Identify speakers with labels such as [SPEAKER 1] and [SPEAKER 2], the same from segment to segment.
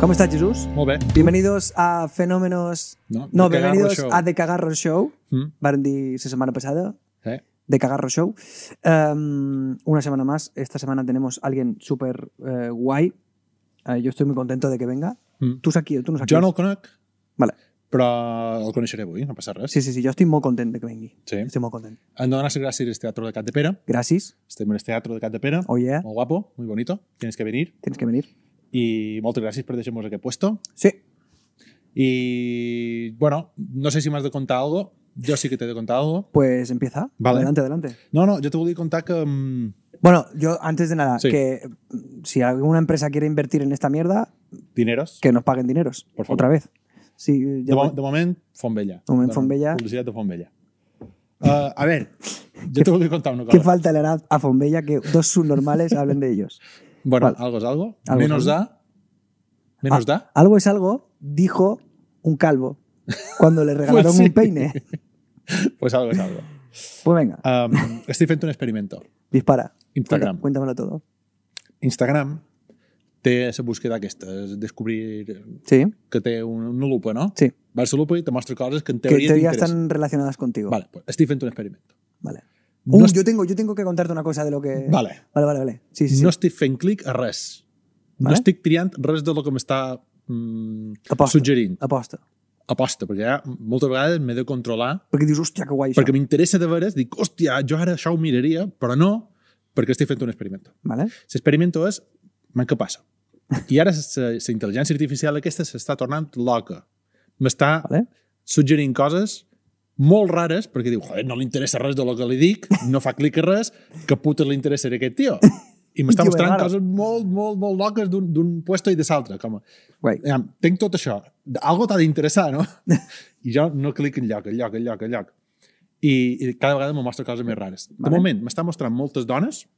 [SPEAKER 1] ¿Cómo estás, Jesús?
[SPEAKER 2] Molt bé.
[SPEAKER 1] Bienvenidos a Fenómenos.
[SPEAKER 2] No,
[SPEAKER 1] No,
[SPEAKER 2] de Cagarro
[SPEAKER 1] bienvenidos
[SPEAKER 2] Show.
[SPEAKER 1] a The Cagarro Show.
[SPEAKER 2] Mm.
[SPEAKER 1] Van dir la semana pasada.
[SPEAKER 2] Sí.
[SPEAKER 1] The Cagarro Show. Em, una semana más. Esta semana tenemos a alguien súper eh, guay. Eh, yo estoy muy contento de que venga.
[SPEAKER 2] Mm.
[SPEAKER 1] Tú aquí, tú no saps
[SPEAKER 2] Jo
[SPEAKER 1] qui
[SPEAKER 2] no
[SPEAKER 1] és.
[SPEAKER 2] el conec,
[SPEAKER 1] Vale.
[SPEAKER 2] però el coneixeré avui, no passa res.
[SPEAKER 1] Sí, sí, sí. Yo estoy muy contento de que venga.
[SPEAKER 2] sí.
[SPEAKER 1] Estoy muy contento.
[SPEAKER 2] Em dones gràcies al Teatro de Cat de Pere.
[SPEAKER 1] Gracias.
[SPEAKER 2] Estem en el Teatro de Cat de Pere.
[SPEAKER 1] Oye,
[SPEAKER 2] Molt guapo, muy bonito. Tienes que venir.
[SPEAKER 1] tienes que venir.
[SPEAKER 2] I moltes gràcies per deixar-nos aquest puesto.
[SPEAKER 1] Sí.
[SPEAKER 2] I, bueno, no sé si m'has de contar algo. Jo sí que t'he de contar algo.
[SPEAKER 1] Pues empieza.
[SPEAKER 2] Vale.
[SPEAKER 1] Adelante, adelante.
[SPEAKER 2] No, no, jo te volia contar que... mm,
[SPEAKER 1] Bueno, yo antes de nada,
[SPEAKER 2] Sí.
[SPEAKER 1] que mm, si alguna empresa quiere invertir en esta mierda,
[SPEAKER 2] Dineros.
[SPEAKER 1] que nos paguen dineros.
[SPEAKER 2] Por favor.
[SPEAKER 1] Otra vez. Sí,
[SPEAKER 2] De,
[SPEAKER 1] ya
[SPEAKER 2] mo
[SPEAKER 1] voy.
[SPEAKER 2] de moment, Fontvella.
[SPEAKER 1] De moment, Fontvella.
[SPEAKER 2] Publicitat de Fontvella. Uh, a veure, jo te volia contar una
[SPEAKER 1] ¿Qué
[SPEAKER 2] cosa.
[SPEAKER 1] falta le hará a Fonbella que dos subnormales hablen de ellos?
[SPEAKER 2] Bueno,
[SPEAKER 1] Vale.
[SPEAKER 2] algo es algo.
[SPEAKER 1] Algo es
[SPEAKER 2] Menos
[SPEAKER 1] algo. Ah.
[SPEAKER 2] da. Menos da.
[SPEAKER 1] Algo es algo, dijo un calvo cuando le regalaron
[SPEAKER 2] Pues sí.
[SPEAKER 1] un peine.
[SPEAKER 2] Pues algo es algo.
[SPEAKER 1] Pues venga,
[SPEAKER 2] Um, estoy frente a un experimento.
[SPEAKER 1] dispara.
[SPEAKER 2] Instagram.
[SPEAKER 1] Cuenta- Cuéntamelo todo.
[SPEAKER 2] Instagram té la búsqueda aquesta, és descobrir
[SPEAKER 1] Sí.
[SPEAKER 2] que té un- una lupa, no?
[SPEAKER 1] Sí.
[SPEAKER 2] Vas a la lupa i te mostra coses que en
[SPEAKER 1] Que
[SPEAKER 2] teoria
[SPEAKER 1] teorías
[SPEAKER 2] t'interessen.
[SPEAKER 1] están relacionadas contigo.
[SPEAKER 2] Vale, pues estoy frente a un experimento.
[SPEAKER 1] Vale.
[SPEAKER 2] No
[SPEAKER 1] Uh,
[SPEAKER 2] es-
[SPEAKER 1] yo, tengo, yo tengo que contarte una cosa de lo que.
[SPEAKER 2] Vale.
[SPEAKER 1] Vale, vale, vale. Eh, Sí, sí, sí.
[SPEAKER 2] No estic fent clic a res. No
[SPEAKER 1] Vale.
[SPEAKER 2] estic triant res de lo que m'està mm,
[SPEAKER 1] Aposta.
[SPEAKER 2] suggerint.
[SPEAKER 1] Aposta.
[SPEAKER 2] Aposta, perquè ja moltes vegades m'he de controlar
[SPEAKER 1] Porque dices, hostia, qué guay.
[SPEAKER 2] perquè m'interessa de veres, dic, hòstia, jo ara això ho miraria, però no, perquè estic fent un experiment.
[SPEAKER 1] Vale.
[SPEAKER 2] L'experiment és, man, què passa? I ara la intel·ligència artificial aquesta s'està tornant loca. M'està
[SPEAKER 1] Vale.
[SPEAKER 2] suggerint coses molt rares, perquè diu, joder, no li interessa res de lo que li dic, no fa clic a res, que puta li interessarà aquest tio. I m'està
[SPEAKER 1] Tio, és
[SPEAKER 2] mostrant
[SPEAKER 1] raro.
[SPEAKER 2] coses molt, molt, molt loques d'un- d'un puesto i de l'altre. Com,
[SPEAKER 1] Guai.
[SPEAKER 2] ja, tenc tot això, algo t'ha d'interessar, no? I jo no clic enlloc, enlloc, enlloc, enlloc. I, i cada vegada me mostra coses més rares. De
[SPEAKER 1] Vale.
[SPEAKER 2] moment, m'està mostrant moltes dones,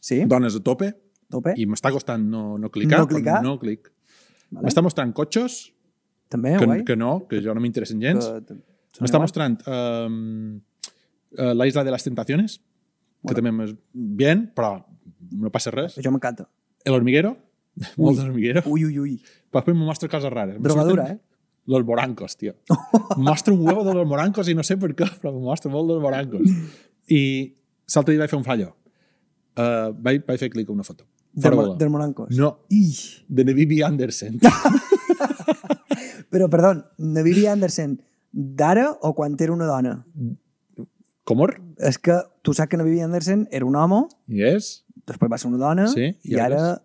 [SPEAKER 1] Sí.
[SPEAKER 2] dones a tope,
[SPEAKER 1] Tope.
[SPEAKER 2] i m'està costant no, no clicar,
[SPEAKER 1] No clicar?
[SPEAKER 2] però no clic.
[SPEAKER 1] Vale.
[SPEAKER 2] M'està mostrant cotxes,
[SPEAKER 1] També,
[SPEAKER 2] que,
[SPEAKER 1] guai.
[SPEAKER 2] que no, que jo no m'interessen
[SPEAKER 1] Que-
[SPEAKER 2] gens.
[SPEAKER 1] Sona
[SPEAKER 2] M'està
[SPEAKER 1] guai.
[SPEAKER 2] mostrant um, la isla de les tentaciones, que
[SPEAKER 1] Bueno.
[SPEAKER 2] també m'és bien, però no passa res.
[SPEAKER 1] Yo me encanta.
[SPEAKER 2] El hormiguero, molt d'hormiguero.
[SPEAKER 1] Uy, uy, uy.
[SPEAKER 2] Però Després me mostra coses rares. Me
[SPEAKER 1] Drogadura,
[SPEAKER 2] surten
[SPEAKER 1] eh?
[SPEAKER 2] Los morancos, tio. mostra un huevo de los morancos i no sé per què, però me mostra molt dels morancos. I l'altre dia vaig fer un fallo. Uh, vaig, vaig fer clic a una foto.
[SPEAKER 1] Del,
[SPEAKER 2] Fórmula.
[SPEAKER 1] mo- del Monancos.
[SPEAKER 2] No,
[SPEAKER 1] Ix.
[SPEAKER 2] de Nevivi Andersen.
[SPEAKER 1] Però, perdó, de Vivi Andersen, d'ara o quan era una dona?
[SPEAKER 2] Comor?
[SPEAKER 1] És que tu saps que no Vivi Andersen era un home,
[SPEAKER 2] Yes.
[SPEAKER 1] després va ser una dona,
[SPEAKER 2] Sí,
[SPEAKER 1] i
[SPEAKER 2] i
[SPEAKER 1] ara...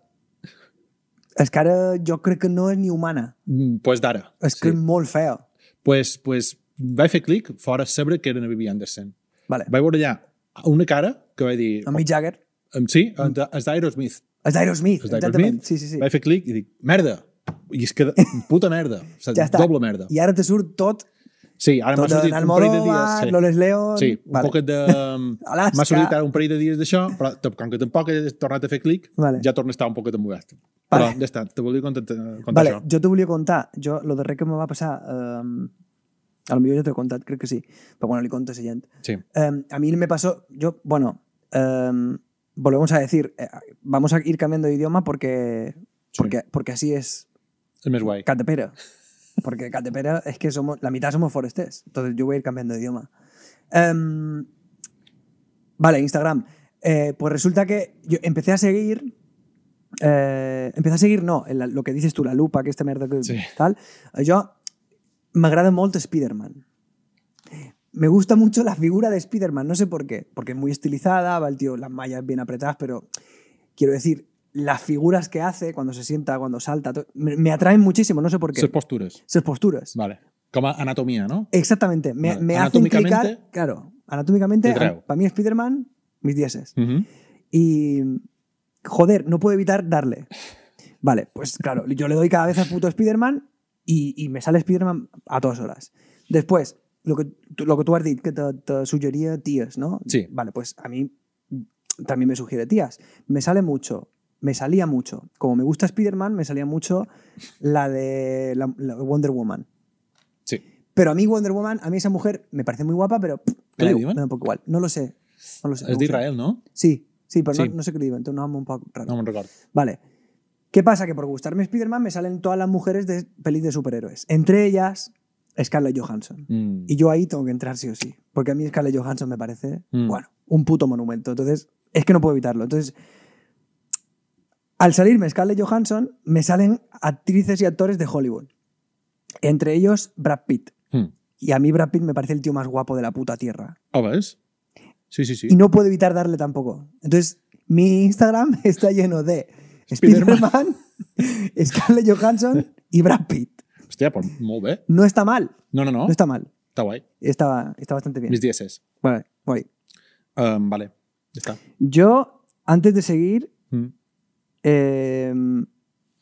[SPEAKER 1] És que ara jo crec que no és ni humana.
[SPEAKER 2] Mm, pues d'ara.
[SPEAKER 1] És que sí. és molt feo.
[SPEAKER 2] Pues, pues vaig fer clic fora saber que era Nevivi Andersen.
[SPEAKER 1] Vale.
[SPEAKER 2] Vaig veure allà una cara que vaig dir...
[SPEAKER 1] En Mick Jagger.
[SPEAKER 2] em- Sí, el de- el d'Aerosmith.
[SPEAKER 1] És d'Aerosmith,
[SPEAKER 2] És
[SPEAKER 1] exactament.
[SPEAKER 2] d'Aerosmith?
[SPEAKER 1] Sí, sí, sí.
[SPEAKER 2] Vaig fer clic i dic, merda! I és que, puta merda. O sigui,
[SPEAKER 1] Ja està.
[SPEAKER 2] Doble merda.
[SPEAKER 1] I ara te surt tot,
[SPEAKER 2] Sí, ara m'ha
[SPEAKER 1] tot
[SPEAKER 2] sortit
[SPEAKER 1] en
[SPEAKER 2] un parell de dies.
[SPEAKER 1] Almodóvar,
[SPEAKER 2] Sí,
[SPEAKER 1] Loles León...
[SPEAKER 2] sí un vale. poquet de... mm,
[SPEAKER 1] Alaska.
[SPEAKER 2] M'ha sortit ara un parell de dies d'això, però t- com que tampoc he tornat a fer clic,
[SPEAKER 1] Vale.
[SPEAKER 2] ja torna a estar un poquet embugat. Però
[SPEAKER 1] Vale.
[SPEAKER 2] ja està, te volia contar, contar
[SPEAKER 1] Vale,
[SPEAKER 2] això.
[SPEAKER 1] jo t'ho volia contar. Jo, lo darrer que me va passar... Eh, a lo millor ja t'ho he contat, crec que sí. Però bueno, li conto a la gent.
[SPEAKER 2] Sí.
[SPEAKER 1] Eh, a mí me pasó, yo, bueno, eh, volvemos a decir, eh, vamos a ir cambiando de idioma porque, porque, porque así es
[SPEAKER 2] És més guai.
[SPEAKER 1] Catepera. Porque Catepera es que somos, la mitad somos forestes. Entonces yo voy a ir cambiando de idioma. Em, vale, Instagram. Eh, pues resulta que yo empecé a seguir. eh, empecé a seguir, no, el- lo que dices tú, la lupa, que esta merda que
[SPEAKER 2] Sí.
[SPEAKER 1] tal. Eh, Yo me agrada mucho Spider-Man. Me gusta mucho la figura de Spider-Man, no sé por qué. Porque es muy estilizada, va el tío, las mallas bien apretadas, pero quiero decir, las figuras que hace cuando se sienta, cuando salta, to- me, me atraen muchísimo, no sé por qué.
[SPEAKER 2] Les postures.
[SPEAKER 1] Sus posturas.
[SPEAKER 2] Vale. Com a anatomia, no?
[SPEAKER 1] Exactamente, me,
[SPEAKER 2] Vale.
[SPEAKER 1] me hacen clicar.
[SPEAKER 2] Anatómicamente-
[SPEAKER 1] Claro, anatómicamente,
[SPEAKER 2] Te traigo.
[SPEAKER 1] para mí Spider-Man, mis dieces.
[SPEAKER 2] Uh -huh.
[SPEAKER 1] Y. Joder, no puedo evitar darle. Vale, pues claro, yo le doy cada vez a puto Spider-Man y, y me sale Spider-Man a todas horas. Después, lo que, tú- lo que tú has dicho, que te, te sugería tías, ¿no?
[SPEAKER 2] Sí.
[SPEAKER 1] Vale, pues a mí también me sugiere tías. Me sale mucho, me salía mucho. Como me gusta Spider-Man, me salía mucho la de la- la Wonder Woman.
[SPEAKER 2] Sí.
[SPEAKER 1] Pero a mí Wonder Woman, a mí esa mujer me parece muy guapa, pero pff,
[SPEAKER 2] ¿Qué
[SPEAKER 1] me da
[SPEAKER 2] le
[SPEAKER 1] igu-
[SPEAKER 2] llaman?
[SPEAKER 1] me da un poco igual. No lo sé. No lo sé. no
[SPEAKER 2] És
[SPEAKER 1] lo sé.
[SPEAKER 2] d'Israel, no?
[SPEAKER 1] Sí, sí, pero
[SPEAKER 2] Sí.
[SPEAKER 1] No, no sé qué le digo, entonces no, un poco raro.
[SPEAKER 2] No me'n record.
[SPEAKER 1] Vale. ¿Qué pasa? Que por gustarme Spider-Man me salen todas las mujeres de pelis de superhéroes. Entre ellas, Scarlett Johansson.
[SPEAKER 2] Mm.
[SPEAKER 1] Y yo ahí tengo que entrar sí o sí. Porque a mí Scarlett Johansson me parece,
[SPEAKER 2] Mm.
[SPEAKER 1] bueno, un puto monumento. Entonces, es que no puedo evitarlo. Entonces, al salirme Scarlett Johansson, me salen actrices y actores de Hollywood. Entre ellos, Brad Pitt.
[SPEAKER 2] Mm.
[SPEAKER 1] Y a mí Brad Pitt me parece el tío más guapo de la puta tierra.
[SPEAKER 2] ¿Ho veus? Sí, sí, sí.
[SPEAKER 1] Y no puedo evitar darle tampoco. Entonces, mi Instagram está lleno de
[SPEAKER 2] Spider-Man.
[SPEAKER 1] Spider-Man, Scarlett Johansson y Brad Pitt.
[SPEAKER 2] Hòstia, però molt bé.
[SPEAKER 1] No está mal,
[SPEAKER 2] No, no, no.
[SPEAKER 1] no está mal.
[SPEAKER 2] Està guai.
[SPEAKER 1] Está, está bastante bien.
[SPEAKER 2] Mis dieces.
[SPEAKER 1] Vale, guay.
[SPEAKER 2] Um, vale. Ja està.
[SPEAKER 1] Yo, antes de seguir,
[SPEAKER 2] Mm.
[SPEAKER 1] eh,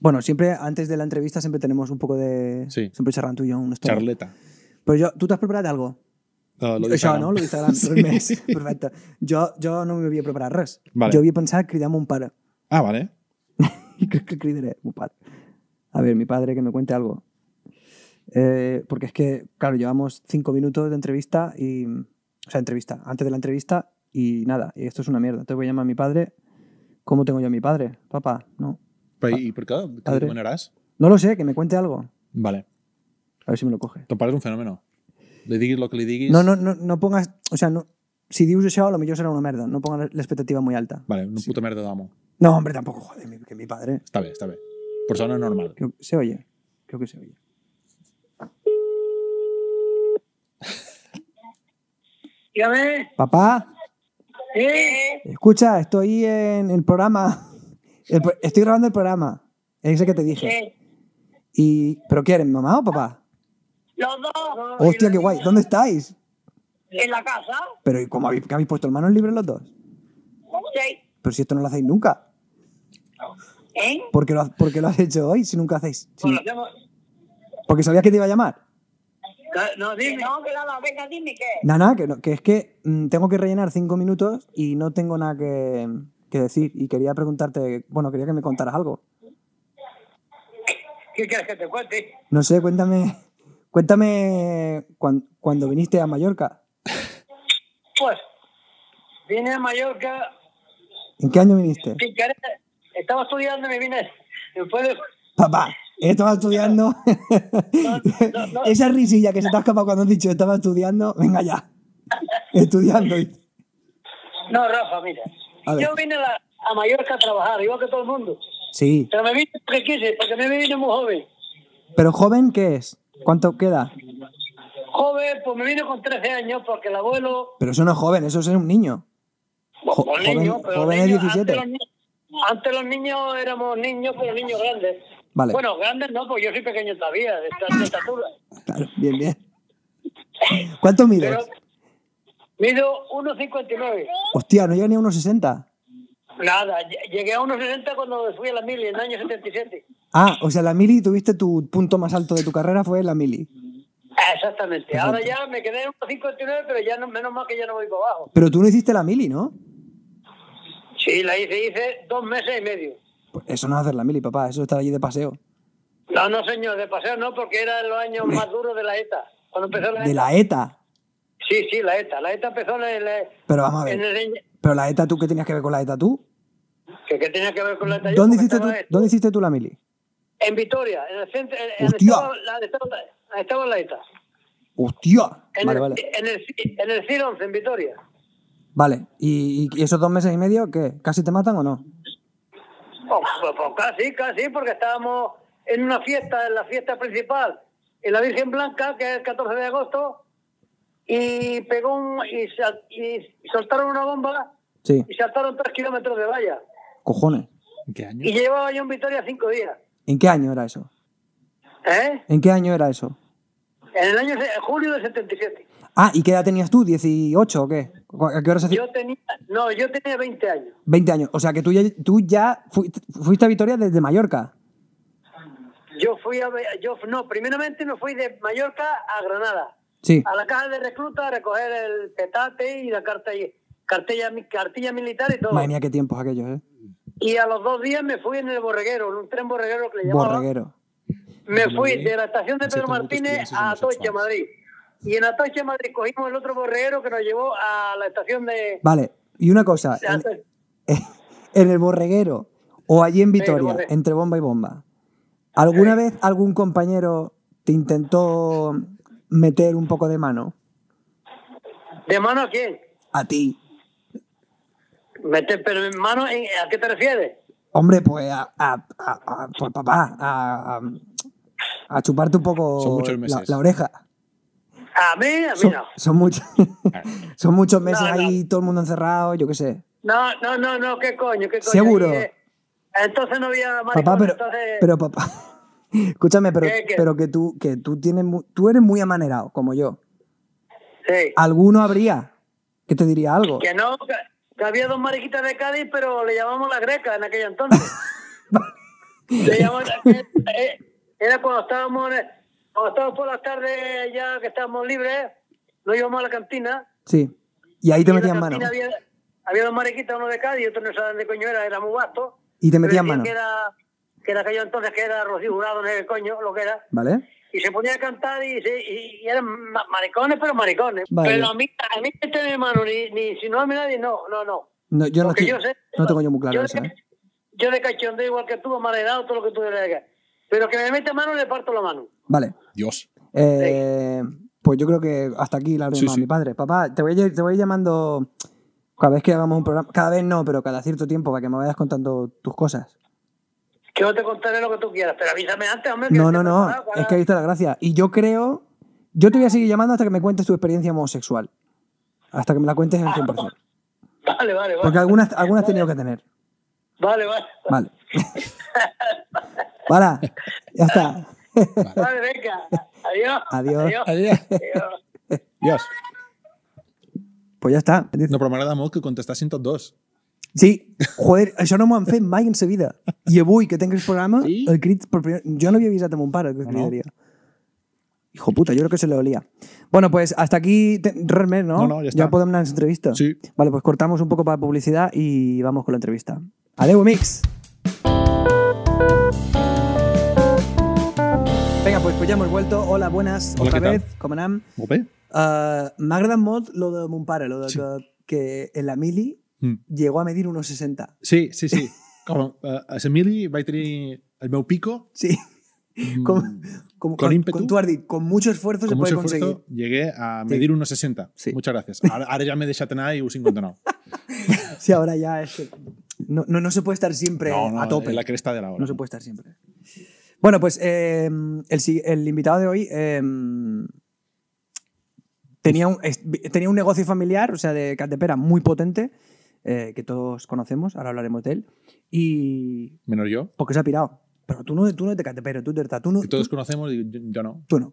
[SPEAKER 1] bueno, siempre antes de la entrevista siempre tenemos un poco de...
[SPEAKER 2] Sí.
[SPEAKER 1] Siempre charlan tú y yo unos temas.
[SPEAKER 2] Charleta.
[SPEAKER 1] Pero yo, ¿tú te has preparado algo?
[SPEAKER 2] Uh,
[SPEAKER 1] Això,
[SPEAKER 2] lo deixarem.
[SPEAKER 1] no? Lo d'Instagram.
[SPEAKER 2] Sí.
[SPEAKER 1] Sí. Perfecte. Jo, jo no m'havia preparat res.
[SPEAKER 2] Vale.
[SPEAKER 1] Jo havia pensat cridar mon pare.
[SPEAKER 2] Ah, vale.
[SPEAKER 1] Y creo que cridaré mi padre. A ver, mi padre que me cuente algo. Eh, porque es que, claro, llevamos cinco minutos de entrevista y. O sea, entrevista, antes de la entrevista y nada. Y esto es una mierda. Entonces voy a llamar a mi padre. ¿Cómo tengo yo a mi padre? Papá, no.
[SPEAKER 2] Però i per què? Què
[SPEAKER 1] Ah, Padre.
[SPEAKER 2] li demanaràs?
[SPEAKER 1] No lo sé, que me cuente algo.
[SPEAKER 2] Vale.
[SPEAKER 1] A ver si me lo coge.
[SPEAKER 2] Ton pare és un fenómeno. Li diguis el que li diguis...
[SPEAKER 1] No, no, no, no pongas. O sea, no. Si dius això, a lo mejor será una mierda. No pongas la expectativa muy alta.
[SPEAKER 2] Vale, una puta merda d'amo.
[SPEAKER 1] No, hombre, tampoco, joder, mi- que mi padre.
[SPEAKER 2] Està bé, està bé. Persona normal.
[SPEAKER 1] Creo que se oye. Creo que se oye.
[SPEAKER 3] Dígame.
[SPEAKER 1] Papá.
[SPEAKER 3] Sí.
[SPEAKER 1] Escucha, estoy en el programa. El pro- estoy grabando el programa. Ese que te dije.
[SPEAKER 3] Sí.
[SPEAKER 1] Y, ¿Pero qué eres, mamá o papá?
[SPEAKER 3] Los dos.
[SPEAKER 1] Hostia, qué guay. ¿Dónde estáis?
[SPEAKER 3] En la casa.
[SPEAKER 1] Pero ¿y cómo habéis, qué habéis puesto el manos libres los dos?
[SPEAKER 3] Sí.
[SPEAKER 1] Pero si esto no lo hacéis nunca.
[SPEAKER 3] ¿Eh?
[SPEAKER 1] ¿Por qué lo, ha- por qué lo has hecho hoy si nunca hacéis? si-
[SPEAKER 3] Pues lo hacemos.
[SPEAKER 1] porque sabías que te iba a llamar.
[SPEAKER 3] Que- No, dime. No, que nada, venga, dime qué.
[SPEAKER 1] Nada, que, no- que es que mm, tengo que rellenar cinco minutos y no tengo nada que, que decir. Y quería preguntarte, bueno, quería que me contaras algo.
[SPEAKER 3] ¿Qué quieres que te cuente?
[SPEAKER 1] No sé, cuéntame, cuéntame cuan- cuando viniste a Mallorca.
[SPEAKER 3] Pues, vine a Mallorca,
[SPEAKER 1] ¿En qué año viniste?
[SPEAKER 3] sin querer. Estaba estudiando y me vine. Después de-
[SPEAKER 1] Papá, estaba estudiando.
[SPEAKER 3] no, no.
[SPEAKER 1] Esa risilla que se te ha escapado cuando has dicho estaba estudiando, venga ya. Estudiando.
[SPEAKER 3] No, Rafa, mira.
[SPEAKER 1] A ver.
[SPEAKER 3] Yo vine a, la- a Mallorca a trabajar, igual que todo el mundo.
[SPEAKER 1] Sí.
[SPEAKER 3] Pero me vine porque quise, porque me vine muy joven.
[SPEAKER 1] Pero joven, ¿qué es? ¿Cuánto queda?
[SPEAKER 3] Joven, pues me vine con 13 años porque el abuelo
[SPEAKER 1] Pero eso no es joven, eso es un niño. Jo-
[SPEAKER 3] Pues
[SPEAKER 1] joven-
[SPEAKER 3] niños, pero
[SPEAKER 1] jóvenes
[SPEAKER 3] niños,
[SPEAKER 1] 17.
[SPEAKER 3] Antes los, ni- antes los niños éramos niños, pero niños grandes.
[SPEAKER 1] Vale.
[SPEAKER 3] Bueno, grandes no, porque yo soy pequeño todavía, de, esta- de estatura.
[SPEAKER 1] Claro, bien, bien. ¿Cuánto mides?
[SPEAKER 3] Pero mido 1,59.
[SPEAKER 1] Hostia, no llega ni a unos 60.
[SPEAKER 3] Nada, lle- llegué a 1,60 cuando fui a la mili en el año 77.
[SPEAKER 1] Ah, o sea, la mili, tuviste tu punto más alto de tu carrera fue la mili.
[SPEAKER 3] Exactamente. Ahora ya me quedé en 1,59, pero ya no, menos mal que ya no voy para abajo.
[SPEAKER 1] Pero tú no hiciste la mili, ¿no?
[SPEAKER 3] Sí, la hice, hice dos meses y medio.
[SPEAKER 1] Pues eso no es hacer la mili, papá, eso es estar allí de paseo.
[SPEAKER 3] No, no, señor, de paseo no, porque era los años más duros de la ETA. Cuando empezó la ETA.
[SPEAKER 1] De la ETA.
[SPEAKER 3] Sí, sí, la ETA. La ETA empezó en el-
[SPEAKER 1] Pero vamos a
[SPEAKER 3] en
[SPEAKER 1] ver.
[SPEAKER 3] el,
[SPEAKER 1] Pero la ETA, ¿tú qué tenías que ver con la ETA tú?
[SPEAKER 3] ¿Qué, qué tenía que ver con la talla?
[SPEAKER 1] ¿Dónde
[SPEAKER 3] Porque
[SPEAKER 1] hiciste, tú,
[SPEAKER 3] estaba en-
[SPEAKER 1] ¿Dónde hiciste tú la mili?
[SPEAKER 3] En Vitoria, en el centro. En, en
[SPEAKER 1] Hostia.
[SPEAKER 3] estaba, la, estaba, la, estaba la ETA.
[SPEAKER 1] ¡Hostia!
[SPEAKER 3] En,
[SPEAKER 1] Vale,
[SPEAKER 3] el,
[SPEAKER 1] vale.
[SPEAKER 3] en el en el Cirons, en Vitoria.
[SPEAKER 1] Vale, ¿Y, y esos dos meses y medio qué? ¿Casi te matan o no?
[SPEAKER 3] Oh, pues, pues casi, casi, porque estábamos en una fiesta, en la fiesta principal, en la Virgen Blanca, que es el 14 de agosto, y pegó un, y, sal- y soltaron una bomba
[SPEAKER 1] Sí,
[SPEAKER 3] y saltaron tres kilómetros de valla.
[SPEAKER 1] cojones.
[SPEAKER 2] En què any?
[SPEAKER 3] Y llevaba yo en Vitoria cinco días.
[SPEAKER 1] ¿En qué año era eso?
[SPEAKER 3] ¿Eh?
[SPEAKER 1] ¿En qué año era eso?
[SPEAKER 3] En el año se- en julio del 77.
[SPEAKER 1] Ah, ¿y qué edad tenías tú? ¿18 o qué? ¿Cu- ¿A qué horas hacías?
[SPEAKER 3] Yo tenía, no, yo tenía 20 años.
[SPEAKER 1] 20 años. O sea que tú ya, tú ya fuiste, fuiste a Vitoria desde Mallorca.
[SPEAKER 3] Yo fui a. ve- Yo, no, primeramente me fui de Mallorca a Granada,
[SPEAKER 1] Sí.
[SPEAKER 3] a la caja de recluta a recoger el petate y la carta, cartilla, cartilla militar y todo.
[SPEAKER 1] Madre mía, qué tiempos aquellos, ¿eh?
[SPEAKER 3] Y a los dos días me fui en el borreguero, en un tren borreguero que le llamaban.
[SPEAKER 1] Borreguero.
[SPEAKER 3] Me fui de la estación de
[SPEAKER 2] Sí,
[SPEAKER 3] Pedro
[SPEAKER 2] tengo
[SPEAKER 3] Martínez
[SPEAKER 2] muchas
[SPEAKER 3] a Atocha,
[SPEAKER 2] experiencias
[SPEAKER 3] Madrid. Y en Atocha, Madrid, cogimos el otro borreguero que nos llevó a la estación de.
[SPEAKER 1] Vale, y una cosa.
[SPEAKER 3] de
[SPEAKER 1] En,
[SPEAKER 3] Atocha.
[SPEAKER 1] en el borreguero, O allí en
[SPEAKER 3] Venga,
[SPEAKER 1] Vitoria,
[SPEAKER 3] vale.
[SPEAKER 1] entre bomba y bomba. ¿Alguna vez algún compañero te intentó meter un poco de mano?
[SPEAKER 3] ¿De mano a quién?
[SPEAKER 1] A ti.
[SPEAKER 3] Meter, pero en mano, en- ¿a qué te refieres?
[SPEAKER 1] Hombre, pues a, a- a- a- pues, papá, a, a- a chuparte un poco
[SPEAKER 2] Son muchos
[SPEAKER 1] la,
[SPEAKER 2] meses.
[SPEAKER 1] la oreja.
[SPEAKER 3] A mí, a mí
[SPEAKER 1] Son,
[SPEAKER 3] no.
[SPEAKER 1] son muchos, son muchos meses
[SPEAKER 3] No, no.
[SPEAKER 1] ahí, todo el mundo encerrado, yo qué sé.
[SPEAKER 3] No, no, no, no, qué coño, qué coño.
[SPEAKER 1] Seguro.
[SPEAKER 3] Ahí, eh, Entonces no había maricón,
[SPEAKER 1] Papá, pero,
[SPEAKER 3] pues entonces...
[SPEAKER 1] pero papá, escúchame, pero,
[SPEAKER 3] ¿Qué, qué?
[SPEAKER 1] pero que tú, que tú tienes, mu- tú eres muy amanerado, como yo.
[SPEAKER 3] Sí.
[SPEAKER 1] ¿Alguno habría que te diría algo?
[SPEAKER 3] Que no, que, que había dos mariquitas de Cádiz, pero le llamamos la greca en aquel entonces. le llamamos, eh, eh, era cuando estábamos, en el- cuando estábamos por las tardes, ya que estábamos libres, nos íbamos a la cantina.
[SPEAKER 1] Sí. Y ahí te
[SPEAKER 3] en la
[SPEAKER 1] metían mano.
[SPEAKER 3] cantina Había, había dos mariquitas, uno de Cádiz, otro no sabían de coño era, era muy vasto.
[SPEAKER 1] Y te
[SPEAKER 3] Pero
[SPEAKER 1] metían
[SPEAKER 3] decían
[SPEAKER 1] mano.
[SPEAKER 3] Que era, que era aquello entonces que era Rocío Jurado, no sé qué coño, lo que era.
[SPEAKER 1] ¿Vale?
[SPEAKER 3] y se ponía a cantar y, se- y- y eran ma- maricones, pero maricones.
[SPEAKER 1] Vale.
[SPEAKER 3] Pero a mí, a mí este mi hermano, ni, ni si no a mí nadie, no, no, no.
[SPEAKER 1] No, yo no,
[SPEAKER 3] Porque
[SPEAKER 1] estoy-
[SPEAKER 3] yo sé-
[SPEAKER 1] no tengo yo muy claro
[SPEAKER 3] yo
[SPEAKER 1] eso.
[SPEAKER 3] de-
[SPEAKER 1] ¿eh?
[SPEAKER 3] Yo de cachondeo igual que tú, amanerado, todo lo que tú le digas. Pero que me mete mano, le parto la mano.
[SPEAKER 1] Vale.
[SPEAKER 2] Dios.
[SPEAKER 1] Eh, Pues yo creo que hasta aquí la
[SPEAKER 2] Sí,
[SPEAKER 1] reunión
[SPEAKER 2] sí.
[SPEAKER 1] mi padre. Papá, te voy, a- te voy llamando cada vez que hagamos un programa. Cada vez no, pero cada cierto tiempo para que me vayas contando tus cosas.
[SPEAKER 3] Que yo te contaré lo que tú quieras, pero avísame antes, hombre. que
[SPEAKER 1] No,
[SPEAKER 3] esté
[SPEAKER 1] no, no.
[SPEAKER 3] preparado para-
[SPEAKER 1] Es que ahí está la gracia. Y yo creo. Yo te voy a seguir llamando hasta que me cuentes tu experiencia homosexual. Hasta que me la cuentes al 100%.
[SPEAKER 3] Vale, vale, vale.
[SPEAKER 1] Porque algunas, algunas has tenido que tener.
[SPEAKER 3] Vale, vale.
[SPEAKER 1] Vale. Vale. Ya está.
[SPEAKER 3] Vale, venga. Adiós.
[SPEAKER 1] Adiós.
[SPEAKER 2] Adiós.
[SPEAKER 3] Adiós.
[SPEAKER 2] Dios.
[SPEAKER 1] Pues ya està.
[SPEAKER 2] No, però m'agrada molt que contestassin tots dos.
[SPEAKER 1] Sí, joder, això no m'ho han fet mai en sa vida. I avui, que tinc el programa,
[SPEAKER 2] Sí? Ah,
[SPEAKER 1] el crit per primer... Jo no havia avisat a mon pare que
[SPEAKER 2] No, no.
[SPEAKER 1] cridaria. Hijo puta, jo crec que se le olía. Bueno, pues hasta aquí, te- res més, ¿no?
[SPEAKER 2] No, no, ja està.
[SPEAKER 1] ¿Ya podemos anar a la entrevista?
[SPEAKER 2] Sí.
[SPEAKER 1] Vale, pues cortamos un poco para publicidad y vamos con la entrevista. Adeu, amics! Venga, pues, pues ya hemos vuelto. Hola, buenas.
[SPEAKER 2] Hola,
[SPEAKER 1] otra
[SPEAKER 2] què tal?
[SPEAKER 1] vez, com anem?
[SPEAKER 2] Molt bé.
[SPEAKER 1] Uh, M'ha agradat molt lo de mon pare, lo de
[SPEAKER 2] Sí.
[SPEAKER 1] que, que l'Emili
[SPEAKER 2] Mm.
[SPEAKER 1] llegó a medir unos 60.
[SPEAKER 2] Sí, sí, sí. Com, eh, a Semili vaig tenir el meu pico.
[SPEAKER 1] Sí.
[SPEAKER 2] mm,
[SPEAKER 1] Con, con,
[SPEAKER 2] Con
[SPEAKER 1] con-
[SPEAKER 2] ímpetu.
[SPEAKER 1] con tu ardi, con mucho esfuerzo se
[SPEAKER 2] con
[SPEAKER 1] puede
[SPEAKER 2] mucho
[SPEAKER 1] conseguir.
[SPEAKER 2] esfuerzo llegué a medir unos 60.
[SPEAKER 1] Sí.
[SPEAKER 2] Muchas gracias. Ahora, ahora ya me he deixat anar i ho 59.
[SPEAKER 1] Sí, ahora ya es que no, no, no se puede estar siempre
[SPEAKER 2] No, no,
[SPEAKER 1] a tope.
[SPEAKER 2] en la cresta de la hora.
[SPEAKER 1] No se puede estar siempre. Bueno, pues eh, el, si- el invitado de hoy eh, tenía, un, es- tenía un negocio familiar, o sea, de Catepera, muy potente, eh, que todos conocemos, ahora hablaremos de él, y
[SPEAKER 2] Menos yo.
[SPEAKER 1] porque se ha pirado. Pero tú no, tú no eres de Catepera, tú, eres de- tú no.
[SPEAKER 2] Que todos conocemos, digo, yo, yo no.
[SPEAKER 1] tú no.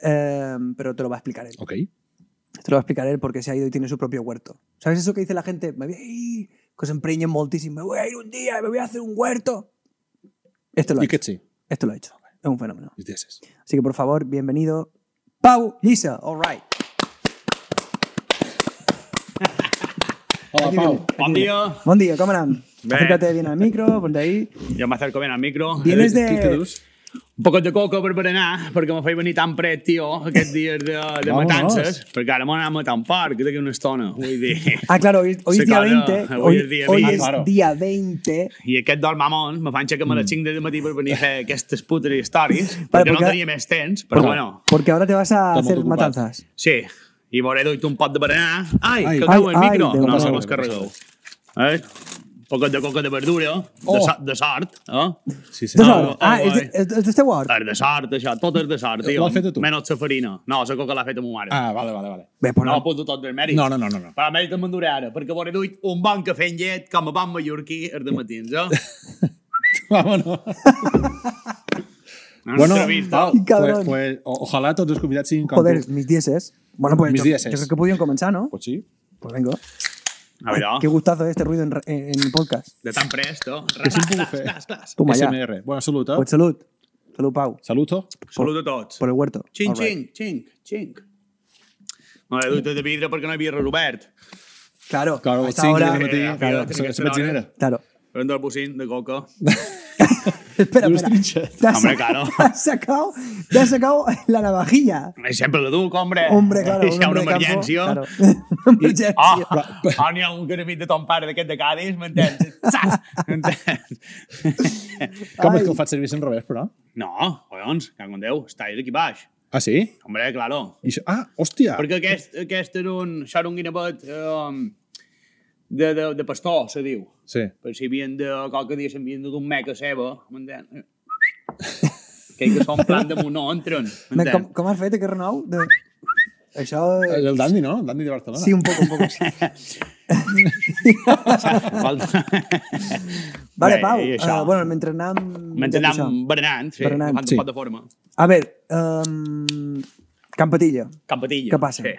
[SPEAKER 1] Eh, pero te lo va a explicar él.
[SPEAKER 2] Ok.
[SPEAKER 1] Te lo va a explicar él porque se ha ido y tiene su propio huerto. ¿Sabes eso que dice la gente? Me voy a ir, que se empreñen moltísimo. Me voy a ir un día y me voy a hacer un huerto. Este lo ha
[SPEAKER 2] I
[SPEAKER 1] hecho.
[SPEAKER 2] que sí.
[SPEAKER 1] Este lo ha hecho. Es un fenómeno.
[SPEAKER 2] I dices,
[SPEAKER 1] Así que por favor, bienvenido. Pau Lisa, all right. Ah,
[SPEAKER 2] Hola, Pau.
[SPEAKER 4] Bon dia,
[SPEAKER 1] Buen día, ¿cómo andan?
[SPEAKER 4] Bé.
[SPEAKER 1] Acércate bien al micro, ponte ahí.
[SPEAKER 4] jo m'acerco ben al micro.
[SPEAKER 1] Vienes
[SPEAKER 2] Eh, Què, què
[SPEAKER 1] de...
[SPEAKER 2] dius?
[SPEAKER 4] Un poc de coco per berenar, perquè me feia venir tan pret, tio, aquests dies de, de
[SPEAKER 2] Vámonos.
[SPEAKER 4] matances, perquè ara m'ho anava a matar un parc, d'aquí una estona, vull dir.
[SPEAKER 1] Ah, claro, hoy, hoy
[SPEAKER 4] Sí,
[SPEAKER 1] es día
[SPEAKER 4] claro,
[SPEAKER 1] 20.
[SPEAKER 4] hoy es día
[SPEAKER 1] hoy
[SPEAKER 4] 20.
[SPEAKER 1] es
[SPEAKER 2] Ah, claro.
[SPEAKER 1] día 20.
[SPEAKER 4] I aquest dol mamon me fan aixecar a les 5 de matí per venir a fer aquestes putres històries,
[SPEAKER 1] Mm. Vale,
[SPEAKER 4] perquè no
[SPEAKER 1] perquè-
[SPEAKER 4] tenia més temps, però bueno,
[SPEAKER 1] Porque ahora te vas a
[SPEAKER 2] Estamos
[SPEAKER 1] hacer
[SPEAKER 2] ocupados.
[SPEAKER 1] matanzas.
[SPEAKER 4] sí. I veuré duit un pot de berenar. Ai,
[SPEAKER 2] Ai.
[SPEAKER 4] que cau el
[SPEAKER 1] Ai, ai,
[SPEAKER 4] micro!
[SPEAKER 1] Déu
[SPEAKER 4] no,
[SPEAKER 1] meu.
[SPEAKER 4] se mos carregueu. Eh? Un poc de coca de verdura,
[SPEAKER 2] Oh.
[SPEAKER 4] de, sa de sort, eh?
[SPEAKER 2] Sí, sí.
[SPEAKER 1] Esto es
[SPEAKER 4] No,
[SPEAKER 1] ahora.
[SPEAKER 4] no,
[SPEAKER 1] ah,
[SPEAKER 4] ah,
[SPEAKER 1] es de-
[SPEAKER 4] guai.
[SPEAKER 1] es de- es de este huerto.
[SPEAKER 4] És de sort, això, tot és de sort, tio.
[SPEAKER 2] L'has fet tu?
[SPEAKER 4] Menys la farina. No, la coca l'ha fet a ma mare.
[SPEAKER 2] Ah, vale, vale, vale.
[SPEAKER 1] Bé, pues
[SPEAKER 4] no,
[SPEAKER 1] no.
[SPEAKER 4] no poso tot el mèrit.
[SPEAKER 2] No, no, no, no. no.
[SPEAKER 4] Però el mèrit em durarà ara, perquè m'hauré duit un bon cafè amb llet com a bon mallorquí els de matins, eh?
[SPEAKER 2] Vámonos.
[SPEAKER 4] Una
[SPEAKER 2] Bueno,
[SPEAKER 4] entrevista.
[SPEAKER 2] Pau,
[SPEAKER 1] Cabrón.
[SPEAKER 2] pues, pues, o- ojalá tots els convidats siguin com
[SPEAKER 1] Joder,
[SPEAKER 2] tu.
[SPEAKER 1] mis dieces. Bueno, pues
[SPEAKER 2] Mis
[SPEAKER 1] yo,
[SPEAKER 2] dieces.
[SPEAKER 1] yo creo que podían comenzar, ¿no?
[SPEAKER 2] Pues sí.
[SPEAKER 1] Pues vengo.
[SPEAKER 4] A ah. veure,
[SPEAKER 1] Qué gustazo este ruido en, ra- en- en el podcast.
[SPEAKER 4] de tan prest, eh?
[SPEAKER 2] Que sí
[SPEAKER 4] Ras,
[SPEAKER 2] hem pogut
[SPEAKER 4] ras,
[SPEAKER 2] fer.
[SPEAKER 4] ras, ras.
[SPEAKER 1] Toma ya.
[SPEAKER 2] SMR. Bona salut, eh?
[SPEAKER 1] Pues salud. Salud, Pau.
[SPEAKER 2] Saluto.
[SPEAKER 4] Salut a tots.
[SPEAKER 1] Por el huerto.
[SPEAKER 4] Xing,
[SPEAKER 1] All right.
[SPEAKER 4] xing, xing, xing. M'hauré duit tot de vidre perquè no hi havia res obert.
[SPEAKER 1] Claro.
[SPEAKER 2] Claro,
[SPEAKER 1] a
[SPEAKER 2] a les
[SPEAKER 1] esta
[SPEAKER 2] 5
[SPEAKER 1] hora-
[SPEAKER 2] del matí.
[SPEAKER 4] Eh,
[SPEAKER 2] Claro,
[SPEAKER 4] eh,
[SPEAKER 2] se-
[SPEAKER 4] eh,
[SPEAKER 2] se- se-
[SPEAKER 4] eh,
[SPEAKER 2] benzinera.
[SPEAKER 1] Claro.
[SPEAKER 4] Un d'albocín de coca.
[SPEAKER 1] Espera,
[SPEAKER 2] Dius
[SPEAKER 1] espera.
[SPEAKER 2] trinxet.
[SPEAKER 1] Te has
[SPEAKER 4] Hombre,
[SPEAKER 1] sacado-
[SPEAKER 4] claro.
[SPEAKER 1] Te has sacado, te has sacado la navajilla.
[SPEAKER 4] Sempre la duc, Eh, hombre.
[SPEAKER 1] Hombre, claro.
[SPEAKER 4] Si hi ha una
[SPEAKER 1] un hombre de campo,
[SPEAKER 4] emergència.
[SPEAKER 1] claro. Una emergència.
[SPEAKER 4] Ah, ah, n'hi ha un caramit de ton pare d'aquest de Cádiz, m'entens? Saps? M'entens?
[SPEAKER 2] Com és
[SPEAKER 1] Ai.
[SPEAKER 2] que el faig servir en revés, però?
[SPEAKER 4] No, collons, que amb Déu, està aquí baix.
[SPEAKER 2] Ah, sí?
[SPEAKER 4] Hombre, claro.
[SPEAKER 2] I això... Ah, hòstia!
[SPEAKER 4] Perquè aquest, aquest era un... Això era un guinevet um, de, de, de pastor, se diu.
[SPEAKER 2] Sí.
[SPEAKER 4] Per si havien de... Qualque dia s'havien de d'un meca seva, m'entens? Aquell que són plan damunt no entren,
[SPEAKER 1] No, com,
[SPEAKER 4] m'entens?
[SPEAKER 1] com has fet, aquest renou? este De... Això... eh,
[SPEAKER 2] El Dandi, no? El Dandi de Barcelona.
[SPEAKER 1] Sí, un poco, un poco.
[SPEAKER 4] Falta...
[SPEAKER 1] Vale,
[SPEAKER 4] Bé,
[SPEAKER 1] Pau.
[SPEAKER 4] i això.
[SPEAKER 1] eh, bueno, mentre anàvem...
[SPEAKER 4] Mentre
[SPEAKER 1] això.
[SPEAKER 4] anàvem berenant, sí,
[SPEAKER 1] Berenant.
[SPEAKER 4] agafant
[SPEAKER 2] Sí.
[SPEAKER 4] sí. de forma.
[SPEAKER 1] A veure, um, Campatilla,
[SPEAKER 4] Campatilla.
[SPEAKER 1] Què passa?
[SPEAKER 4] Sí.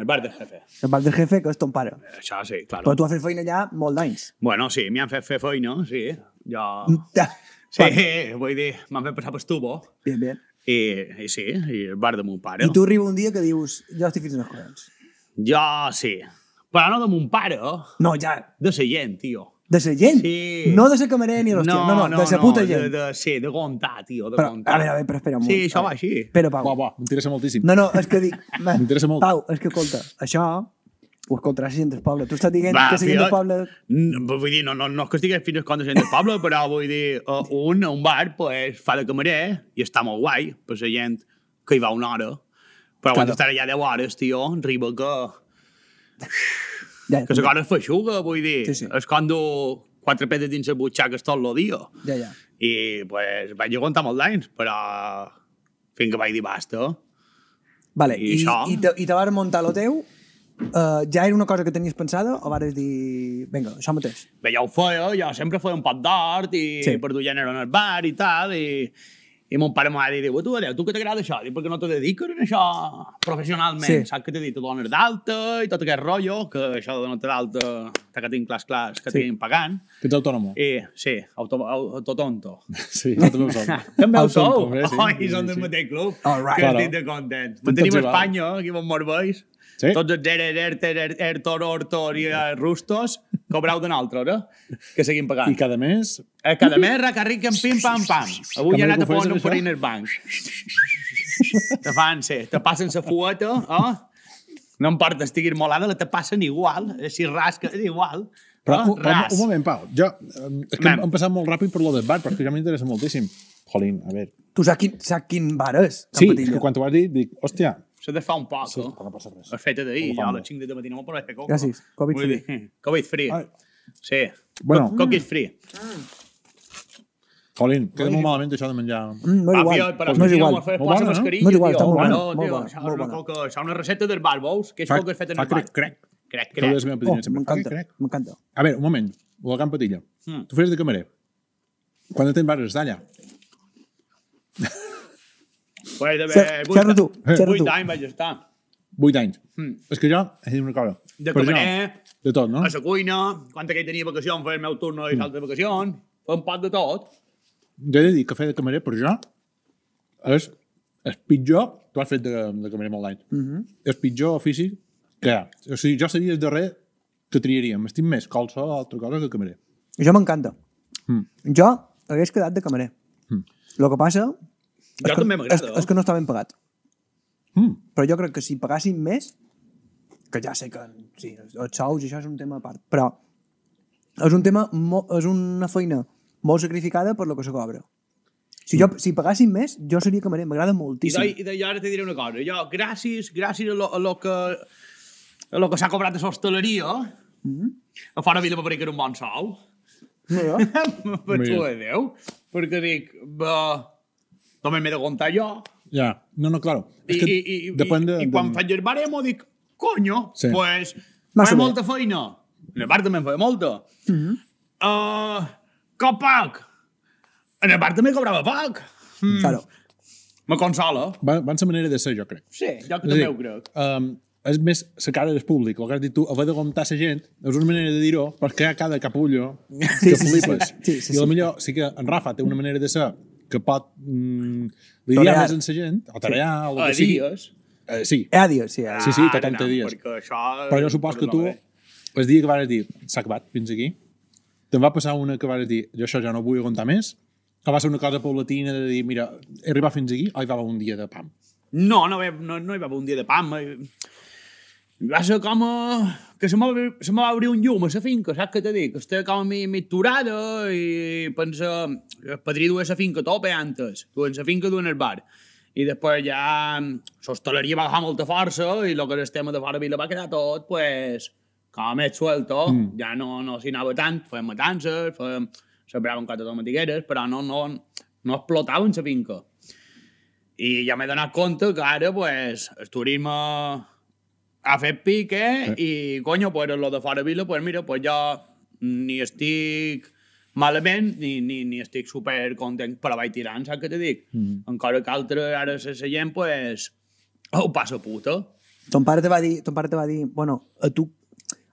[SPEAKER 4] El bar de jefe.
[SPEAKER 1] el val del jefe, que és ton pare.
[SPEAKER 4] Això sí, claro.
[SPEAKER 1] Però tu has fet feina allà molt d'anys.
[SPEAKER 4] Bueno, sí, m'hi han fet fer feina, sí. Jo...
[SPEAKER 1] Ta-
[SPEAKER 4] Sí,
[SPEAKER 1] Bueno,
[SPEAKER 4] vull dir, m'han fet passar per tubo.
[SPEAKER 1] Bien, bien.
[SPEAKER 4] I, I sí, i el bar de mon pare.
[SPEAKER 1] I tu arriba un dia que dius, jo estic fins als collons.
[SPEAKER 4] Jo sí. Però no de mon pare, oh.
[SPEAKER 1] No, ja,
[SPEAKER 4] de la gent, tio.
[SPEAKER 1] de la gent.
[SPEAKER 4] Sí.
[SPEAKER 1] No de la camarera ni l'hòstia. No, no, de la puta
[SPEAKER 4] de,
[SPEAKER 1] gent.
[SPEAKER 4] De, sí, de contar, tio, de
[SPEAKER 1] Però,
[SPEAKER 4] contar.
[SPEAKER 1] a veure, a veure, però espera un
[SPEAKER 4] Sí,
[SPEAKER 1] moment.
[SPEAKER 4] això
[SPEAKER 1] A
[SPEAKER 4] va
[SPEAKER 1] veure.
[SPEAKER 4] així.
[SPEAKER 1] Espera, Pau.
[SPEAKER 2] Buah, buah, m'interessa moltíssim.
[SPEAKER 1] No, no, és que dic... va,
[SPEAKER 2] M'interessa molt.
[SPEAKER 1] Pau, és que escolta, això ho escoltaràs la gent del poble. Tu estàs dient
[SPEAKER 4] Va,
[SPEAKER 1] que la gent del
[SPEAKER 4] fio.
[SPEAKER 1] poble...
[SPEAKER 4] Mm, però Vull dir, no, no, no és que estigués fins al compte gent del poble, però vull dir, eh, un a un bar pues, fa de camarer i està molt guai per la gent que hi va una hora. Però quan
[SPEAKER 2] Claro.
[SPEAKER 4] estar allà 10 hores, tio, arriba que,
[SPEAKER 1] Ja,
[SPEAKER 4] que la cosa es feixuga, vull dir.
[SPEAKER 1] Sí, sí.
[SPEAKER 4] Es condo quatre pedres dins les butxaques tot el dia.
[SPEAKER 1] ja, ja.
[SPEAKER 4] I, pues, vaig aguantar molt d'anys, però fins que vaig dir basta.
[SPEAKER 1] Vale,
[SPEAKER 4] I
[SPEAKER 1] i,
[SPEAKER 4] això?
[SPEAKER 1] i, te, i te vas muntar lo teu, uh, ja era una cosa que tenies pensada o vares dir, vinga, això mateix?
[SPEAKER 4] Bé, jo ho feia, jo sempre feia un pot d'hort i
[SPEAKER 1] Sí.
[SPEAKER 4] sí. per dur gènere en el bar i tal, i, i mon pare m'ha dit, diu, tu, adéu, tu que t'agrada això? Dic, perquè no te dediques a això professionalment,
[SPEAKER 1] Sí.
[SPEAKER 4] sí. saps que t'he dit, te dones d'alta i tot aquest rotllo, que això de donar-te d'alta, està que tinc clars clars que
[SPEAKER 1] Sí.
[SPEAKER 4] sí. tinc pagant,
[SPEAKER 2] Que ets autònom.
[SPEAKER 4] i sí, auto, autotonto.
[SPEAKER 2] Sí, jo també ho som.
[SPEAKER 4] També ho sou,
[SPEAKER 2] Autònom, hombre, sí.
[SPEAKER 4] oi,
[SPEAKER 2] Sí,
[SPEAKER 4] són del
[SPEAKER 2] sí.
[SPEAKER 4] mateix club,
[SPEAKER 1] All right.
[SPEAKER 4] que
[SPEAKER 2] Claro.
[SPEAKER 4] estic de content.
[SPEAKER 2] tots
[SPEAKER 4] Mantenim
[SPEAKER 2] igual.
[SPEAKER 4] Espanya, aquí a Montmorbeis,
[SPEAKER 2] Sí.
[SPEAKER 4] tots els eres, erter, er- ertor, ortor i eh, rustos, cobrau d'un altre, eh? que seguim pagant.
[SPEAKER 2] I cada mes...
[SPEAKER 4] Eh, cada mes recarreguen pim, pam, pam. Avui
[SPEAKER 2] Que
[SPEAKER 4] he anat a
[SPEAKER 2] maco fes,
[SPEAKER 4] posar un
[SPEAKER 2] això.
[SPEAKER 4] parell al banc. Te fan ser, te passen la fueta, eh? No em porta estigui molada, la te passen igual, eh, si rasca, és igual.
[SPEAKER 2] Però,
[SPEAKER 4] eh?
[SPEAKER 2] un, però un- un moment, Pau. Jo, eh, és que
[SPEAKER 4] Mem.
[SPEAKER 2] hem passat molt ràpid per lo del bar, perquè ja m'interessa moltíssim. Jolín, a veure.
[SPEAKER 1] Tu saps quin, saps quin bar és?
[SPEAKER 2] Sí, és
[SPEAKER 1] Campatilla?
[SPEAKER 2] que quan t'ho vas dir, dic, hòstia,
[SPEAKER 4] Se de fa un poc, sí.
[SPEAKER 2] no passa res.
[SPEAKER 4] Es feta d'ahir,
[SPEAKER 2] No fa
[SPEAKER 4] jo a
[SPEAKER 2] mal.
[SPEAKER 4] les 5 de matí no m'ho posa fer coca.
[SPEAKER 1] Gràcies, Covid
[SPEAKER 4] Vull
[SPEAKER 1] free.
[SPEAKER 4] dir, Covid free.
[SPEAKER 2] Ai.
[SPEAKER 4] Sí.
[SPEAKER 2] Bueno.
[SPEAKER 4] Co- Covid free.
[SPEAKER 1] Mm.
[SPEAKER 2] Jolín, queda molt malament això de menjar...
[SPEAKER 1] Mm, no és
[SPEAKER 4] Va,
[SPEAKER 1] igual,
[SPEAKER 4] fio, però
[SPEAKER 1] no
[SPEAKER 4] si
[SPEAKER 1] és
[SPEAKER 4] no
[SPEAKER 1] igual.
[SPEAKER 4] me'l fes,
[SPEAKER 2] Molt bona,
[SPEAKER 4] posa
[SPEAKER 2] no?
[SPEAKER 4] mascarilla,
[SPEAKER 1] No és igual,
[SPEAKER 4] tio.
[SPEAKER 1] està molt
[SPEAKER 4] Bueno,
[SPEAKER 1] bona, molt
[SPEAKER 4] tio,
[SPEAKER 1] bona,
[SPEAKER 4] això
[SPEAKER 1] molt
[SPEAKER 4] és una
[SPEAKER 1] bona.
[SPEAKER 4] coca- això és una recepta del bar, veus? Que és
[SPEAKER 2] Fa-
[SPEAKER 4] coca feta en
[SPEAKER 2] fa
[SPEAKER 4] el bar.
[SPEAKER 2] crec, crec.
[SPEAKER 4] Crec,
[SPEAKER 2] Crec.
[SPEAKER 4] crec.
[SPEAKER 2] És la meva opinió,
[SPEAKER 1] Oh,
[SPEAKER 2] sempre.
[SPEAKER 1] m'encanta,
[SPEAKER 2] Crec, crec.
[SPEAKER 1] m'encanta.
[SPEAKER 2] A veure, un moment, el de Can Patilla.
[SPEAKER 4] Mm.
[SPEAKER 2] Tu feies de camarer. Quan tens barres d'allà?
[SPEAKER 4] Pues de
[SPEAKER 1] Xer- xerra tu, xerra
[SPEAKER 4] Vuit
[SPEAKER 1] tu. Ah.
[SPEAKER 4] anys vaig estar.
[SPEAKER 2] Vuit anys.
[SPEAKER 4] Mm.
[SPEAKER 2] És que jo, eh, he dit una cosa.
[SPEAKER 4] De
[SPEAKER 2] Per
[SPEAKER 4] camarer,
[SPEAKER 2] Jo, de tot, no?
[SPEAKER 4] a la cuina, quan aquell tenia vacacions, feia el meu turno
[SPEAKER 1] Mm.
[SPEAKER 4] i l'altre de vacacions, feia un pot de tot.
[SPEAKER 2] Jo he de dir que fer de camarer, per jo, és el pitjor... Tu has fet de, de camarer molt d'anys. Mm
[SPEAKER 4] Mhm.
[SPEAKER 2] -hmm. El pitjor ofici que hi ha. O sigui, jo seria el darrer que triaria. M'estim més qualsevol altra cosa que camarer.
[SPEAKER 1] Jo m'encanta.
[SPEAKER 2] Mm.
[SPEAKER 1] Jo hagués quedat de camarer.
[SPEAKER 2] Mm.
[SPEAKER 1] Lo que passa...
[SPEAKER 4] Jo
[SPEAKER 1] que,
[SPEAKER 4] també
[SPEAKER 1] és,
[SPEAKER 4] m'agrada. eh?
[SPEAKER 1] és que no està ben pagat.
[SPEAKER 2] Mm.
[SPEAKER 1] Però jo crec que si pagassin més, que ja sé que sí, els sous i això és un tema a part, però és un tema, mo- és una feina molt sacrificada per lo que se cobra. Si,
[SPEAKER 2] Mm.
[SPEAKER 1] jo, si pagassin més, jo seria camarer, m'agrada
[SPEAKER 4] I, sí.
[SPEAKER 1] moltíssim.
[SPEAKER 4] i de, jo ara te diré una cosa. Jo, gràcies, gràcies a lo, a lo que a lo que s'ha cobrat de l'hostaleria, mm
[SPEAKER 2] Mm-hmm.
[SPEAKER 4] -hmm. a fora Vila Paperica era un bon sou,
[SPEAKER 1] No, jo?
[SPEAKER 4] per tu de Déu, perquè dic, uh, només m'he de comptar jo,
[SPEAKER 2] Ja. No, no, claro.
[SPEAKER 4] I,
[SPEAKER 2] És que
[SPEAKER 4] i, i,
[SPEAKER 2] depèn
[SPEAKER 4] i,
[SPEAKER 2] de...
[SPEAKER 4] i quan
[SPEAKER 2] de...
[SPEAKER 4] faig el baremo dic, coño,
[SPEAKER 2] Sí.
[SPEAKER 4] sí. pues,
[SPEAKER 1] Massa
[SPEAKER 4] fa
[SPEAKER 1] bé.
[SPEAKER 4] molta feina. En el bar també en feia molta. Mm
[SPEAKER 2] Mm-hmm.
[SPEAKER 4] -hmm. uh, que poc. En el bar també cobrava poc.
[SPEAKER 1] Mm. Claro.
[SPEAKER 4] Me consola.
[SPEAKER 2] Van, van la manera de ser, jo crec.
[SPEAKER 4] Sí,
[SPEAKER 1] Eh,
[SPEAKER 4] jo
[SPEAKER 2] És a
[SPEAKER 4] que també
[SPEAKER 2] dir,
[SPEAKER 4] ho crec.
[SPEAKER 2] Um, és més la cara del públic. El que has dit tu, haver de comptar la gent, és una manera de dir-ho, perquè hi ha cada capullo que
[SPEAKER 1] sí, sí,
[SPEAKER 2] flipes.
[SPEAKER 1] sí. Sí, sí,
[SPEAKER 2] I
[SPEAKER 1] sí.
[SPEAKER 2] a millor sí que en Rafa té una manera de ser que pot mm,
[SPEAKER 1] Torear.
[SPEAKER 2] lidiar més amb la gent, o tarear, o el
[SPEAKER 4] A
[SPEAKER 2] que sigui.
[SPEAKER 4] Ah, dies.
[SPEAKER 2] Eh, sí,
[SPEAKER 1] Eh, adiós, sí, adiós.
[SPEAKER 2] sí, sí,
[SPEAKER 4] Ara
[SPEAKER 2] 70 dies.
[SPEAKER 4] Perquè això...
[SPEAKER 2] però jo supos que tu, el dia que vas dir s'ha acabat fins aquí, Te'n va passar una que va dir, jo això ja no ho vull contar més, que va ser una cosa paulatina de dir, mira, he arribat fins aquí, ahir va haver un dia de pam.
[SPEAKER 4] No, no, ve- no, no hi va haver un dia de pam. eh. Va ser com eh, que se m'ha obri- se m'ha obrir un llum a la finca, saps què t'he dit? Que estava com mi, mi aturada i pensa... El padrí duia la finca a tope antes, duen la finca, duen el bar. I després ja mm, l'hostaleria va agafar molta força i el que era el tema de fora vila va quedar tot, pues, com més suelto, mm. ja no, no s'hi anava tant, fèiem matances, fèiem... Sembraven quatre tomatigueres, però no, no, no explotaven la finca. I ja m'he donat compte que ara, pues, el turisme ha fet pique
[SPEAKER 1] Eh.
[SPEAKER 4] i, coño, pues, lo de fora vila, pues, mira, pues, jo ni estic malament ni, ni, ni estic super content per avall tirant, saps què te dic? Mm. Encara que altre, ara se se gent, pues, ho passa puta.
[SPEAKER 1] Ton padre te va a dir, ton padre te va a dir, bueno, a tu,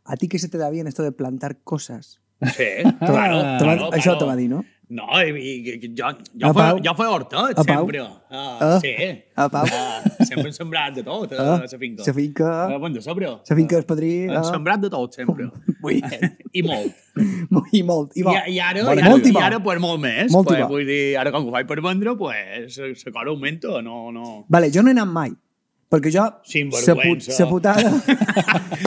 [SPEAKER 1] a ti que se te da bien esto de plantar cosas.
[SPEAKER 4] Sí,
[SPEAKER 1] Te va-
[SPEAKER 4] claro.
[SPEAKER 1] Ah, te va-
[SPEAKER 4] claro,
[SPEAKER 1] això te
[SPEAKER 4] claro.
[SPEAKER 1] va dir, no?
[SPEAKER 4] No, i, i, i jo,
[SPEAKER 1] A
[SPEAKER 4] jo, fa,
[SPEAKER 1] Pau?
[SPEAKER 4] jo fa hortet,
[SPEAKER 1] A Pau?
[SPEAKER 4] sempre. Ah,
[SPEAKER 1] Ah,
[SPEAKER 4] Sí.
[SPEAKER 1] a Pau?
[SPEAKER 4] Ah, sempre hem sembrat de tot, a
[SPEAKER 1] Ah,
[SPEAKER 4] la finca.
[SPEAKER 1] se finca-
[SPEAKER 4] Ah, bueno, de sobre.
[SPEAKER 1] Se finca el padrí...
[SPEAKER 4] Hem sembrat de tot, sempre.
[SPEAKER 1] Muy bien.
[SPEAKER 4] I molt.
[SPEAKER 1] I molt. I,
[SPEAKER 4] I,
[SPEAKER 1] va.
[SPEAKER 4] I, ara,
[SPEAKER 1] Vale,
[SPEAKER 4] i, ara,
[SPEAKER 1] molt i
[SPEAKER 4] i
[SPEAKER 1] va.
[SPEAKER 4] ara pues, molt més.
[SPEAKER 1] Molt i
[SPEAKER 4] pues,
[SPEAKER 1] va.
[SPEAKER 4] vull dir, ara com que ho faig per vendre, pues, la cosa augmenta, no, no.
[SPEAKER 1] Vale, jo no he anat mai. Perquè jo...
[SPEAKER 4] Sinvergüenza.
[SPEAKER 1] Se putada...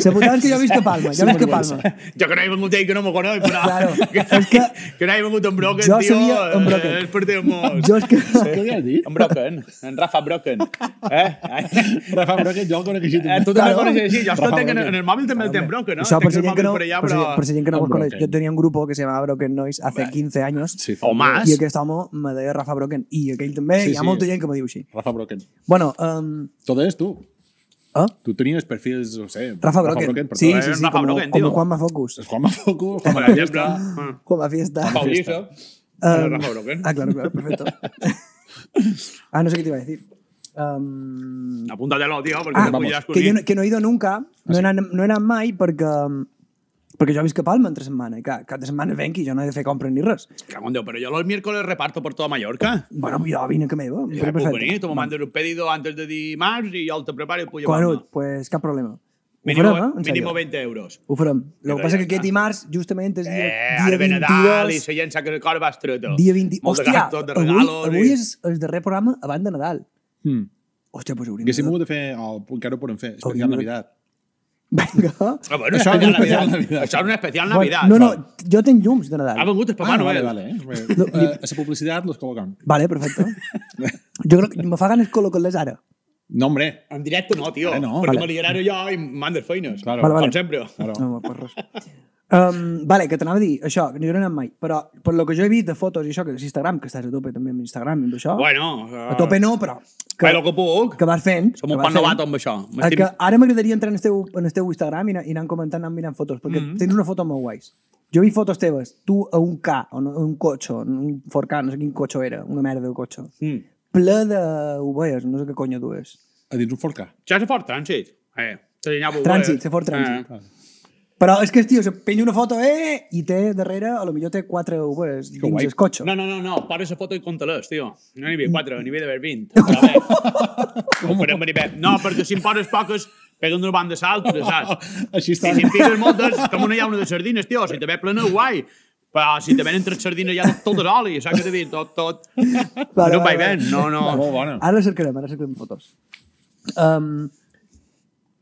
[SPEAKER 1] se putada que jo visc a Palma. Jo visc a Palma.
[SPEAKER 4] Jo que no he vingut ell, que no me coneix, però...
[SPEAKER 1] Claro,
[SPEAKER 4] que,
[SPEAKER 1] és que-
[SPEAKER 4] que no he vingut en Brocken,
[SPEAKER 1] Jo
[SPEAKER 4] tio.
[SPEAKER 1] sabia en
[SPEAKER 4] eh,
[SPEAKER 1] Brocken.
[SPEAKER 4] És per teu món.
[SPEAKER 1] Jo és que...
[SPEAKER 2] Què li has dit?
[SPEAKER 4] En Brocken, en Rafa Brocken. Eh?
[SPEAKER 2] Rafa, però aquest lloc on aquí
[SPEAKER 4] Eh,
[SPEAKER 2] també.
[SPEAKER 4] tu també
[SPEAKER 1] Claro.
[SPEAKER 4] el coneixes, sí. Jo
[SPEAKER 2] Rafa
[SPEAKER 4] això tenc en,
[SPEAKER 2] Brocken.
[SPEAKER 4] en el mòbil també el té en Brocken, no?
[SPEAKER 1] Això, per
[SPEAKER 4] Tenc
[SPEAKER 1] si
[SPEAKER 4] el
[SPEAKER 1] gent que no,
[SPEAKER 4] mòbil per allà,
[SPEAKER 1] per si,
[SPEAKER 4] però...
[SPEAKER 1] per si gent que no
[SPEAKER 2] Broken.
[SPEAKER 1] vos coneix, yo tenía un grupo que se llamaba Broken Noise hace 15 años
[SPEAKER 2] Sí, fa-
[SPEAKER 4] O más.
[SPEAKER 1] y el que estábamos me deia Rafa Broken y aquell també,
[SPEAKER 2] Sí,
[SPEAKER 1] sí, hi ha
[SPEAKER 2] sí.
[SPEAKER 1] molta gent que me diu així.
[SPEAKER 2] Rafa Brocken.
[SPEAKER 1] Bueno, um,
[SPEAKER 2] Tot és tu.
[SPEAKER 1] eh?
[SPEAKER 2] Tu tenies perfils, no sé...
[SPEAKER 1] Rafa Broken.
[SPEAKER 2] per
[SPEAKER 1] sí,
[SPEAKER 2] tot.
[SPEAKER 1] sí, sí,
[SPEAKER 4] Rafa
[SPEAKER 1] como,
[SPEAKER 4] Brocken,
[SPEAKER 1] como
[SPEAKER 4] tío.
[SPEAKER 1] Juanma Focus.
[SPEAKER 2] És Juanma Foco,
[SPEAKER 4] Per
[SPEAKER 2] Juanma
[SPEAKER 4] exemple,
[SPEAKER 2] Fiesta.
[SPEAKER 4] eh,
[SPEAKER 1] Juanma Fiesta.
[SPEAKER 4] Pau Llisa,
[SPEAKER 1] Um,
[SPEAKER 4] Rafa Brocken.
[SPEAKER 1] Ah, claro, claro, perfecto. ah, no sé qué te iba a decir. Um,
[SPEAKER 4] Apúntatelo, tio, perquè
[SPEAKER 1] ah,
[SPEAKER 4] te
[SPEAKER 2] vamos,
[SPEAKER 4] podràs
[SPEAKER 1] que
[SPEAKER 4] cosir.
[SPEAKER 1] jo no, que no he ido nunca,
[SPEAKER 4] Ah,
[SPEAKER 1] no he anat, no he anat mai perquè, perquè jo visc a Palma entre setmana i clar, cap de setmana venc i jo no he de fer compres ni res.
[SPEAKER 4] Cago en Déu, pero yo los miércoles reparto por toda Mallorca.
[SPEAKER 1] Bueno, jo vine que em meva.
[SPEAKER 4] Ya, pues bonito, me mandas un pedido antes de dimarts i jo el te preparo i pujo
[SPEAKER 1] Quan,
[SPEAKER 4] a Palma.
[SPEAKER 1] pues cap problema. Ho
[SPEAKER 4] Mínimo,
[SPEAKER 1] farem, eh? En
[SPEAKER 4] mínimo
[SPEAKER 1] sèrio.
[SPEAKER 4] 20 euros.
[SPEAKER 1] Ho farem. El
[SPEAKER 4] Però
[SPEAKER 1] que passa
[SPEAKER 4] ja
[SPEAKER 1] que aquest
[SPEAKER 4] està.
[SPEAKER 1] dimarts, justament, és dia,
[SPEAKER 4] Eh,
[SPEAKER 1] dia
[SPEAKER 4] ara ve Nadal i
[SPEAKER 1] 22.
[SPEAKER 4] se llença que el cor va estreta.
[SPEAKER 1] Dia 20...
[SPEAKER 4] Molt de
[SPEAKER 1] Hòstia,
[SPEAKER 4] gastos, de
[SPEAKER 1] avui,
[SPEAKER 4] regalos
[SPEAKER 1] avui
[SPEAKER 4] i-
[SPEAKER 1] és el darrer programa abans de Nadal.
[SPEAKER 2] Mm.
[SPEAKER 1] Hòstia, pues hauríem
[SPEAKER 2] Haguéssim hagut de fer, el, encara ho podem fer, especial
[SPEAKER 1] Hauríem de-
[SPEAKER 2] Navidad.
[SPEAKER 1] Vinga.
[SPEAKER 4] Ah, bueno,
[SPEAKER 2] Això és un especial
[SPEAKER 4] especial Navidad.
[SPEAKER 2] Navidad.
[SPEAKER 4] Això és un especial
[SPEAKER 1] Bueno,
[SPEAKER 4] Navidad.
[SPEAKER 1] no, no, jo tenc llums de Nadal.
[SPEAKER 4] Ha vingut el Papà
[SPEAKER 2] Ah,
[SPEAKER 4] Noel.
[SPEAKER 2] vale, vale. Eh? Eh, a la publicitat les col·locam.
[SPEAKER 1] Vale, perfecte. jo crec que me fa ganes col·locar-les ara.
[SPEAKER 2] No, hombre.
[SPEAKER 4] En directe no, tio.
[SPEAKER 2] Ara no.
[SPEAKER 4] Perquè
[SPEAKER 1] Vale.
[SPEAKER 4] me liaré jo i mandes feines.
[SPEAKER 2] Claro.
[SPEAKER 1] Vale, vale.
[SPEAKER 4] Com sempre.
[SPEAKER 2] Claro.
[SPEAKER 1] No, pues res. Um, vale, que t'anava a dir això, que jo no he anat mai, però per lo que jo he vist de fotos i això, que és Instagram, que estàs a tope també amb Instagram i amb això,
[SPEAKER 4] Bueno,
[SPEAKER 1] a tope no, però
[SPEAKER 4] que...
[SPEAKER 1] que,
[SPEAKER 4] Però que puc.
[SPEAKER 1] que vas fent...
[SPEAKER 4] Som
[SPEAKER 1] que
[SPEAKER 4] un
[SPEAKER 1] vas
[SPEAKER 4] pan
[SPEAKER 1] fent.
[SPEAKER 4] novato amb això.
[SPEAKER 1] Ah,
[SPEAKER 4] M'estim-
[SPEAKER 1] que ara m'agradaria entrar en el, teu, en el teu Instagram i anar, i anar comentant, anar mirant fotos, perquè mm -hmm. tens una foto molt guais. Jo vi fotos teves, tu a un K, o no, a un cotxe, un Forcat, no sé quin cotxe era, una merda de cotxe,
[SPEAKER 4] Mm.
[SPEAKER 1] ple de ovelles, no sé què coño tu és.
[SPEAKER 2] A dins un forca.
[SPEAKER 4] Això és fort trànsit. Eh, trànsit,
[SPEAKER 1] Trànsit, se fort trànsit.
[SPEAKER 4] Eh.
[SPEAKER 1] Però és que el tio se penya una foto, eh, i té darrere, a lo millor té quatre ovelles dins
[SPEAKER 2] guai.
[SPEAKER 1] el cotxe. Mm.
[SPEAKER 4] No, no, no, no, para esa foto y conta-les, tio. No n'hi havia quatre, n'hi havia d'haver 20. Però bé, ho farem venir bé. No, perquè si en poses poques, peguen d'una banda a l'altra, saps?
[SPEAKER 2] Així
[SPEAKER 4] Si
[SPEAKER 2] està.
[SPEAKER 4] en piques moltes, com una llauna de sardines, tio, si te ve plena, guai. Però si te venen tres sardines ja tot és oli, saps què t'he dit? Tot, tot.
[SPEAKER 1] Vale, vale,
[SPEAKER 4] no va bé,
[SPEAKER 1] vale.
[SPEAKER 4] no, no.
[SPEAKER 2] Molt bona.
[SPEAKER 1] Ara cercarem, ara cercarem fotos. Um,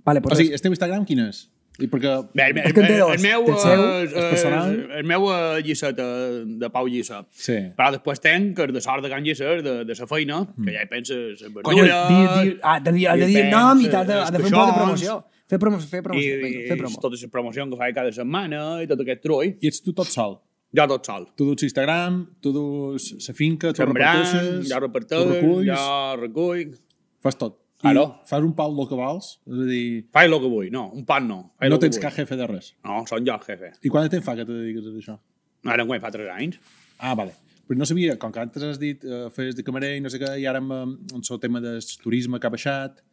[SPEAKER 1] vale,
[SPEAKER 2] O
[SPEAKER 4] Ah,
[SPEAKER 1] pues
[SPEAKER 2] sigui, el teu Instagram quin és? I perquè...
[SPEAKER 4] Bé, el,
[SPEAKER 1] És
[SPEAKER 4] el,
[SPEAKER 1] que en té
[SPEAKER 4] el,
[SPEAKER 1] dos.
[SPEAKER 4] el meu
[SPEAKER 1] Té el seu,
[SPEAKER 4] és,
[SPEAKER 2] el
[SPEAKER 4] és,
[SPEAKER 2] personal.
[SPEAKER 4] el meu eh, Lliçet, eh, de Pau Lliça.
[SPEAKER 2] Sí.
[SPEAKER 4] Però després tenc el de sort de Can Lliça, de, de sa feina, que ja hi penses en verdures...
[SPEAKER 1] Mm. Coño, di, di, ah, de, dir- ha de dir el
[SPEAKER 4] eh,
[SPEAKER 1] nom i t'ha de, ha de fer un poc de
[SPEAKER 4] Peixons.
[SPEAKER 1] promoció. Fer promoció, fer
[SPEAKER 4] i,
[SPEAKER 1] promoció, vinga, fer
[SPEAKER 4] i
[SPEAKER 1] promo.
[SPEAKER 4] tota la promoció que faig cada setmana i tot aquest trull,
[SPEAKER 2] I ets tu tot sol.
[SPEAKER 4] jo tot sol.
[SPEAKER 2] Tu dus Instagram, tu dus la finca, tu
[SPEAKER 4] Sembrant,
[SPEAKER 2] reparteixes,
[SPEAKER 4] jo
[SPEAKER 2] tu
[SPEAKER 4] reparteix,
[SPEAKER 2] reculls,
[SPEAKER 4] jo recull...
[SPEAKER 2] fas tot.
[SPEAKER 4] Claro.
[SPEAKER 2] I fas un pal del que vals, és a dir,
[SPEAKER 4] Faig el que vull, no, un pan no. Faig
[SPEAKER 2] no
[SPEAKER 4] lo que
[SPEAKER 2] tens
[SPEAKER 4] vull.
[SPEAKER 2] cap jefe de res.
[SPEAKER 4] No, són jo el jefe.
[SPEAKER 2] I quant de temps fa que te dediques a això?
[SPEAKER 4] Ara en guany fa 3 anys.
[SPEAKER 2] Ah, vale. Però no sabia, com que antes has dit eh, feies de camarer i no sé què, i ara amb, eh, amb el tema del turisme que ha baixat,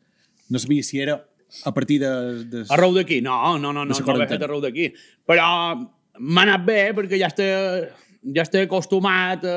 [SPEAKER 2] no sabia si era a partir de... de...
[SPEAKER 4] Arreu d'aquí? No, no, no, no, no
[SPEAKER 2] quarantena.
[SPEAKER 4] he fet arreu d'aquí. Però eh, m'ha anat bé perquè ja està ja estic acostumat a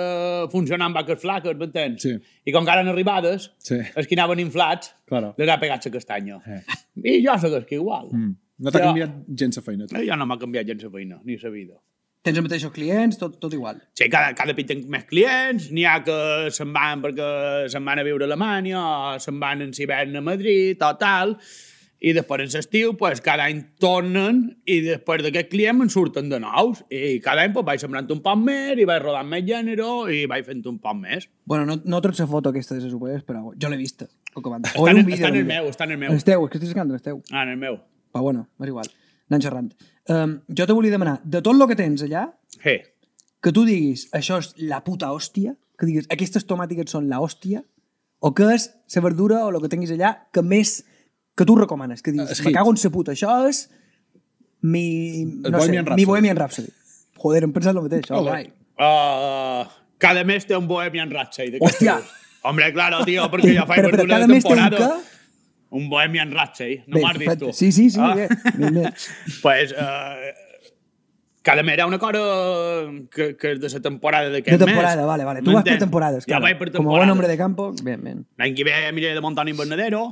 [SPEAKER 4] funcionar amb vaques flaques, m'entens?
[SPEAKER 2] Sí.
[SPEAKER 4] I com que ara han arribades,
[SPEAKER 2] Sí.
[SPEAKER 4] els que anaven inflats,
[SPEAKER 2] Claro.
[SPEAKER 4] les ha pegat la castanya.
[SPEAKER 2] Eh.
[SPEAKER 4] I jo sóc el que igual.
[SPEAKER 2] Mm. No t'ha
[SPEAKER 4] Ja.
[SPEAKER 2] canviat gens la feina. tu.
[SPEAKER 4] Eh, Jo no m'ha canviat gens la feina, ni la vida.
[SPEAKER 1] Tens els mateixos clients, tot, tot igual.
[SPEAKER 4] Sí, cada, cada pit tenc més clients, n'hi ha que se'n van perquè se'n van a viure a Alemanya o se'n van en hivern a Madrid o tal, i després en l'estiu pues, cada any tornen i després d'aquest client en surten de nous i cada any pues, vaig sembrant un poc més i vaig rodant més gènere i vaig fent un poc més.
[SPEAKER 1] Bueno, no, no trots la foto aquesta de les UPs, però jo l'he vista. O que van...
[SPEAKER 4] Està en, està en el meu, està en el meu.
[SPEAKER 1] Esteu, és que estic sacant on esteu.
[SPEAKER 4] Ah, en el meu.
[SPEAKER 1] Però bueno, és igual. Anem xerrant. Um, jo te volia demanar, de tot el que tens allà,
[SPEAKER 4] Sí.
[SPEAKER 1] que tu diguis, això és la puta hòstia, que diguis, aquestes tomàtiques són la hòstia, o que és la verdura o el que tinguis allà que més que tu recomanes, que
[SPEAKER 2] Ah,
[SPEAKER 1] diguis,
[SPEAKER 2] és
[SPEAKER 1] me
[SPEAKER 2] hit.
[SPEAKER 1] cago en sa puta, això és mi, no sé, mi
[SPEAKER 2] Bohemian Rhapsody.
[SPEAKER 1] Bohemian Rhapsody. Joder, hem pensat el mateix, oh,
[SPEAKER 2] Ole.
[SPEAKER 1] guai.
[SPEAKER 4] Uh, cada mes té un Bohemian Rhapsody. d'aquest
[SPEAKER 1] Hòstia!
[SPEAKER 4] tipus. Hombre, claro, tío, porque ya fai
[SPEAKER 1] Però, però,
[SPEAKER 4] una
[SPEAKER 1] cada mes té un
[SPEAKER 4] temporada.
[SPEAKER 1] que...
[SPEAKER 4] Un Bohemian Rhapsody, no
[SPEAKER 1] Bé,
[SPEAKER 4] m'has dit
[SPEAKER 1] perfecte.
[SPEAKER 4] tu.
[SPEAKER 1] Sí, sí, sí,
[SPEAKER 4] Ah.
[SPEAKER 1] bé, ben bé.
[SPEAKER 4] pues, eh, cada mes era una cosa que, que és de la temporada d'aquest
[SPEAKER 1] De
[SPEAKER 4] mes.
[SPEAKER 1] temporada, vale, vale. Tu vas per
[SPEAKER 4] M'entens?
[SPEAKER 1] temporades,
[SPEAKER 4] Jo
[SPEAKER 1] claro.
[SPEAKER 4] vaig per
[SPEAKER 1] Com a bon
[SPEAKER 4] temporada.
[SPEAKER 1] hombre de campo, ben, ben.
[SPEAKER 4] L'any que ve miraré de muntar un invernadero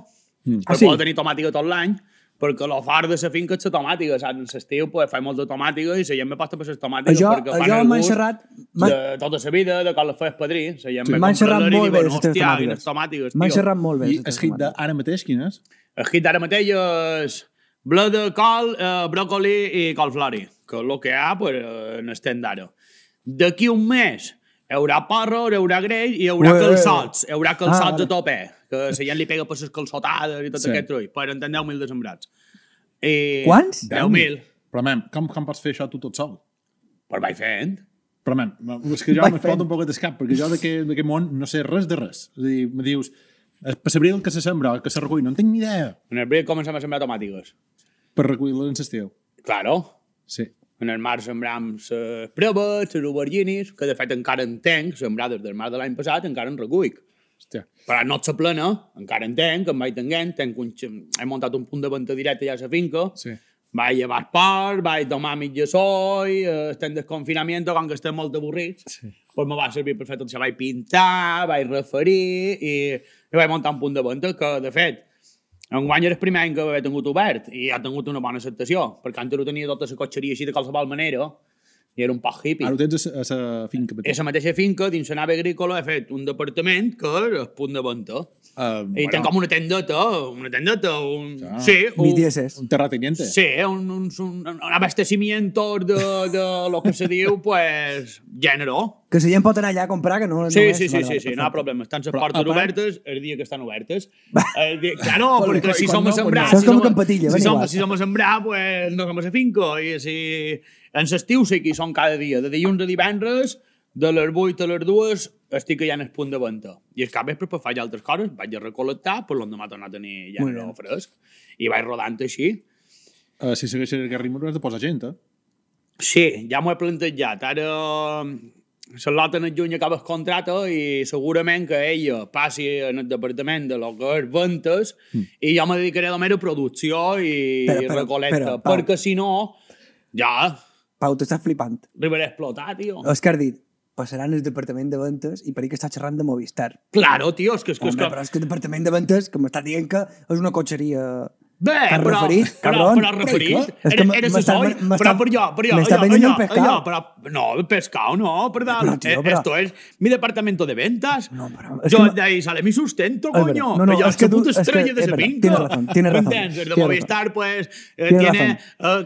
[SPEAKER 4] mm.
[SPEAKER 1] Ah,
[SPEAKER 4] per
[SPEAKER 1] sí?
[SPEAKER 4] poder tenir tomàtica tot l'any perquè l'ofart de la finca és la tomàtica, saps? En l'estiu pues, faig molta tomàtica i la gent me pasta per les tomàtiques
[SPEAKER 1] Jo,
[SPEAKER 4] perquè fan
[SPEAKER 1] jo
[SPEAKER 4] el
[SPEAKER 1] m'han
[SPEAKER 4] gust
[SPEAKER 1] xerrat... m'han-
[SPEAKER 4] de tota la vida, de quan la feies padrí. La gent me
[SPEAKER 1] M'han xerrat
[SPEAKER 4] compra l'hora
[SPEAKER 1] molt
[SPEAKER 4] i
[SPEAKER 1] bé
[SPEAKER 4] diuen,
[SPEAKER 1] les teves
[SPEAKER 4] hòstia,
[SPEAKER 1] tomàtiques.
[SPEAKER 4] quines tomàtiques,
[SPEAKER 1] M'han
[SPEAKER 4] tio.
[SPEAKER 1] xerrat molt bé.
[SPEAKER 2] I
[SPEAKER 1] les teves
[SPEAKER 2] el hit
[SPEAKER 1] tomàtiques.
[SPEAKER 2] d'ara mateix, quin és?
[SPEAKER 4] El hit ara mateix és bleu de col, eh, bròcoli i colflori, que és el que hi ha pues, eh, en estem d'ara. D'aquí un mes hi haurà porro, hi haurà greix i hi haurà
[SPEAKER 1] Ué.
[SPEAKER 4] calçots. Hi haurà calçots
[SPEAKER 1] Ah,
[SPEAKER 4] ah, de tope, que la gent li pega per les calçotades i tot
[SPEAKER 2] Sí.
[SPEAKER 4] sí. aquest trull, per entendre 10.000 desembrats. I
[SPEAKER 1] Quants?
[SPEAKER 4] 10.000.
[SPEAKER 2] Però, man, com, com pots fer això tu tot sol?
[SPEAKER 4] Pues vaig fent.
[SPEAKER 2] Però, man, és que jo
[SPEAKER 1] Vai fent.
[SPEAKER 2] m'explota un poquet el cap, perquè jo d'aquest d'aquest món no sé res de res. És a dir, me dius, eh, per saber el que se sembra, el que se recull, no en tinc ni idea.
[SPEAKER 4] En abril comencem a sembrar tomàtiques.
[SPEAKER 2] Per recollir-les en l'estiu.
[SPEAKER 4] Claro.
[SPEAKER 2] Sí.
[SPEAKER 4] En el mar sembram les proves, les aubergines, que de fet encara en tenc, sembrades del mar de l'any passat, encara en recuic.
[SPEAKER 2] Hòstia.
[SPEAKER 4] Però no se plena, encara en tenc, en vaig tenguent, tenc un, xe- he muntat un punt de venta directe ja a la finca,
[SPEAKER 2] Sí.
[SPEAKER 4] vaig a Baspar, vaig tomar mitja soi, eh, estem desconfinament, com que estem molt avorrits,
[SPEAKER 2] Sí.
[SPEAKER 4] pues me va servir per fer tot això. Vaig pintar, vaig referir i, i vaig muntar un punt de venda que, de fet, enguany era el primer any que havia tingut obert i ha tingut una bona acceptació, perquè antes ho tenia tota la cotxeria així de qualsevol manera i era un poc hippie.
[SPEAKER 2] Ara ho tens a sa finca
[SPEAKER 4] És
[SPEAKER 2] petita.
[SPEAKER 4] la mateixa finca, dins la nave agrícola, he fet un departament que és el punt de venda.
[SPEAKER 2] Uh,
[SPEAKER 4] I té com una tendeta, una tendeta, un...
[SPEAKER 2] Ah.
[SPEAKER 4] Sí, un,
[SPEAKER 1] BTS és.
[SPEAKER 2] Un terrateniente.
[SPEAKER 4] Sí, un, un, un, un abastecimiento de, de lo que se diu, pues, gènere.
[SPEAKER 1] Que si gent pot anar allà a comprar, que no... no
[SPEAKER 4] Sí,
[SPEAKER 1] és-
[SPEAKER 4] sí, sí,
[SPEAKER 1] vale,
[SPEAKER 4] sí,
[SPEAKER 1] vale,
[SPEAKER 4] sí, no hi ha
[SPEAKER 1] perfecte.
[SPEAKER 4] problema. Estan les
[SPEAKER 2] Però,
[SPEAKER 4] portes
[SPEAKER 2] a part-
[SPEAKER 4] obertes el dia que estan obertes. El dia... Claro,
[SPEAKER 2] Però,
[SPEAKER 4] perquè
[SPEAKER 2] i
[SPEAKER 4] si
[SPEAKER 2] quan
[SPEAKER 4] som
[SPEAKER 2] no,
[SPEAKER 4] a sembrar...
[SPEAKER 2] quan no.
[SPEAKER 4] si
[SPEAKER 1] Saps com
[SPEAKER 4] som a-
[SPEAKER 1] Campatilla, ben
[SPEAKER 4] si som,
[SPEAKER 1] igual.
[SPEAKER 4] si som a sembrar, pues, no som a la finca. I si... En l'estiu sé qui són cada dia. De dilluns a divendres, de les 8 a les 2, estic allà en el punt de venta. I el cap vespre, per faig altres coses, vaig a recol·lectar, però l'endemà tornar a tenir ja
[SPEAKER 1] Molt bé.
[SPEAKER 4] no fresc. I vaig rodant així.
[SPEAKER 2] Uh, si segueixes el Garrimo has de posar gent, eh?
[SPEAKER 4] Sí, ja m'ho he plantejat. Ara eh, Charlotte en el juny acaba el contracte i segurament que ella passi en el departament de lo que és ventes mm. i jo me dedicaré a la mera producció i
[SPEAKER 1] Però,
[SPEAKER 4] però,
[SPEAKER 1] però,
[SPEAKER 4] recol·lecta,
[SPEAKER 1] però, Pau.
[SPEAKER 4] perquè si no ja
[SPEAKER 1] Pau, t'estàs flipant.
[SPEAKER 4] arribaré a explotar, tio.
[SPEAKER 1] És que has dit, passaran pues el departament de ventes i per que està xerrant de Movistar.
[SPEAKER 4] Claro, tio, és que... És que, és
[SPEAKER 1] Home,
[SPEAKER 4] que...
[SPEAKER 1] però és que el departament de ventes, que m'està dient que és una cotxeria...
[SPEAKER 4] Bé,
[SPEAKER 1] T'has
[SPEAKER 4] però,
[SPEAKER 1] referit,
[SPEAKER 4] però,
[SPEAKER 1] cabron?
[SPEAKER 4] però has referit,
[SPEAKER 1] És que
[SPEAKER 4] era,
[SPEAKER 1] m-
[SPEAKER 4] era
[SPEAKER 1] m'estàs-
[SPEAKER 4] sesoi,
[SPEAKER 1] m'estàs-
[SPEAKER 4] però per jo, per jo,
[SPEAKER 1] m'estàs
[SPEAKER 4] allò,
[SPEAKER 1] vendiendo
[SPEAKER 4] allò,
[SPEAKER 1] un pescado.
[SPEAKER 4] allò, però, no, el pescado no, perdón,
[SPEAKER 1] Pero, tío, pero-
[SPEAKER 4] esto es mi departamento de ventas,
[SPEAKER 1] No, pero es
[SPEAKER 4] yo
[SPEAKER 1] que no-
[SPEAKER 4] de ahí sale mi sustento,
[SPEAKER 1] Es verdad.
[SPEAKER 4] coño,
[SPEAKER 1] No, no,
[SPEAKER 4] yo
[SPEAKER 1] es que tú-
[SPEAKER 4] puta
[SPEAKER 1] es que-
[SPEAKER 4] estrella de
[SPEAKER 1] es
[SPEAKER 4] ese
[SPEAKER 1] verdad,
[SPEAKER 4] pinco,
[SPEAKER 1] tienes razón, tienes razón,
[SPEAKER 4] ¿entiendes? El de
[SPEAKER 1] tienes
[SPEAKER 4] Movistar, pues, eh,
[SPEAKER 1] Tienes
[SPEAKER 4] tiene eh,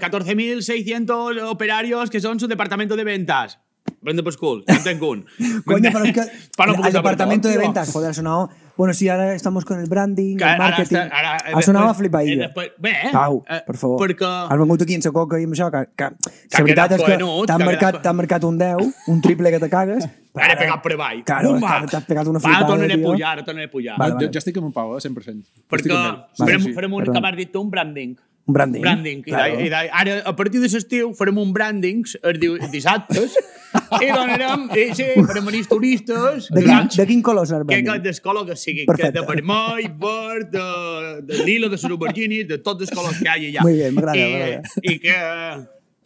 [SPEAKER 4] 14.600 operarios que son su departamento de ventas, vende pues cool, ya tengo un.
[SPEAKER 1] Coño, pero es que
[SPEAKER 4] Para un
[SPEAKER 1] al
[SPEAKER 4] poquito,
[SPEAKER 1] departamento de
[SPEAKER 4] tío.
[SPEAKER 1] ventas, joder, ha sonado... Bueno, sí, ahora estamos con el branding, el marketing...
[SPEAKER 4] està- ara, eh,
[SPEAKER 1] ha sonat a
[SPEAKER 4] després- eh,
[SPEAKER 1] flipaïlla.
[SPEAKER 4] després- Bé, eh?
[SPEAKER 1] Pau,
[SPEAKER 4] eh,
[SPEAKER 1] per favor.
[SPEAKER 4] Perquè...
[SPEAKER 1] Has vengut aquí en sa coca i amb això, que, que,
[SPEAKER 4] Que
[SPEAKER 1] la
[SPEAKER 4] ha
[SPEAKER 1] veritat
[SPEAKER 4] quedat
[SPEAKER 1] és que
[SPEAKER 4] coenut,
[SPEAKER 1] t'han
[SPEAKER 4] que ha
[SPEAKER 1] marcat,
[SPEAKER 4] quedat-
[SPEAKER 1] t'han marcat un 10, un triple que te cagues.
[SPEAKER 4] Ara he pegat per avall.
[SPEAKER 1] Claro,
[SPEAKER 4] Bumba!
[SPEAKER 1] és que t'has pegat una
[SPEAKER 4] Va,
[SPEAKER 1] flipada,
[SPEAKER 4] tornaré a
[SPEAKER 1] tio.
[SPEAKER 4] pujar, ara tornaré a pujar.
[SPEAKER 1] Vale,
[SPEAKER 2] Vale,
[SPEAKER 1] vale.
[SPEAKER 2] Jo, jo estic amb en Pau, eh? 100%.
[SPEAKER 4] Perquè
[SPEAKER 2] Farem,
[SPEAKER 4] farem,
[SPEAKER 2] sí,
[SPEAKER 4] farem un,
[SPEAKER 1] perdona.
[SPEAKER 4] que m'has dit tu, un branding.
[SPEAKER 1] Un branding,
[SPEAKER 4] branding. I
[SPEAKER 1] claro.
[SPEAKER 4] de- i de- ara, a partir de l'estiu, farem un branding els di- dissabtes i donarem, i, sí, farem unes turistes
[SPEAKER 1] De, quin,
[SPEAKER 4] grans,
[SPEAKER 1] de quin color és el
[SPEAKER 4] que, que
[SPEAKER 1] branding?
[SPEAKER 4] del color que sigui,
[SPEAKER 1] Perfecte.
[SPEAKER 4] que de vermell, verd, de, de lila, de sorberginis, de tots els colors que hi ha allà.
[SPEAKER 1] Muy bien, m'agrada,
[SPEAKER 4] I,
[SPEAKER 1] m'agrada.
[SPEAKER 4] I que,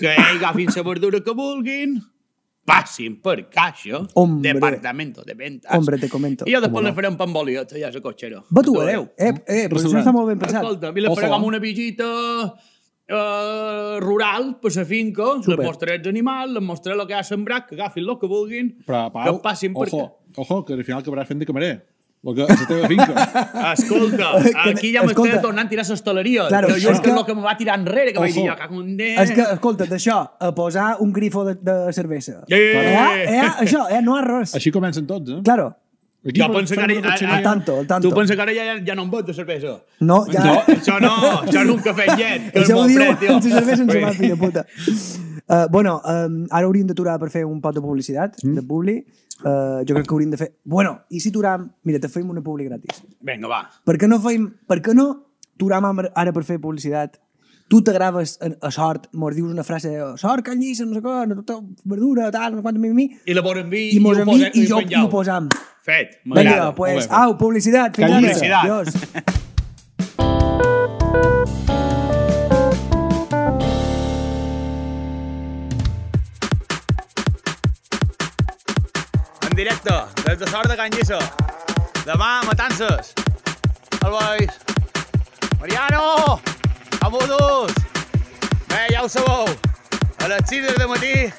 [SPEAKER 4] que ells agafin la verdura que vulguin, passin per caixa,
[SPEAKER 1] Hombre.
[SPEAKER 4] departamento de ventas,
[SPEAKER 1] Hombre, te comento.
[SPEAKER 4] i jo després li faré un pan boliot allà a la cotxera.
[SPEAKER 1] Va tu, adeu. Eh, eh, però això
[SPEAKER 2] Restaurant.
[SPEAKER 1] està molt ben pensat.
[SPEAKER 4] Escolta, a mi la
[SPEAKER 2] Ojo,
[SPEAKER 4] faré
[SPEAKER 2] eh?
[SPEAKER 4] com una visita eh, rural per la finca,
[SPEAKER 1] Súper.
[SPEAKER 4] les mostraré els animals, les mostraré el que ha sembrat, que agafin el que vulguin,
[SPEAKER 2] Però, Pau,
[SPEAKER 4] que passin per...
[SPEAKER 2] ojo, ojo, que al final acabaràs fent de camarer. Perquè és la teva finca.
[SPEAKER 4] Escolta,
[SPEAKER 1] Que-
[SPEAKER 4] aquí ja m'estic
[SPEAKER 1] escolta.
[SPEAKER 4] tornant a tirar l'hostaleria.
[SPEAKER 1] Claro,
[SPEAKER 4] Claro, jo
[SPEAKER 1] és
[SPEAKER 4] és que
[SPEAKER 1] que-
[SPEAKER 4] el que me va tirar enrere, que vaig
[SPEAKER 2] Ojo.
[SPEAKER 4] dir, jo, cago en Déu.
[SPEAKER 1] És que, escolta, d'això, a posar un grifo de, de cervesa.
[SPEAKER 4] Eh, eh,
[SPEAKER 1] Eh,
[SPEAKER 4] eh,
[SPEAKER 1] eh, això, eh, no arròs.
[SPEAKER 2] Així comencen tots, eh?
[SPEAKER 1] Claro.
[SPEAKER 2] Aquí
[SPEAKER 4] Jo
[SPEAKER 2] per-
[SPEAKER 4] penso que
[SPEAKER 2] fem
[SPEAKER 4] ara...
[SPEAKER 2] una cotxeria.
[SPEAKER 4] ara-
[SPEAKER 1] Al tanto, al tanto.
[SPEAKER 4] Tu pensa que ara ja, ja no em bot de cervesa.
[SPEAKER 1] No, ja...
[SPEAKER 4] No, això no, això és un cafetet, que és
[SPEAKER 1] Això ho
[SPEAKER 4] molt
[SPEAKER 1] diu
[SPEAKER 4] fred, tio.
[SPEAKER 1] el cervesa sense
[SPEAKER 4] Vull
[SPEAKER 1] mà,
[SPEAKER 4] dir,
[SPEAKER 1] fill de puta. Uh, bueno, um, ara hauríem d'aturar per fer un pot de publicitat, de publi. Uh, jo crec que hauríem de fer... Bueno, i si aturam... Mira, te feim una publi gratis.
[SPEAKER 4] Vinga, va.
[SPEAKER 1] Per què no feim... Per què no aturam am- ara per fer publicitat? Tu te graves a, a sort, mos dius una frase a sort, que lliça, no sé què, no tota verdura, tal, no sé quant, mi, mi, mi,
[SPEAKER 4] I la volem vi
[SPEAKER 1] i mos envi i jo i ho
[SPEAKER 4] penjau.
[SPEAKER 1] posam.
[SPEAKER 4] Fet,
[SPEAKER 1] Vinga,
[SPEAKER 4] m'agrada.
[SPEAKER 1] pues,
[SPEAKER 2] molt bé.
[SPEAKER 1] au, publicitat, fins ara.
[SPEAKER 2] Callida.
[SPEAKER 4] Publicitat.
[SPEAKER 1] Adiós.
[SPEAKER 4] En directe, des de sort de Can Lliça. Demà, Matances. El Bois. Mariano! Amodus! Bé, Eh, ja ho sabeu. A les 6 de matí,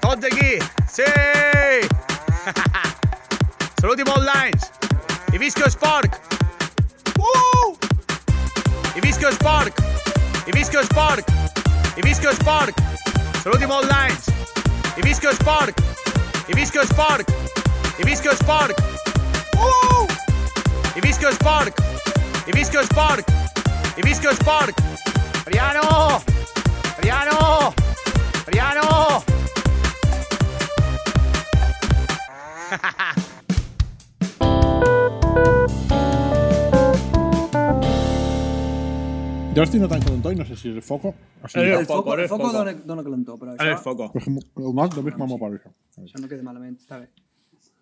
[SPEAKER 4] tots aquí. Sí! Salut i molts anys. I visca el porc! Uh! I visca el porc! I visca el porc! I visca el porc! Salut i molts anys! I visca el porc! I visca el porc! I visca el porc! Uh! I visca el porc! I visca el porc! I visca el porc! Mariano! Mariano! Mariano!
[SPEAKER 2] Jo estic notant calentó i no sé si és el foco o si
[SPEAKER 4] Eh,
[SPEAKER 2] és
[SPEAKER 1] El
[SPEAKER 4] foco,
[SPEAKER 1] foco,
[SPEAKER 4] ara
[SPEAKER 1] el
[SPEAKER 4] és
[SPEAKER 1] foco
[SPEAKER 4] foco. Eh,
[SPEAKER 1] dona, dona calentor, però això...
[SPEAKER 4] foco.
[SPEAKER 2] Però és que el nord només m'ha molt pobre, això.
[SPEAKER 1] Això no queda malament, està bé.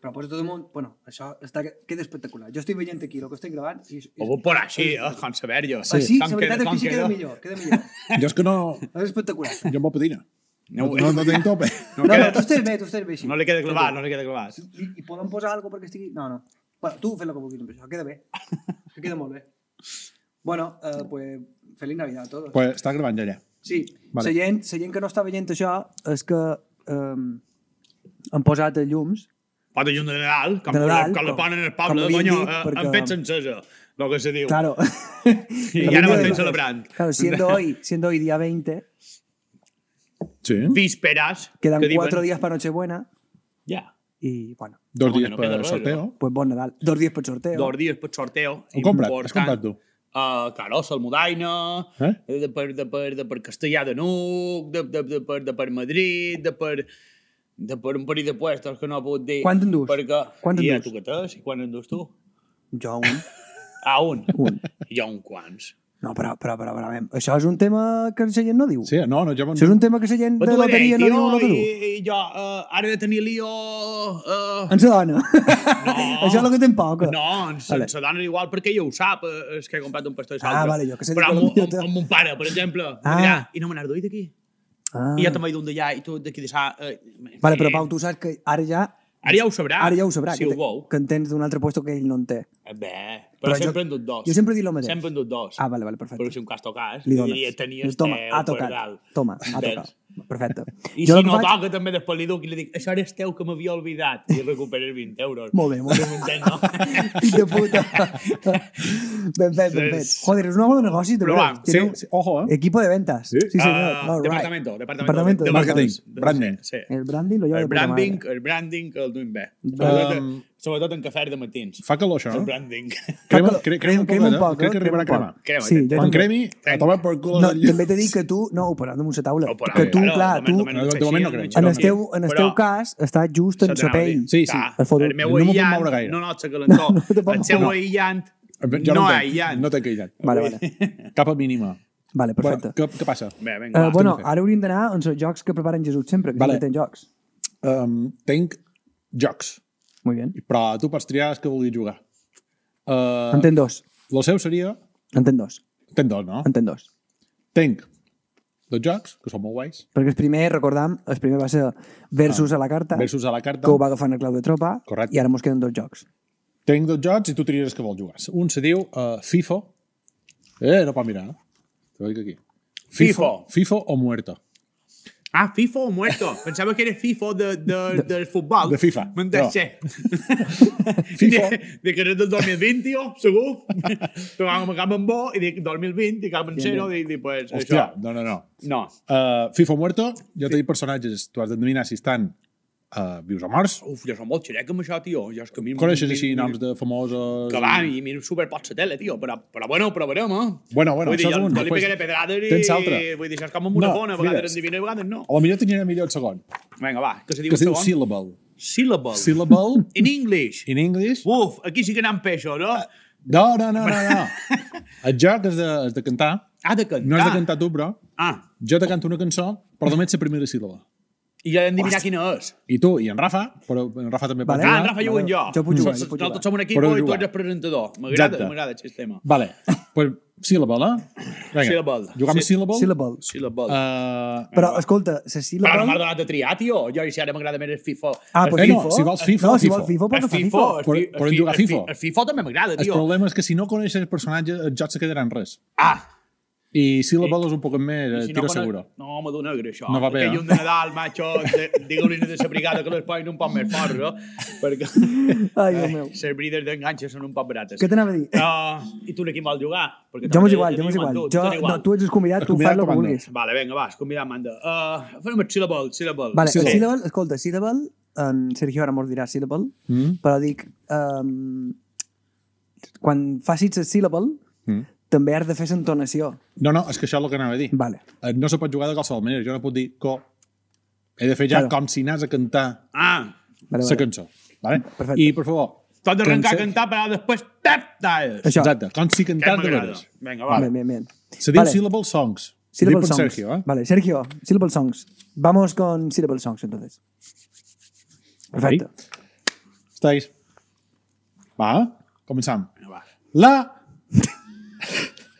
[SPEAKER 1] Però posa tot el món... Bueno, això està, queda espectacular. Jo estic veient aquí el que estic gravant i... i
[SPEAKER 4] Ho puc posar així, eh? Com se verge.
[SPEAKER 1] sí, Ah, sí, la veritat és que sí queda millor, queda millor.
[SPEAKER 2] Jo és que no...
[SPEAKER 1] És espectacular.
[SPEAKER 2] Jo em vol patina.
[SPEAKER 4] No,
[SPEAKER 2] No, no, no tinc tope.
[SPEAKER 1] No, no,
[SPEAKER 4] queda-
[SPEAKER 1] tu estàs bé, tu estàs bé així.
[SPEAKER 4] No li queda clavat, no li queda clavat.
[SPEAKER 1] I, I podem posar alguna cosa perquè estigui... No, no. Bueno, tu fes el que vulguis amb això, queda bé. Que queda molt bé. Bueno, eh, pues feliç Navidad a tots.
[SPEAKER 2] Pues està gravant ja allà.
[SPEAKER 1] Sí,
[SPEAKER 2] Vale.
[SPEAKER 1] vale. la, gent, la gent que no està veient això és que eh, han posat els llums
[SPEAKER 4] Pot llum de Nadal, com,
[SPEAKER 1] De Nadal,
[SPEAKER 4] com, la
[SPEAKER 1] com-
[SPEAKER 4] ponen el
[SPEAKER 1] com
[SPEAKER 4] poble,
[SPEAKER 1] havien
[SPEAKER 4] conyo,
[SPEAKER 1] dit,
[SPEAKER 4] eh,
[SPEAKER 1] perquè-
[SPEAKER 4] en fet sencesa, el que se diu.
[SPEAKER 1] Claro.
[SPEAKER 4] Y ahora lo estáis celebrando.
[SPEAKER 1] Claro, siendo hoy, siendo hoy día 20,
[SPEAKER 2] Sí.
[SPEAKER 4] Vísperas.
[SPEAKER 1] quedan
[SPEAKER 4] que diuen.
[SPEAKER 1] cuatro días para Nochebuena
[SPEAKER 4] Ja.
[SPEAKER 1] y bueno,
[SPEAKER 2] Dos
[SPEAKER 4] Home,
[SPEAKER 2] dies
[SPEAKER 4] no
[SPEAKER 2] per
[SPEAKER 4] queda res,
[SPEAKER 2] sorteo.
[SPEAKER 1] pues bon Nadal. Dos días por sorteo.
[SPEAKER 4] Dos dies per sorteo.
[SPEAKER 2] Ho comprat,
[SPEAKER 4] important.
[SPEAKER 2] has comprat tu.
[SPEAKER 4] Eh, claro, salmudaina,
[SPEAKER 2] Eh?
[SPEAKER 4] de per, de per, de per Castellà de Nuc, de, de, de, per, de per Madrid, de per, de per un parell de puestos que no he pogut dir.
[SPEAKER 1] Quant en dus?
[SPEAKER 4] Perquè...
[SPEAKER 1] Quant en
[SPEAKER 4] I a
[SPEAKER 1] dus?
[SPEAKER 4] tu que t'has? I quant en dus tu?
[SPEAKER 1] Jo un.
[SPEAKER 4] A un.
[SPEAKER 1] Un.
[SPEAKER 4] I a un quants.
[SPEAKER 1] No, però, però, però, però, però, això és un tema que la gent no diu.
[SPEAKER 2] Sí, no, no, jo...
[SPEAKER 1] Això és un tema que la gent de
[SPEAKER 4] Però tu què
[SPEAKER 1] loteria
[SPEAKER 4] deies,
[SPEAKER 1] no
[SPEAKER 4] tio?
[SPEAKER 1] diu el que
[SPEAKER 4] I,
[SPEAKER 1] diu.
[SPEAKER 4] i jo, eh, ara he de tenir lío... eh,
[SPEAKER 1] En sa dona. Això és el que tampoc.
[SPEAKER 4] No, en
[SPEAKER 1] Vale.
[SPEAKER 4] vale. se dona igual perquè ja ho sap, eh, és que he comprat un pastor i
[SPEAKER 1] Ah,
[SPEAKER 4] salsa.
[SPEAKER 1] vale, jo que sé,
[SPEAKER 4] Però
[SPEAKER 1] dic,
[SPEAKER 4] amb,
[SPEAKER 1] potser
[SPEAKER 4] amb,
[SPEAKER 1] te-
[SPEAKER 4] amb mon pare, per exemple,
[SPEAKER 1] Ah.
[SPEAKER 4] ah. dirà, i no me n'has duit d'aquí?
[SPEAKER 1] Ah.
[SPEAKER 4] I jo també he d'un d'allà i tu d'aquí de sa... Eh,
[SPEAKER 1] Vale,
[SPEAKER 4] eh,
[SPEAKER 1] però Pau, tu saps que ara ja
[SPEAKER 4] Ara ja ho sabrà.
[SPEAKER 1] ara ja ho sabrà,
[SPEAKER 4] Si
[SPEAKER 1] que,
[SPEAKER 4] ho veu.
[SPEAKER 1] que en tens d'un altre puesto que ell no en té.
[SPEAKER 4] Eh, Bé,
[SPEAKER 1] Però
[SPEAKER 4] però,
[SPEAKER 1] jo-
[SPEAKER 4] sempre en dut dos.
[SPEAKER 1] jo sempre dic lo mateix.
[SPEAKER 4] Sempre en dut dos.
[SPEAKER 1] Ah, vale, vale, perfecte.
[SPEAKER 4] Però si un cas tocàs,
[SPEAKER 1] Li
[SPEAKER 4] li
[SPEAKER 1] dones.
[SPEAKER 4] diria,
[SPEAKER 1] Dius,
[SPEAKER 4] tenies
[SPEAKER 1] Toma,
[SPEAKER 4] teu
[SPEAKER 1] ha
[SPEAKER 4] per
[SPEAKER 1] tocat.
[SPEAKER 4] dalt.
[SPEAKER 1] Toma, ha
[SPEAKER 4] Entens?
[SPEAKER 1] tocat. Perfecte.
[SPEAKER 4] I
[SPEAKER 1] Jo el que
[SPEAKER 4] si no
[SPEAKER 1] faig-
[SPEAKER 4] toca també despaliduc i li dic, això eres teu que m'havia oblidat i recuperes 20 euros.
[SPEAKER 1] Molt bé, molt bé.
[SPEAKER 4] M'entens, no?
[SPEAKER 1] Fill de puta. ben fet, ben fet.
[SPEAKER 4] Es-
[SPEAKER 1] Joder, és un bon negoci. de
[SPEAKER 4] Però
[SPEAKER 1] verdad.
[SPEAKER 4] va,
[SPEAKER 2] Sí,
[SPEAKER 1] Tiene un
[SPEAKER 2] sí, ojo, eh?
[SPEAKER 1] Equipo de ventas. Sí,
[SPEAKER 2] Sí.
[SPEAKER 1] señor.
[SPEAKER 4] Ah,
[SPEAKER 1] All right.
[SPEAKER 4] departamento,
[SPEAKER 1] Departamento
[SPEAKER 4] departamento,
[SPEAKER 1] de
[SPEAKER 4] de
[SPEAKER 2] marketing,
[SPEAKER 4] marketing.
[SPEAKER 2] branding.
[SPEAKER 4] Sí.
[SPEAKER 1] El branding lo lleva
[SPEAKER 4] El
[SPEAKER 1] de puta
[SPEAKER 4] branding,
[SPEAKER 1] madre.
[SPEAKER 4] el branding el duim bé.
[SPEAKER 2] Um,
[SPEAKER 4] Sobretot, sobretot en cafè de matins.
[SPEAKER 2] Fa calor, això,
[SPEAKER 4] El
[SPEAKER 2] no?
[SPEAKER 4] branding.
[SPEAKER 2] Crema,
[SPEAKER 1] Crema-
[SPEAKER 2] cre crema,
[SPEAKER 1] crema
[SPEAKER 2] un
[SPEAKER 1] un poc,
[SPEAKER 2] poc, eh? Crec
[SPEAKER 1] eh?
[SPEAKER 2] que arribarà a
[SPEAKER 1] Crema un
[SPEAKER 2] cremar.
[SPEAKER 1] poc.
[SPEAKER 4] Crema,
[SPEAKER 1] Sí, jo
[SPEAKER 2] Quan
[SPEAKER 1] també.
[SPEAKER 2] cremi, a tomar per cul
[SPEAKER 1] No,
[SPEAKER 2] del
[SPEAKER 1] també t'he dit que tu... No, ho posarà damunt la taula. que tu, clar, tu...
[SPEAKER 2] de moment no crec.
[SPEAKER 1] En el, teu, en el teu cas, està just en
[SPEAKER 4] Això
[SPEAKER 1] sa
[SPEAKER 4] t'anava a dir.
[SPEAKER 1] pell.
[SPEAKER 2] Sí, sí.
[SPEAKER 4] Ah,
[SPEAKER 1] Et fot
[SPEAKER 4] el
[SPEAKER 1] un-
[SPEAKER 4] meu
[SPEAKER 2] no m'ho puc
[SPEAKER 4] aïllant,
[SPEAKER 2] moure gaire.
[SPEAKER 4] no nota calentó.
[SPEAKER 1] No te pot
[SPEAKER 4] el seu
[SPEAKER 1] moure.
[SPEAKER 4] aïllant,
[SPEAKER 2] Jo
[SPEAKER 4] no
[SPEAKER 2] no tenc.
[SPEAKER 4] aïllant.
[SPEAKER 2] No t'he aïllat.
[SPEAKER 1] Vale, vale.
[SPEAKER 2] Capa mínima.
[SPEAKER 1] Vale, perfecte.
[SPEAKER 2] Bueno, què, què passa?
[SPEAKER 4] Bé, vinga,
[SPEAKER 1] Eh,
[SPEAKER 4] va.
[SPEAKER 1] bueno,
[SPEAKER 2] estem fent.
[SPEAKER 1] ara hauríem d'anar als jocs que preparen Jesús sempre, que
[SPEAKER 2] Vale.
[SPEAKER 1] vale. tenen jocs.
[SPEAKER 2] Um, tenc jocs,
[SPEAKER 1] Muy bien.
[SPEAKER 2] però tu pots triar els que vulguis jugar. Uh,
[SPEAKER 1] En tens dos.
[SPEAKER 2] El seu seria...
[SPEAKER 1] En tens dos.
[SPEAKER 2] Tenc dos, no?
[SPEAKER 1] En tens dos.
[SPEAKER 2] Tenc dos jocs, que són molt guais,
[SPEAKER 1] Perquè el primer, recordam, el primer va ser versus a la carta,
[SPEAKER 2] Ah. versus a la carta.
[SPEAKER 1] que ho va agafar en el clau de tropa,
[SPEAKER 2] Correcte.
[SPEAKER 1] i ara mos queden dos jocs.
[SPEAKER 2] Tenc dos jocs i tu tries els Eh, que vols jugar. Un se diu uh, FIFA. Eh, no pot mirar. Te ho dic aquí.
[SPEAKER 4] FIFO.
[SPEAKER 2] FIFO o muerto.
[SPEAKER 4] Ah, FIFO o muerto. Pensaba que era FIFO de, de- del fútbol.
[SPEAKER 2] de FIFA.
[SPEAKER 4] Me
[SPEAKER 2] No.
[SPEAKER 4] sí.
[SPEAKER 2] FIFO.
[SPEAKER 4] De, de que era del 2020, jo, oh, segur. Tocàvem a Camp en Bo i dic 2020 i Camp en Cero i dic, pues,
[SPEAKER 2] Hòstia,
[SPEAKER 4] això.
[SPEAKER 2] no, no, no.
[SPEAKER 4] No.
[SPEAKER 2] Uh, FIFO muerto, jo t'he dit personatges, tu has d'endevinar si estan uh, vius o morts.
[SPEAKER 4] Uf, jo som molt xerec amb això, tio. Jo és que a mi...
[SPEAKER 2] Coneixes
[SPEAKER 4] mi-
[SPEAKER 2] així
[SPEAKER 4] mi-
[SPEAKER 2] noms de famosos...
[SPEAKER 4] Que va, i miro super pot la tele, tio. Però, però bueno, ho provarem, eh?
[SPEAKER 2] Bueno, bueno,
[SPEAKER 4] vull dir,
[SPEAKER 2] això és
[SPEAKER 4] jo,
[SPEAKER 2] un.
[SPEAKER 4] jo li
[SPEAKER 2] després
[SPEAKER 4] pegaré pedrades i...
[SPEAKER 2] Tens altre.
[SPEAKER 4] Vull dir, això és com amb
[SPEAKER 2] No,
[SPEAKER 4] una no, fona. A vegades
[SPEAKER 2] mires.
[SPEAKER 4] endevina, a vegades no.
[SPEAKER 2] A la millor t'anirà millor el segon,
[SPEAKER 4] Vinga, va, que se diu
[SPEAKER 2] que
[SPEAKER 4] el
[SPEAKER 2] es diu
[SPEAKER 4] segon.
[SPEAKER 2] syllable.
[SPEAKER 4] Syllable.
[SPEAKER 2] Syllable,
[SPEAKER 4] In English.
[SPEAKER 2] in English.
[SPEAKER 4] Uf, aquí sí que anem peixos, no?
[SPEAKER 2] Eh, No, no, no, no, no. El joc és de, és de cantar.
[SPEAKER 4] Ha de cantar.
[SPEAKER 2] No has de cantar tu, però
[SPEAKER 4] Ah,
[SPEAKER 2] jo te canto una cançó, però només la primera síl·laba.
[SPEAKER 4] i ja hem d'endevinar quina és.
[SPEAKER 2] I tu, i en Rafa, però en Rafa també pot
[SPEAKER 1] Vale.
[SPEAKER 4] Ah,
[SPEAKER 2] jugar.
[SPEAKER 4] en Rafa, jo en jo.
[SPEAKER 1] Jo puc jugar,
[SPEAKER 4] Nosaltres-
[SPEAKER 1] jo puc
[SPEAKER 4] Nosaltres
[SPEAKER 1] jugar.
[SPEAKER 4] som un equip
[SPEAKER 2] Podeu
[SPEAKER 4] i tu
[SPEAKER 2] jugar.
[SPEAKER 4] ets el presentador. M'agrada,
[SPEAKER 2] Exacte.
[SPEAKER 4] m'agrada el sistema.
[SPEAKER 2] Vale, pues, síl·lable. Vinga,
[SPEAKER 4] Syllable.
[SPEAKER 2] jugar amb
[SPEAKER 4] Sí-
[SPEAKER 2] síl·lable.
[SPEAKER 1] Syllable.
[SPEAKER 4] Syllable.
[SPEAKER 2] Uh,
[SPEAKER 1] Però, escolta, la
[SPEAKER 4] Però no m'ha
[SPEAKER 1] síl·laba...
[SPEAKER 4] donat de triar, tio. Jo, i si ara m'agrada més el FIFO.
[SPEAKER 1] Ah,
[SPEAKER 4] El
[SPEAKER 1] pues
[SPEAKER 2] Eh,
[SPEAKER 4] fi-
[SPEAKER 2] no,
[SPEAKER 1] FIFO.
[SPEAKER 2] si vols Eh, FIFO,
[SPEAKER 1] No, si
[SPEAKER 2] FIFO.
[SPEAKER 1] vols FIFO,
[SPEAKER 4] el
[SPEAKER 1] pots fer
[SPEAKER 4] FIFO,
[SPEAKER 1] FIFO.
[SPEAKER 4] el
[SPEAKER 2] Podem-
[SPEAKER 4] fi- el
[SPEAKER 2] podem
[SPEAKER 4] fi-
[SPEAKER 2] jugar
[SPEAKER 4] el fi-
[SPEAKER 2] FIFO.
[SPEAKER 4] El FIFO també m'agrada,
[SPEAKER 2] el
[SPEAKER 4] tio.
[SPEAKER 2] problema és que si no coneixes el personatge, els jocs se quedaran res.
[SPEAKER 4] Ah,
[SPEAKER 2] I síl·lable és un poc més eh,
[SPEAKER 4] si
[SPEAKER 2] tiro
[SPEAKER 4] no,
[SPEAKER 2] seguro.
[SPEAKER 4] No, home, d'un negre, això.
[SPEAKER 2] No va bé,
[SPEAKER 4] Aquell
[SPEAKER 2] eh?
[SPEAKER 4] un de Nadal, macho, de- digue-li de la brigada que les posin un poc més fort, no? Perquè
[SPEAKER 1] Ai,
[SPEAKER 2] Eh.
[SPEAKER 1] Déu meu.
[SPEAKER 4] les brides d'enganxa són un poc barates.
[SPEAKER 1] Què t'anava a dir?
[SPEAKER 4] Ah, I tu l'equip vol jugar? Perquè
[SPEAKER 1] Jo m'és
[SPEAKER 2] Eh,
[SPEAKER 4] també
[SPEAKER 1] igual,
[SPEAKER 4] t'he
[SPEAKER 1] jo m'és
[SPEAKER 4] dit,
[SPEAKER 1] igual.
[SPEAKER 4] tu,
[SPEAKER 1] Jo,
[SPEAKER 4] t'és
[SPEAKER 1] no, tu ets el convidat,
[SPEAKER 2] El
[SPEAKER 1] tu
[SPEAKER 2] convidat
[SPEAKER 1] fas el que
[SPEAKER 2] comanda.
[SPEAKER 1] vulguis.
[SPEAKER 4] Vale, vinga, va, convida Amanda. Uh, farem el syllable, syllable.
[SPEAKER 1] Vale,
[SPEAKER 2] Sí.
[SPEAKER 1] sí. Syllable, escolta, Syllable, en Sergio ara mos dirà Syllable,
[SPEAKER 2] Mm?
[SPEAKER 1] però dic, um, quan facis el Syllable,
[SPEAKER 2] Mm.
[SPEAKER 1] també has de fer l'entonació.
[SPEAKER 2] No, no, és que això és el que anava a dir.
[SPEAKER 1] Vale.
[SPEAKER 2] Eh, No se pot jugar de qualsevol manera. Jo no puc dir co. He de fer ja
[SPEAKER 1] Claro.
[SPEAKER 2] com si anàs a cantar la
[SPEAKER 4] Ah,
[SPEAKER 1] vale, vale.
[SPEAKER 2] cançó. Vale?
[SPEAKER 1] Perfecte.
[SPEAKER 2] I, per favor...
[SPEAKER 4] t'has d'arrencar a
[SPEAKER 2] canse-
[SPEAKER 4] cantar, però després... Tap, tap.
[SPEAKER 1] Això,
[SPEAKER 2] Exacte, com si
[SPEAKER 4] Que
[SPEAKER 2] cantar de
[SPEAKER 4] m'agrada.
[SPEAKER 2] veres.
[SPEAKER 4] Vinga, va.
[SPEAKER 1] Bien, bien, bien.
[SPEAKER 2] Se diu
[SPEAKER 1] Vale.
[SPEAKER 2] Syllable Songs.
[SPEAKER 1] Syllable
[SPEAKER 2] Dit per
[SPEAKER 1] Songs.
[SPEAKER 2] Sergio, eh?
[SPEAKER 1] Vale, Sergio, Syllable Songs. Vamos con Syllable Songs, entonces. Perfecto.
[SPEAKER 2] Estàs? Va, començam.
[SPEAKER 4] Vinga, va.
[SPEAKER 2] La...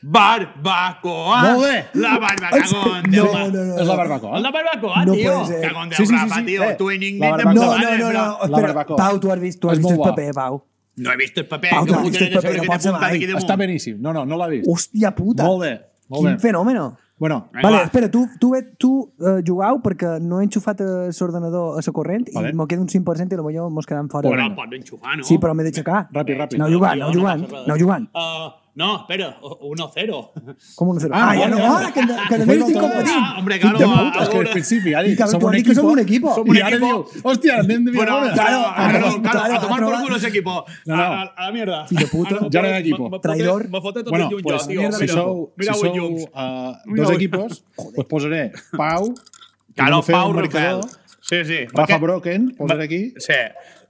[SPEAKER 4] Barbacoa.
[SPEAKER 2] Molt bé.
[SPEAKER 4] La barbacoa.
[SPEAKER 1] No,
[SPEAKER 4] Déu,
[SPEAKER 1] no, no.
[SPEAKER 2] És la barbacoa.
[SPEAKER 4] La barbacoa,
[SPEAKER 1] No
[SPEAKER 4] tio.
[SPEAKER 1] puede ser.
[SPEAKER 4] Cagón de
[SPEAKER 2] Sí, sí, sí,
[SPEAKER 4] rapa,
[SPEAKER 2] sí.
[SPEAKER 4] tio.
[SPEAKER 2] Eh,
[SPEAKER 4] Tu i ningú
[SPEAKER 2] la
[SPEAKER 4] te'n
[SPEAKER 2] barbacoa.
[SPEAKER 1] No,
[SPEAKER 4] vas
[SPEAKER 1] no,
[SPEAKER 4] a
[SPEAKER 1] no,
[SPEAKER 4] veure.
[SPEAKER 1] no.
[SPEAKER 2] La
[SPEAKER 1] Espera,
[SPEAKER 2] barbacoa.
[SPEAKER 1] Pau, tu has vist, tu has
[SPEAKER 2] És
[SPEAKER 1] vist
[SPEAKER 2] molt
[SPEAKER 1] el
[SPEAKER 2] guap.
[SPEAKER 1] paper, Pau.
[SPEAKER 4] No he vist el paper.
[SPEAKER 1] Pau,
[SPEAKER 4] que
[SPEAKER 1] tu has
[SPEAKER 4] puta
[SPEAKER 1] vist el este
[SPEAKER 4] de saber
[SPEAKER 1] paper,
[SPEAKER 4] que
[SPEAKER 1] no
[SPEAKER 4] t'he
[SPEAKER 1] pot ser
[SPEAKER 4] apuntat
[SPEAKER 1] mai.
[SPEAKER 4] aquí damunt.
[SPEAKER 2] Està beníssim. No, no, no l'ha vist.
[SPEAKER 1] Hòstia puta.
[SPEAKER 2] Molt bé, molt
[SPEAKER 1] Quin
[SPEAKER 2] bé.
[SPEAKER 1] fenòmeno.
[SPEAKER 2] Bueno,
[SPEAKER 4] Vinga,
[SPEAKER 1] Vale,
[SPEAKER 4] va.
[SPEAKER 1] espera, tu, tu, ve- tu eh, jugau perquè no he enxufat eh, l'ordenador a la corrent i
[SPEAKER 2] Vale.
[SPEAKER 1] me queda un 5% i potser mos quedem fora.
[SPEAKER 4] Però
[SPEAKER 2] Bueno. ah,
[SPEAKER 4] pot enxufar, no?
[SPEAKER 1] Sí, però m'he de aixecar.
[SPEAKER 4] eh,
[SPEAKER 2] ràpid, ràpid.
[SPEAKER 1] No jugant, no jugant, no jugant.
[SPEAKER 4] Uh, no, espera, o- 1-0.
[SPEAKER 1] Com un 0. Ah,
[SPEAKER 2] Ah,
[SPEAKER 1] ja
[SPEAKER 2] bueno,
[SPEAKER 1] no,
[SPEAKER 2] bueno.
[SPEAKER 1] ara, que, que
[SPEAKER 2] Fue
[SPEAKER 1] també estic
[SPEAKER 2] contra-
[SPEAKER 1] competint.
[SPEAKER 4] Ah, hombre, claro.
[SPEAKER 2] De
[SPEAKER 4] ah,
[SPEAKER 2] puta, és que al
[SPEAKER 4] ahora-
[SPEAKER 2] principi ha
[SPEAKER 1] I
[SPEAKER 2] dit,
[SPEAKER 1] que
[SPEAKER 2] som
[SPEAKER 1] tu
[SPEAKER 2] un
[SPEAKER 1] has dit que som un
[SPEAKER 2] equipo.
[SPEAKER 1] equipo.
[SPEAKER 4] Som un
[SPEAKER 2] I ara diu,
[SPEAKER 4] equipo.
[SPEAKER 2] hòstia, anem de
[SPEAKER 4] Bueno,
[SPEAKER 2] viure
[SPEAKER 4] claro,
[SPEAKER 2] ara.
[SPEAKER 4] claro, claro,
[SPEAKER 1] claro,
[SPEAKER 4] a tomar
[SPEAKER 1] claro.
[SPEAKER 4] por culo ese equipo.
[SPEAKER 2] No, no.
[SPEAKER 4] A, a- a la mierda.
[SPEAKER 1] Hijo de puta.
[SPEAKER 4] Ahora me
[SPEAKER 2] Ya no
[SPEAKER 4] pone-
[SPEAKER 2] hay equipo.
[SPEAKER 4] me- me fote-
[SPEAKER 1] Traidor.
[SPEAKER 4] Me fote todo
[SPEAKER 2] Bueno,
[SPEAKER 4] el yun
[SPEAKER 2] pues,
[SPEAKER 4] yo, tío.
[SPEAKER 2] si
[SPEAKER 4] Mira,
[SPEAKER 2] sou,
[SPEAKER 4] mira,
[SPEAKER 2] si
[SPEAKER 4] Will
[SPEAKER 2] sou
[SPEAKER 4] Jobs.
[SPEAKER 2] uh,
[SPEAKER 4] Mira,
[SPEAKER 2] dos
[SPEAKER 4] Will
[SPEAKER 2] equipos, us posaré Pau,
[SPEAKER 4] Claro,
[SPEAKER 2] Rafael
[SPEAKER 4] Pau
[SPEAKER 2] Mercador,
[SPEAKER 4] Rafael. Sí, sí.
[SPEAKER 2] Rafa
[SPEAKER 4] Perquè-
[SPEAKER 2] Broken, posaré aquí,
[SPEAKER 4] Sí.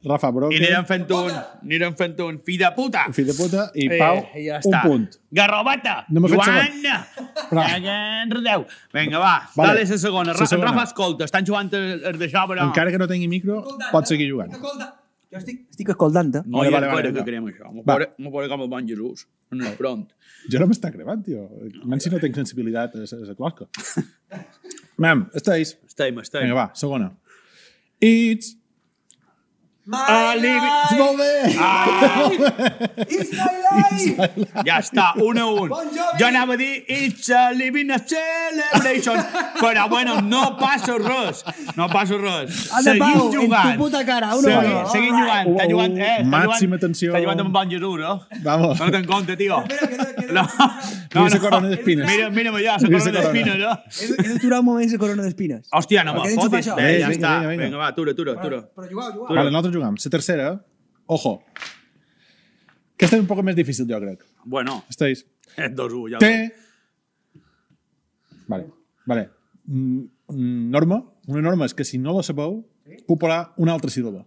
[SPEAKER 2] Rafa
[SPEAKER 4] I
[SPEAKER 2] Broken,
[SPEAKER 4] anirem fent un... Anirem fent un fill de puta.
[SPEAKER 2] fill de puta, i
[SPEAKER 4] Eh,
[SPEAKER 2] Pau,
[SPEAKER 4] ja
[SPEAKER 2] un
[SPEAKER 4] està.
[SPEAKER 2] punt.
[SPEAKER 4] Garrobata.
[SPEAKER 2] No m'ha fet
[SPEAKER 4] Joan.
[SPEAKER 2] Però-
[SPEAKER 4] Agardeu. Vinga, va.
[SPEAKER 2] Vale.
[SPEAKER 4] Dale la
[SPEAKER 2] La
[SPEAKER 4] segona. Rafa,
[SPEAKER 2] segona.
[SPEAKER 4] Rafa, escolta, estan jugant el el d'això, però...
[SPEAKER 2] Encara que no tingui micro, pot seguir jugant.
[SPEAKER 1] Jo estic, estic escoltant-te.
[SPEAKER 4] No,
[SPEAKER 2] Vale, vale,
[SPEAKER 4] vale, vale,
[SPEAKER 2] vale,
[SPEAKER 4] que
[SPEAKER 2] va.
[SPEAKER 4] creiem això. M'ho
[SPEAKER 2] Va.
[SPEAKER 4] pobre, m'ho pobre com el bon Jesús. En el front.
[SPEAKER 2] Jo no m'està cremant, tio. Menys si no tenc sensibilitat a la closca. Mem, estàs?
[SPEAKER 4] Estem, estem.
[SPEAKER 2] Vinga, va, segona. It's...
[SPEAKER 4] Ah, li-
[SPEAKER 2] Molt bé!
[SPEAKER 4] Ah. Ja està, un a un. Jo anava a dir It's a living a celebration, però bueno, no passa res. No passa res.
[SPEAKER 1] Anda,
[SPEAKER 4] Seguim
[SPEAKER 1] Pau, en
[SPEAKER 4] jugant.
[SPEAKER 1] tu puta cara, un a
[SPEAKER 4] Seguim,
[SPEAKER 1] un.
[SPEAKER 4] seguim jugant. Està
[SPEAKER 2] Alright.
[SPEAKER 4] jugant, eh, està
[SPEAKER 2] Màxima
[SPEAKER 4] jugant,
[SPEAKER 2] tensió.
[SPEAKER 4] Està jugant amb bon Jesús, eh?
[SPEAKER 2] Vamos.
[SPEAKER 4] No te'n compte, tio. No,
[SPEAKER 2] Mira la corona d'espines.
[SPEAKER 4] Mira, mira allà,
[SPEAKER 2] Mira
[SPEAKER 4] la
[SPEAKER 2] la
[SPEAKER 4] corona
[SPEAKER 2] corona.
[SPEAKER 4] d'espines, no?
[SPEAKER 1] He, he d'aturar un moment la corona d'espines.
[SPEAKER 4] Hòstia, no
[SPEAKER 1] Perquè
[SPEAKER 4] me
[SPEAKER 1] ets un
[SPEAKER 4] fotis.
[SPEAKER 1] faixó.
[SPEAKER 4] Bé, ja
[SPEAKER 2] Vinga,
[SPEAKER 4] està.
[SPEAKER 2] vinga, vinga.
[SPEAKER 4] Vinga, va, atura, atura, atura.
[SPEAKER 1] Però jugau, jugau.
[SPEAKER 2] Vale, nosaltres jugam. La tercera, ojo. Aquesta és un poc més difícil, jo crec.
[SPEAKER 4] Bueno,
[SPEAKER 2] Estàs?
[SPEAKER 4] és 2-1, ja.
[SPEAKER 2] Té... Vale, vale. Mm, mm, Norma, una norma és que si no la sabeu, puc parar una altra síl·laba.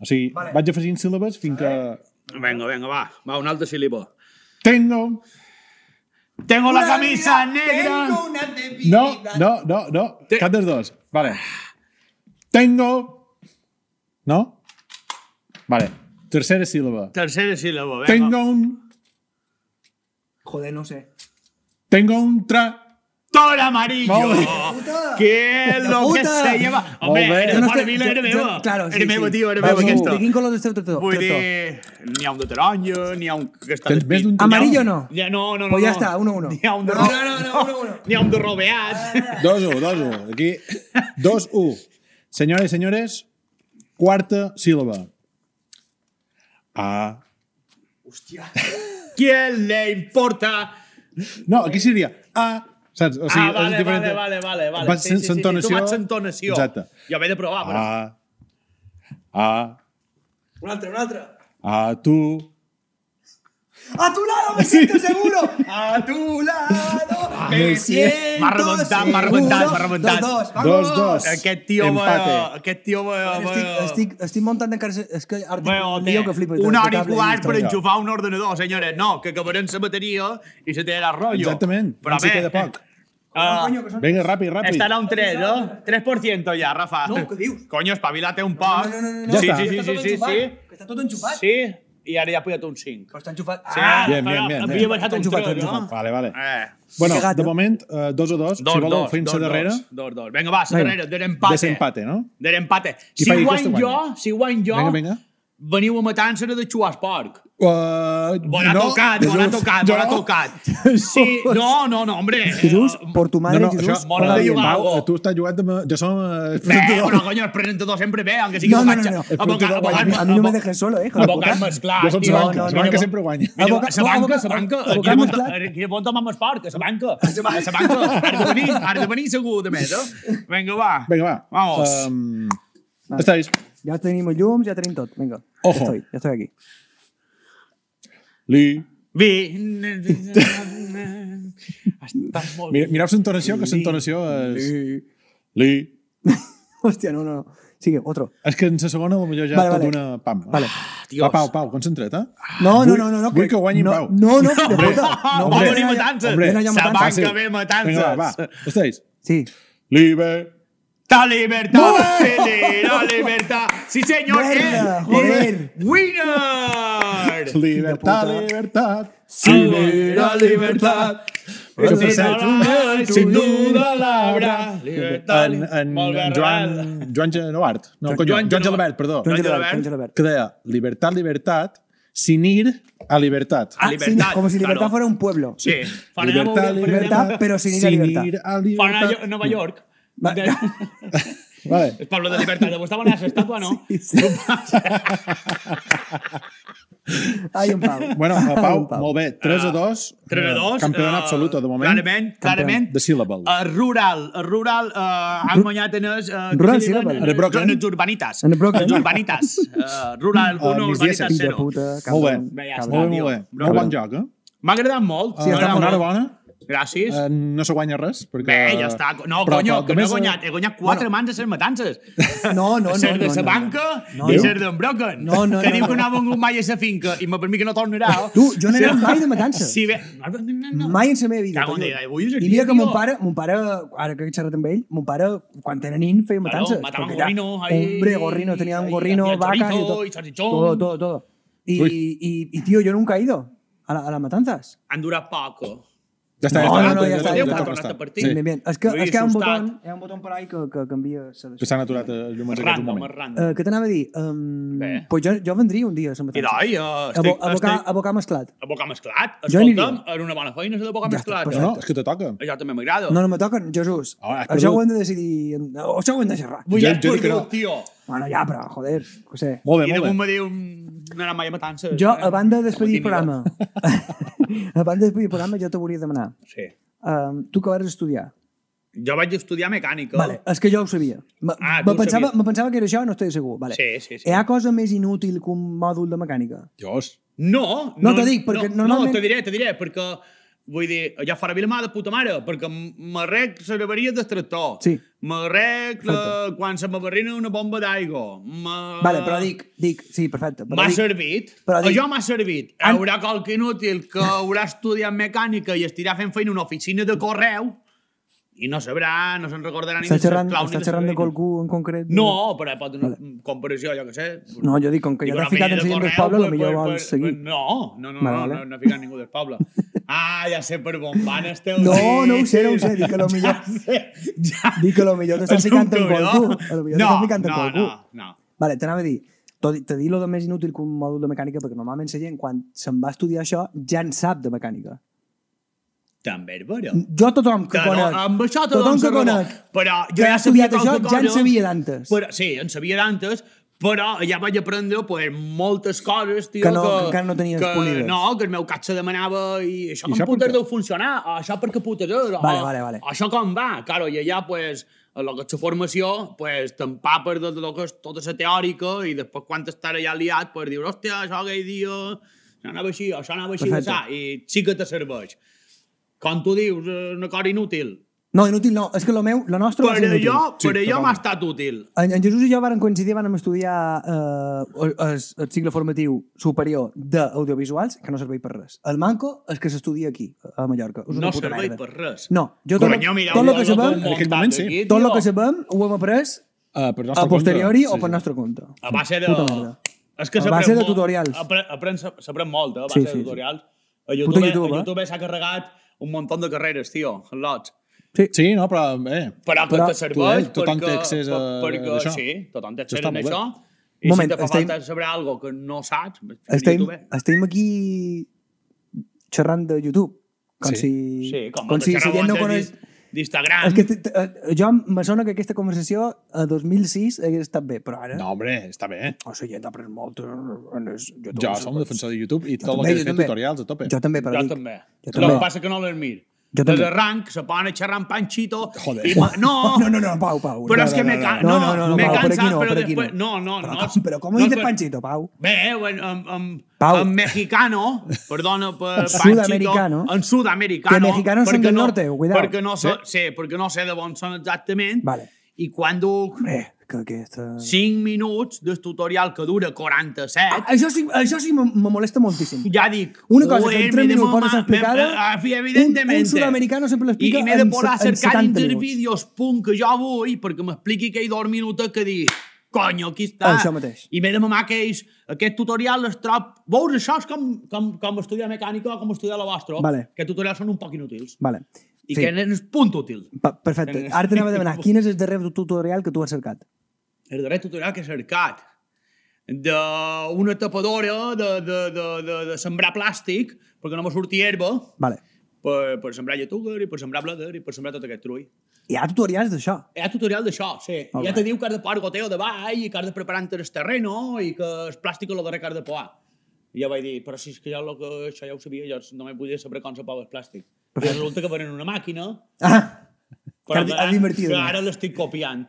[SPEAKER 2] O sigui, vaig afegint síl·labes fins que...
[SPEAKER 4] Vinga, vinga, va. Va, un altre síl·libo.
[SPEAKER 2] Tengo...
[SPEAKER 4] Tengo la camisa negra.
[SPEAKER 2] No, no, no, no.
[SPEAKER 4] Té-
[SPEAKER 2] Cap dels dos. Vale. Tengo... No? Vale. Tercera síl·laba.
[SPEAKER 4] Tercera síl·laba, venga.
[SPEAKER 2] Tengo un...
[SPEAKER 1] Joder, no sé.
[SPEAKER 2] Tengo un tra...
[SPEAKER 4] Toro amarillo.
[SPEAKER 2] Molt bé.
[SPEAKER 1] Puta.
[SPEAKER 4] Que es lo que
[SPEAKER 1] Puta.
[SPEAKER 4] se lleva.
[SPEAKER 2] Molt
[SPEAKER 4] Hombre,
[SPEAKER 2] bé.
[SPEAKER 4] eres
[SPEAKER 2] Jo
[SPEAKER 1] no
[SPEAKER 4] fora
[SPEAKER 1] estic-
[SPEAKER 4] vila, eres
[SPEAKER 1] jo- jo-
[SPEAKER 4] meu.
[SPEAKER 1] claro, sí,
[SPEAKER 4] Eres meu,
[SPEAKER 1] sí.
[SPEAKER 4] tio, eres
[SPEAKER 1] Vas
[SPEAKER 4] meu,
[SPEAKER 1] un-
[SPEAKER 4] aquesta.
[SPEAKER 1] De quin color esteu tot? tot-
[SPEAKER 4] Vull
[SPEAKER 1] tot?
[SPEAKER 4] dir, n'hi ha un de taronja, n'hi ha un que està
[SPEAKER 2] Tens més d'un
[SPEAKER 4] despit.
[SPEAKER 1] Amarillo no?
[SPEAKER 4] N'hi ha- No, no, no.
[SPEAKER 1] Pues ja
[SPEAKER 4] no.
[SPEAKER 1] està, uno, uno.
[SPEAKER 4] N'hi ha un de
[SPEAKER 1] No,
[SPEAKER 4] ro-
[SPEAKER 1] no, no, uno, uno. Ah,
[SPEAKER 4] N'hi ha un de robeat.
[SPEAKER 2] 2-1, 2-1. Aquí, 2-1. Senyores i senyores, quarta síl·laba. A.
[SPEAKER 4] ¿Quién le importa?
[SPEAKER 2] No, aquí seria A. Saps?
[SPEAKER 1] Pues
[SPEAKER 2] O sigui,
[SPEAKER 4] ah, vale,
[SPEAKER 2] és diferent.
[SPEAKER 4] vale, vale, vale, vale.
[SPEAKER 2] Vas sen-
[SPEAKER 4] Tu
[SPEAKER 2] sentonació.
[SPEAKER 4] vas sentonació.
[SPEAKER 2] Exacte.
[SPEAKER 4] Jo haver de provar, però.
[SPEAKER 1] Ah.
[SPEAKER 2] A. A.
[SPEAKER 4] Un altre, un altre.
[SPEAKER 2] A tu.
[SPEAKER 1] ¡A tu lado me siento seguro!
[SPEAKER 4] A tu lado.
[SPEAKER 1] ¡Me
[SPEAKER 2] sí.
[SPEAKER 1] siento
[SPEAKER 4] M'ha rebentat, m'ha rebentat, m'ha rebentat.
[SPEAKER 1] Dos, dos,
[SPEAKER 2] Dos,
[SPEAKER 1] vamos.
[SPEAKER 2] dos.
[SPEAKER 4] Aquest tio va...
[SPEAKER 2] Empate.
[SPEAKER 4] Aquest tio va...
[SPEAKER 1] Estic, estic, estic muntant encara... És que ara tinc
[SPEAKER 4] Bueno,
[SPEAKER 1] un
[SPEAKER 4] té,
[SPEAKER 1] guió que flipa.
[SPEAKER 4] una hora i quart per
[SPEAKER 2] història.
[SPEAKER 4] enxufar un ordenador, senyores. No, que acabarem la bateria i se té el rotllo.
[SPEAKER 2] Exactament.
[SPEAKER 4] Però
[SPEAKER 2] Ens hi
[SPEAKER 4] bé,
[SPEAKER 2] queda poc.
[SPEAKER 4] ah,
[SPEAKER 2] Vinga, ràpid, ràpid.
[SPEAKER 4] Estarà un 3, no? 3% ja, Rafa.
[SPEAKER 1] No, què dius?
[SPEAKER 4] Coño, espavila't un
[SPEAKER 1] Ah,
[SPEAKER 4] poc.
[SPEAKER 1] No, no, no, no,
[SPEAKER 2] Ja
[SPEAKER 4] sí,
[SPEAKER 2] està.
[SPEAKER 4] sí,
[SPEAKER 1] que
[SPEAKER 4] sí,
[SPEAKER 1] està
[SPEAKER 4] sí,
[SPEAKER 1] tot
[SPEAKER 4] sí, sí.
[SPEAKER 1] enxufat, Que està tot enxufat.
[SPEAKER 4] Sí, i ara ja ha pujat un 5.
[SPEAKER 1] Però està enxufat.
[SPEAKER 4] Sí,
[SPEAKER 1] Ah,
[SPEAKER 2] Bien,
[SPEAKER 4] però
[SPEAKER 2] bien, bien,
[SPEAKER 4] Havia
[SPEAKER 2] bien.
[SPEAKER 4] baixat un
[SPEAKER 1] Enxufat,
[SPEAKER 4] 3, no?
[SPEAKER 1] enxufat.
[SPEAKER 2] Vale, vale.
[SPEAKER 4] Eh.
[SPEAKER 2] Bueno,
[SPEAKER 1] Llegat,
[SPEAKER 2] de
[SPEAKER 1] no?
[SPEAKER 2] moment, eh, dos o dos.
[SPEAKER 4] Dos,
[SPEAKER 2] si voleu,
[SPEAKER 4] dos,
[SPEAKER 2] fem-se
[SPEAKER 4] dos,
[SPEAKER 2] darrere.
[SPEAKER 4] dos, dos, dos. Vinga, va, la
[SPEAKER 1] Vinga.
[SPEAKER 4] darrera, de l'empate.
[SPEAKER 2] Desempate, no?
[SPEAKER 4] De l'empate.
[SPEAKER 2] Qui
[SPEAKER 4] Si
[SPEAKER 2] faci
[SPEAKER 4] guany
[SPEAKER 2] aquesta
[SPEAKER 4] jo,
[SPEAKER 2] guanya.
[SPEAKER 4] si guany jo,
[SPEAKER 2] Vinga, vinga.
[SPEAKER 4] veniu a matança de xuar porc.
[SPEAKER 2] Uh,
[SPEAKER 4] Bon ha tocat, bon ha tocat, bon ha tocat. Sí, no, no, no, hombre. Eh,
[SPEAKER 1] Jesús, por tu madre,
[SPEAKER 2] No, no,
[SPEAKER 1] Jesús.
[SPEAKER 2] això...
[SPEAKER 4] Bona de
[SPEAKER 2] Pau,
[SPEAKER 4] jugar, algo.
[SPEAKER 2] Eh, tu estàs jugant amb... Jo som... eh,
[SPEAKER 4] Bé,
[SPEAKER 2] presentador.
[SPEAKER 4] però coño, el presentador sempre bé, aunque sigui
[SPEAKER 1] No, no,
[SPEAKER 4] borratxa.
[SPEAKER 1] no, no.
[SPEAKER 2] El
[SPEAKER 4] A boca- a
[SPEAKER 2] presentador guanya.
[SPEAKER 1] A mi-
[SPEAKER 4] boca-
[SPEAKER 1] a mi no me dejes solo, eh. hijo de
[SPEAKER 4] A boca
[SPEAKER 1] puta.
[SPEAKER 4] més clar,
[SPEAKER 2] Jo som
[SPEAKER 4] tio.
[SPEAKER 2] Sabanca,
[SPEAKER 4] No, no,
[SPEAKER 2] Sabanca
[SPEAKER 4] no.
[SPEAKER 2] sempre guanya.
[SPEAKER 4] Mira,
[SPEAKER 1] A boca-
[SPEAKER 4] sa
[SPEAKER 1] no, a
[SPEAKER 4] banca,
[SPEAKER 1] boca-
[SPEAKER 4] sa banca.
[SPEAKER 1] a boca
[SPEAKER 4] Aquí de
[SPEAKER 1] més
[SPEAKER 4] Monta-
[SPEAKER 1] clar.
[SPEAKER 4] aquí de Monta Mama Esport, que sa banca. Sa banca. Has de venir, has de venir segur, de més, eh? Vinga, va.
[SPEAKER 2] Vinga, va.
[SPEAKER 4] Vamos.
[SPEAKER 2] Um, Estáis.
[SPEAKER 1] Ja tenim llums, ja tenim tot. Vinga.
[SPEAKER 2] Ojo.
[SPEAKER 1] Ja estoy, ja estoy aquí.
[SPEAKER 2] Li...
[SPEAKER 4] Vi. Estàs molt...
[SPEAKER 2] Mira, mireu l'entonació, que l'entonació és... Li...
[SPEAKER 1] Hòstia, no, no, no. Sigue, otro.
[SPEAKER 2] És que en la segona potser ja
[SPEAKER 1] Vale,
[SPEAKER 2] vale, tot
[SPEAKER 1] vale.
[SPEAKER 2] una pam.
[SPEAKER 1] Vale.
[SPEAKER 2] Va, Pau, Pau, concentra't, eh?
[SPEAKER 1] No, no, no, no. no
[SPEAKER 2] vull
[SPEAKER 1] que-
[SPEAKER 2] que guanyi en
[SPEAKER 1] no,
[SPEAKER 2] Pau.
[SPEAKER 1] No, no, fill de
[SPEAKER 2] Hombre,
[SPEAKER 1] puta. No,
[SPEAKER 4] Va
[SPEAKER 2] hombre.
[SPEAKER 1] no,
[SPEAKER 4] venir
[SPEAKER 1] no, no,
[SPEAKER 4] matances.
[SPEAKER 1] no, no hi ha
[SPEAKER 4] Sa
[SPEAKER 1] matances.
[SPEAKER 4] banca ve matances.
[SPEAKER 2] Vinga, va, va. Estáis.
[SPEAKER 1] Sí.
[SPEAKER 2] Liber...
[SPEAKER 4] ¡La libertad! Chile, ¡La libertad! ¡Sí, señor!
[SPEAKER 1] Mierda,
[SPEAKER 4] eh,
[SPEAKER 1] joder.
[SPEAKER 4] eh, ¡Winner!
[SPEAKER 2] Libertad,
[SPEAKER 1] puta.
[SPEAKER 2] libertad.
[SPEAKER 4] Sí, la libertad.
[SPEAKER 2] Que
[SPEAKER 4] Sí,
[SPEAKER 2] per cert,
[SPEAKER 4] la-
[SPEAKER 2] sin duda l'haurà.
[SPEAKER 4] Libertad.
[SPEAKER 2] En, en,
[SPEAKER 4] Molt bé,
[SPEAKER 2] en Joan, Joan Genovart. No, cony, Joan,
[SPEAKER 4] Joan Genova-
[SPEAKER 2] Joan Gelabert, perdó.
[SPEAKER 1] Joan
[SPEAKER 4] Joan
[SPEAKER 1] Gelabert,
[SPEAKER 4] Gelabert.
[SPEAKER 1] Joan Gelabert.
[SPEAKER 2] Que deia, libertad, libertad, sin ir a libertad.
[SPEAKER 1] Ah,
[SPEAKER 4] Libertad,
[SPEAKER 1] sí, no, como si Libertad
[SPEAKER 4] claro.
[SPEAKER 1] fuera un pueblo.
[SPEAKER 4] Sí. Farà
[SPEAKER 2] libertad,
[SPEAKER 4] molt bé,
[SPEAKER 2] libertad,
[SPEAKER 1] pero sin ir a libertad.
[SPEAKER 2] a
[SPEAKER 4] Farà
[SPEAKER 2] libertad.
[SPEAKER 4] a Nova York.
[SPEAKER 1] Va-
[SPEAKER 4] De-
[SPEAKER 2] Vale.
[SPEAKER 4] Pablo de Libertad. ¿Te gustaban las
[SPEAKER 1] Eh,
[SPEAKER 4] estatuas, no?
[SPEAKER 1] Sí, sí. Hay un Pau.
[SPEAKER 2] Bueno, a
[SPEAKER 1] Hay
[SPEAKER 2] Pau,
[SPEAKER 1] un Pau.
[SPEAKER 2] molt bé. 3 a 2.
[SPEAKER 4] 3 a 2.
[SPEAKER 2] Campeón
[SPEAKER 4] eh,
[SPEAKER 2] absoluto, de moment.
[SPEAKER 4] Clarament, clarament.
[SPEAKER 2] De syllable.
[SPEAKER 4] Eh, rural, eh, rural, eh, han guanyat en els... eh, que
[SPEAKER 1] Rural
[SPEAKER 4] se diuen,
[SPEAKER 1] syllable.
[SPEAKER 2] En el Brocken.
[SPEAKER 4] En els urbanitas.
[SPEAKER 1] En el Oh, Brocken.
[SPEAKER 4] Els urbanitas. Eh, rural
[SPEAKER 2] Eh,
[SPEAKER 4] 1,
[SPEAKER 2] mis
[SPEAKER 4] urbanitas
[SPEAKER 2] dieces.
[SPEAKER 1] Fill de
[SPEAKER 4] 0.
[SPEAKER 1] puta,
[SPEAKER 2] Molt bé.
[SPEAKER 1] cabrón,
[SPEAKER 4] Bé, ja
[SPEAKER 1] cabrón.
[SPEAKER 4] està.
[SPEAKER 2] Molt bé, molt bé. Molt bon joc, eh?
[SPEAKER 4] M'ha agradat molt.
[SPEAKER 1] Sí,
[SPEAKER 2] Eh,
[SPEAKER 1] Ah, està
[SPEAKER 4] M'agrada
[SPEAKER 1] molt
[SPEAKER 2] enhora
[SPEAKER 4] molt.
[SPEAKER 2] bona.
[SPEAKER 4] Gràcies.
[SPEAKER 2] Eh, No se guanya res. Perquè...
[SPEAKER 4] Bé,
[SPEAKER 1] eh,
[SPEAKER 4] ja està. No,
[SPEAKER 2] Però,
[SPEAKER 4] conyo,
[SPEAKER 2] però,
[SPEAKER 4] que no he
[SPEAKER 2] només, eh,
[SPEAKER 4] guanyat. He guanyat quatre mans a ser matances.
[SPEAKER 1] No, no, no.
[SPEAKER 4] ser de
[SPEAKER 1] no,
[SPEAKER 4] la
[SPEAKER 1] no.
[SPEAKER 4] banca
[SPEAKER 1] No,
[SPEAKER 4] i
[SPEAKER 1] no.
[SPEAKER 4] ser d'en Brocken.
[SPEAKER 1] No, no,
[SPEAKER 4] que
[SPEAKER 1] no,
[SPEAKER 4] diu
[SPEAKER 1] no.
[SPEAKER 4] que no ha vengut mai a la finca i me per mi que no tornarà.
[SPEAKER 1] Tu, jo no he anat mai de matances.
[SPEAKER 4] Sí, bé. No, no, no, no.
[SPEAKER 1] Mai en la meva vida.
[SPEAKER 4] Cago en
[SPEAKER 1] t'ho
[SPEAKER 4] Déu,
[SPEAKER 1] juro.
[SPEAKER 4] avui és el
[SPEAKER 1] I mira
[SPEAKER 4] dia,
[SPEAKER 1] que mon
[SPEAKER 4] tio.
[SPEAKER 1] pare, mon pare, ara que he xerrat amb ell, mon pare, quan era nin, feia
[SPEAKER 4] Claro,
[SPEAKER 1] matances.
[SPEAKER 4] mataba
[SPEAKER 1] porque
[SPEAKER 4] gorrino ahí,
[SPEAKER 1] hombre, gorrino, tenía un
[SPEAKER 4] ahí,
[SPEAKER 1] gorrino,
[SPEAKER 4] hacía
[SPEAKER 1] vaca
[SPEAKER 4] chorizo y
[SPEAKER 1] y todo.
[SPEAKER 4] salchichón.
[SPEAKER 1] todo, todo, todo. Y,
[SPEAKER 2] Uy.
[SPEAKER 1] y, y, tío, yo nunca he ido a, la- a las matanzas.
[SPEAKER 4] Han durat poc.
[SPEAKER 2] Ja està,
[SPEAKER 1] No,
[SPEAKER 2] ja
[SPEAKER 1] no, no,
[SPEAKER 2] està.
[SPEAKER 1] ja està, ja
[SPEAKER 2] toca,
[SPEAKER 1] està.
[SPEAKER 2] toca, toca.
[SPEAKER 4] Sí.
[SPEAKER 1] Bien, bien, bien. Es que,
[SPEAKER 4] Lo he
[SPEAKER 1] es que hay un
[SPEAKER 4] disfrutado.
[SPEAKER 1] botón, hay un botón por ahí que, que canvia la selecció.
[SPEAKER 2] Que s'han aturat els llums aquests un
[SPEAKER 4] Random,
[SPEAKER 2] moment.
[SPEAKER 4] random.
[SPEAKER 1] Eh, què t'anava a dir? Um,
[SPEAKER 4] Bé.
[SPEAKER 1] pues jo, jo vendria un dia a la
[SPEAKER 4] I
[SPEAKER 1] matança.
[SPEAKER 4] doi, eh,
[SPEAKER 1] A, bo,
[SPEAKER 4] estic,
[SPEAKER 1] a, boca,
[SPEAKER 4] estic
[SPEAKER 1] a boca mesclat.
[SPEAKER 4] a boca mesclat.
[SPEAKER 1] Jo aniria.
[SPEAKER 4] Escolta'm, era una bona feina, és de
[SPEAKER 1] Ja
[SPEAKER 4] boca
[SPEAKER 1] està,
[SPEAKER 4] mesclat.
[SPEAKER 2] No, no, és que te toca.
[SPEAKER 4] Jo també m'agrada.
[SPEAKER 1] No, no me toquen, Jesús.
[SPEAKER 2] Ah, és que
[SPEAKER 1] això
[SPEAKER 2] tu-
[SPEAKER 1] ho hem de decidir... Això ho hem de xerrar.
[SPEAKER 4] Vull
[SPEAKER 2] Jo-
[SPEAKER 4] dir,
[SPEAKER 2] jo dic que
[SPEAKER 4] tu,
[SPEAKER 2] no.
[SPEAKER 4] tio.
[SPEAKER 1] Bueno, ja, però, joder, ho sé.
[SPEAKER 2] Molt
[SPEAKER 4] I
[SPEAKER 2] bé,
[SPEAKER 4] algú
[SPEAKER 2] molt bé.
[SPEAKER 4] me diu, "Mm, no anar mai a matances.
[SPEAKER 1] Jo,
[SPEAKER 4] eh?"
[SPEAKER 1] a banda de despedir el
[SPEAKER 4] Continua.
[SPEAKER 1] programa, a banda de despedir el programa, jo te volia demanar.
[SPEAKER 4] Sí.
[SPEAKER 1] Um, tu que vas estudiar.
[SPEAKER 4] Jo vaig estudiar mecànica.
[SPEAKER 1] Vale, és que jo ho sabia. Me,
[SPEAKER 4] Ah, tu
[SPEAKER 1] me,
[SPEAKER 4] ho
[SPEAKER 1] pensava,
[SPEAKER 4] sabies.
[SPEAKER 1] me pensava que era això, no estic segur. Vale.
[SPEAKER 4] Sí, sí, Ah. sí.
[SPEAKER 1] Hi ha cosa més inútil que un mòdul de mecànica?
[SPEAKER 2] Dios.
[SPEAKER 4] No,
[SPEAKER 1] No t'ho dic, perquè
[SPEAKER 4] no,
[SPEAKER 1] normalment-
[SPEAKER 4] No, te diré, te diré, perquè vull dir, ja farà Vilamà de puta mare, perquè m- m'arrec la reveria del tractor,
[SPEAKER 1] Sí.
[SPEAKER 4] m'arrec la-
[SPEAKER 1] Perfecte.
[SPEAKER 4] quan se m'abarrina una bomba d'aigua, m'ha-
[SPEAKER 1] Vale, però dic, dic, sí, perfecte. Però
[SPEAKER 4] M'ha
[SPEAKER 1] dic,
[SPEAKER 4] servit,
[SPEAKER 1] però dic-
[SPEAKER 4] jo m'ha servit.
[SPEAKER 1] An-
[SPEAKER 4] Haurà qualque inútil que haurà estudiat mecànica i estirà fent feina a una oficina de correu i no sabrà, no se'n recordarà ni
[SPEAKER 1] Estàs xerrant,
[SPEAKER 4] clau ni
[SPEAKER 1] estàs
[SPEAKER 4] la
[SPEAKER 1] xerrant de
[SPEAKER 4] feina.
[SPEAKER 1] qualcú en concret?
[SPEAKER 4] No, però pot una
[SPEAKER 1] Vale.
[SPEAKER 4] comparació, jo que sé.
[SPEAKER 1] No, jo dic, com que ja
[SPEAKER 4] Dic,
[SPEAKER 1] t'has
[SPEAKER 4] una
[SPEAKER 1] ficat
[SPEAKER 4] feina
[SPEAKER 1] en
[SPEAKER 4] de
[SPEAKER 1] gent del
[SPEAKER 4] correu,
[SPEAKER 1] poble,
[SPEAKER 4] pues,
[SPEAKER 1] potser
[SPEAKER 4] pues,
[SPEAKER 1] vols
[SPEAKER 4] pues,
[SPEAKER 1] seguir.
[SPEAKER 4] pues, No, no, no,
[SPEAKER 1] Vale,
[SPEAKER 4] no,
[SPEAKER 1] vale.
[SPEAKER 4] no, no he ficat ningú del poble. Ah, ja sé per on van els teus
[SPEAKER 1] No, no ho sé, no ho
[SPEAKER 4] dits.
[SPEAKER 1] sé, dic que lo millor-
[SPEAKER 4] Ja sé, ja.
[SPEAKER 1] Dic que lo millor t'estàs
[SPEAKER 4] És un
[SPEAKER 1] ficant en
[SPEAKER 4] colló.
[SPEAKER 1] qualcú. A lo millor t'estàs ficant en
[SPEAKER 4] no,
[SPEAKER 1] qualcú.
[SPEAKER 4] No, no,
[SPEAKER 1] Vale, t'anava a dir, tot, i- te dir lo de més inútil que un mòdul de mecànica, perquè normalment la gent, quan se'n va a estudiar això, ja en sap de mecànica.
[SPEAKER 4] També és vera.
[SPEAKER 1] Jo tothom que
[SPEAKER 4] Que no,
[SPEAKER 1] conec,
[SPEAKER 4] amb això te
[SPEAKER 1] tothom
[SPEAKER 4] dono
[SPEAKER 1] que
[SPEAKER 4] la raó.
[SPEAKER 1] conec,
[SPEAKER 4] Però jo
[SPEAKER 1] que
[SPEAKER 4] ja
[SPEAKER 1] ha
[SPEAKER 4] sabia
[SPEAKER 1] estudiat això,
[SPEAKER 4] qualque
[SPEAKER 1] ja en
[SPEAKER 4] cosa.
[SPEAKER 1] sabia d'antes.
[SPEAKER 4] Però, sí, en sabia d'antes, però ja vaig aprendre pues, moltes coses, tio,
[SPEAKER 1] Que no- que
[SPEAKER 4] que,
[SPEAKER 1] encara no tenies
[SPEAKER 4] que,
[SPEAKER 1] polides.
[SPEAKER 4] No, que el meu cap se demanava i això
[SPEAKER 2] I
[SPEAKER 4] com
[SPEAKER 2] això per
[SPEAKER 4] putes
[SPEAKER 2] què?
[SPEAKER 4] deu funcionar, o això per què putes és, o,
[SPEAKER 1] Vale, vale, vale.
[SPEAKER 4] o això com va, claro, i allà, pues, a lo que és la formació, pues, t'empapes de lo que és tota la teòrica i després quan t'estàs allà liat, pues, dius, hòstia, això aquell dia, això anava així, o això anava així,
[SPEAKER 1] Perfecte.
[SPEAKER 4] sa, i sí que te serveix. Com tu dius, eh, una cosa inútil.
[SPEAKER 1] No, inútil no, és que lo meu, lo nostre va
[SPEAKER 4] Per
[SPEAKER 1] ser inútil.
[SPEAKER 4] allò,
[SPEAKER 2] Sí,
[SPEAKER 4] per allò
[SPEAKER 2] totalment.
[SPEAKER 4] m'ha estat útil.
[SPEAKER 1] En, en Jesús i jo varen coincidir, vàrem estudiar eh, el, el cicle formatiu superior d'audiovisuals, que no serveix per res. El manco és que s'estudia aquí, a Mallorca. És una
[SPEAKER 4] No
[SPEAKER 1] puta
[SPEAKER 4] serveix
[SPEAKER 1] merda.
[SPEAKER 4] per res.
[SPEAKER 1] No, jo tot,
[SPEAKER 4] Coño,
[SPEAKER 1] lo-
[SPEAKER 4] mira,
[SPEAKER 1] tot lo
[SPEAKER 4] un
[SPEAKER 1] que
[SPEAKER 4] lloc
[SPEAKER 1] sabem,
[SPEAKER 2] En aquell
[SPEAKER 4] muntat
[SPEAKER 2] moment sí.
[SPEAKER 4] aquí,
[SPEAKER 1] tot lo
[SPEAKER 4] tio.
[SPEAKER 1] que sabem ho hem après
[SPEAKER 2] Uh, per nostre
[SPEAKER 1] a posteriori
[SPEAKER 2] compte.
[SPEAKER 1] o per nostre compte.
[SPEAKER 4] A base de...
[SPEAKER 1] Puta merda.
[SPEAKER 4] És que
[SPEAKER 1] A
[SPEAKER 4] s'aprèn
[SPEAKER 1] base de
[SPEAKER 4] molt-
[SPEAKER 1] tutorials.
[SPEAKER 4] apre- Aprèn, s'aprèn molt, eh, a
[SPEAKER 1] Sí,
[SPEAKER 4] base
[SPEAKER 1] sí, sí.
[SPEAKER 4] de tutorials. A YouTube,
[SPEAKER 1] YouTube,
[SPEAKER 4] a
[SPEAKER 1] eh?
[SPEAKER 4] YouTube s'ha carregat un munt de carreres, tio, lots.
[SPEAKER 2] Sí, no, però bé.
[SPEAKER 4] Però que
[SPEAKER 1] Però,
[SPEAKER 4] te serveix
[SPEAKER 2] tu, eh, tothom té
[SPEAKER 4] perquè...
[SPEAKER 2] accés a-
[SPEAKER 4] per- perquè,
[SPEAKER 2] a això.
[SPEAKER 4] Sí, tothom té accés
[SPEAKER 2] Això està
[SPEAKER 4] a
[SPEAKER 2] molt bé.
[SPEAKER 4] això. I
[SPEAKER 1] Moment,
[SPEAKER 4] si te fa
[SPEAKER 1] estem-
[SPEAKER 4] falta saber alguna que no saps, fica en
[SPEAKER 1] Estem,
[SPEAKER 4] YouTube.
[SPEAKER 1] estem aquí xerrant de YouTube. Com
[SPEAKER 2] Sí,
[SPEAKER 1] si,
[SPEAKER 4] Sí, com,
[SPEAKER 1] com si la gent no coneix...
[SPEAKER 4] D'Instagram.
[SPEAKER 1] És que t- t- eh, jo me sona que aquesta conversació a 2006 hagués estat bé, però ara...
[SPEAKER 2] No, home, està bé.
[SPEAKER 1] O sigui, ja t'aprens molt en el YouTube.
[SPEAKER 2] Jo som un defensor de YouTube i tot el
[SPEAKER 1] també,
[SPEAKER 2] que he
[SPEAKER 1] jo
[SPEAKER 2] fet
[SPEAKER 1] també.
[SPEAKER 2] tutorials a tope.
[SPEAKER 1] Jo també, però
[SPEAKER 4] Jo
[SPEAKER 1] dic...
[SPEAKER 4] també.
[SPEAKER 1] Jo
[SPEAKER 4] El
[SPEAKER 1] també.
[SPEAKER 4] que passa que no les mir.
[SPEAKER 1] Jo
[SPEAKER 4] Des
[SPEAKER 1] també.
[SPEAKER 4] d'arranc se poden xerrar amb Panchito
[SPEAKER 2] Joder.
[SPEAKER 4] i... ma- No,
[SPEAKER 1] No, no, no, Pau, Pau.
[SPEAKER 4] Però
[SPEAKER 1] no,
[SPEAKER 4] és que
[SPEAKER 1] no,
[SPEAKER 4] me
[SPEAKER 1] no,
[SPEAKER 4] ca-
[SPEAKER 1] no,
[SPEAKER 4] no,
[SPEAKER 1] no, no,
[SPEAKER 4] me
[SPEAKER 1] Pau, per
[SPEAKER 4] cansa,
[SPEAKER 1] aquí no,
[SPEAKER 4] però
[SPEAKER 1] per aquí
[SPEAKER 4] després- no, no,
[SPEAKER 1] però,
[SPEAKER 4] no,
[SPEAKER 1] com, però com ho
[SPEAKER 4] no,
[SPEAKER 1] dices
[SPEAKER 4] per-
[SPEAKER 1] Panchito, Pau?
[SPEAKER 4] Bé, eh, en, en, en,
[SPEAKER 1] Pau.
[SPEAKER 4] en mexicano, perdona per
[SPEAKER 1] En
[SPEAKER 4] Panchito,
[SPEAKER 1] sudamericano.
[SPEAKER 4] en sudamericano.
[SPEAKER 1] Que mexicanos son
[SPEAKER 4] perquè
[SPEAKER 1] del norte, cuidado.
[SPEAKER 4] Perquè no, sé, sí, perquè no sé de on són exactament.
[SPEAKER 1] Vale.
[SPEAKER 4] I quan duc
[SPEAKER 1] Bé, que aquesta...
[SPEAKER 4] 5 minuts del tutorial que dura 47,
[SPEAKER 1] Ah, Això sí, això sí me, me molesta moltíssim.
[SPEAKER 4] ja dic...
[SPEAKER 1] Una cosa que en
[SPEAKER 4] "Joder,
[SPEAKER 1] 3
[SPEAKER 4] me
[SPEAKER 1] minuts
[SPEAKER 4] demoma-
[SPEAKER 1] pots explicar,
[SPEAKER 4] me- eh, fi,
[SPEAKER 1] un, un
[SPEAKER 4] evidentemente.
[SPEAKER 1] sudamericano sempre l'explica
[SPEAKER 4] I, i m'he de
[SPEAKER 1] en,
[SPEAKER 4] posar a
[SPEAKER 1] se- en 70
[SPEAKER 4] cercar dins dels
[SPEAKER 1] minuts.
[SPEAKER 4] vídeos punt que jo vull perquè m'expliqui aquell dos minuts que dic conyo, aquí està.
[SPEAKER 1] Això mateix.
[SPEAKER 4] I m'he de mamar aquells, aquest tutorial es trob... Veus, això és com, com, com estudiar mecànica o com estudiar la vostra.
[SPEAKER 1] Vale.
[SPEAKER 4] Que tutorials són un poc inútils.
[SPEAKER 1] Vale.
[SPEAKER 4] I que no és punt útil.
[SPEAKER 1] Pa- Perfecte. Ara t'anava a demanar, quin és el darrer tutorial que tu has cercat?
[SPEAKER 4] El darrer tutorial que he cercat d'una tapadora de, de, de, de, de sembrar plàstic perquè no me sortia herba
[SPEAKER 1] Vale.
[SPEAKER 4] per, per sembrar lletuga i per sembrar bleda i per sembrar tot aquest trull.
[SPEAKER 1] Hi ha tutorials d'això.
[SPEAKER 4] Hi ha tutorial d'això, sí.
[SPEAKER 1] Molt
[SPEAKER 4] Okay. Ja
[SPEAKER 1] bé.
[SPEAKER 4] te diu que has de posar goteo de ball i que has de preparar entre el terreno i que el plàstic és el darrer que has de posar. I jo vaig dir, però si és que jo lo que, això ja ho sabia, jo només volia saber com se posa el plàstic. I resulta que venen una màquina...
[SPEAKER 1] Ah,
[SPEAKER 4] Però
[SPEAKER 1] Que has-
[SPEAKER 4] que
[SPEAKER 1] has invertit,
[SPEAKER 4] que
[SPEAKER 1] no?
[SPEAKER 4] Ara l'estic copiant.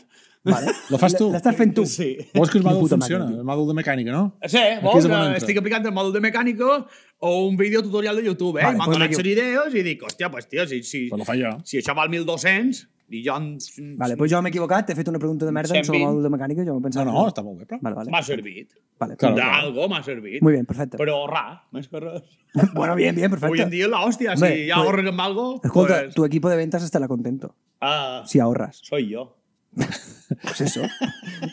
[SPEAKER 1] vale.
[SPEAKER 2] Lo fas tu?
[SPEAKER 1] L'estàs fent eh? tu.
[SPEAKER 4] Sí.
[SPEAKER 2] Vols que el
[SPEAKER 1] Quina
[SPEAKER 2] mòdul
[SPEAKER 1] puta màquina,
[SPEAKER 2] funciona?
[SPEAKER 1] tio. Eh,
[SPEAKER 2] El mòdul de mecànica, no?
[SPEAKER 4] Sí,
[SPEAKER 2] és
[SPEAKER 4] vols,
[SPEAKER 2] on entra.
[SPEAKER 4] estic aplicant el mòdul de mecànica o un vídeo tutorial de YouTube, eh?
[SPEAKER 1] Vale,
[SPEAKER 4] Vale, M'han
[SPEAKER 1] pues
[SPEAKER 4] donat
[SPEAKER 1] aquí-
[SPEAKER 4] les idees i dic, hòstia, pues, tio, si, si,
[SPEAKER 2] Però lo fa jo.
[SPEAKER 4] si això val 1.200, i jo... en-
[SPEAKER 1] Vale, doncs jo m'he equivocat, t'he fet una pregunta de merda
[SPEAKER 4] 120.
[SPEAKER 1] sobre el mòdul de mecànica, jo m'ho
[SPEAKER 2] No,
[SPEAKER 1] pensava.
[SPEAKER 2] no, està molt bé, però...
[SPEAKER 1] Vale, vale.
[SPEAKER 4] M'ha servit.
[SPEAKER 1] vale.
[SPEAKER 2] Claro, claro.
[SPEAKER 4] D'algo m'ha servit.
[SPEAKER 1] Muy bien, perfecte.
[SPEAKER 4] Però ra, més que res.
[SPEAKER 1] Bueno, bien, bien, perfecto.
[SPEAKER 4] Pues Hoy en día la hostia,
[SPEAKER 1] Hombre,
[SPEAKER 4] si ya
[SPEAKER 1] pues-
[SPEAKER 4] ahorras en algo,
[SPEAKER 1] Escolta,
[SPEAKER 4] pues,
[SPEAKER 1] tu equipo de ventas estará contento
[SPEAKER 4] ah,
[SPEAKER 1] si ahorras.
[SPEAKER 4] soy yo.
[SPEAKER 1] Pues eso.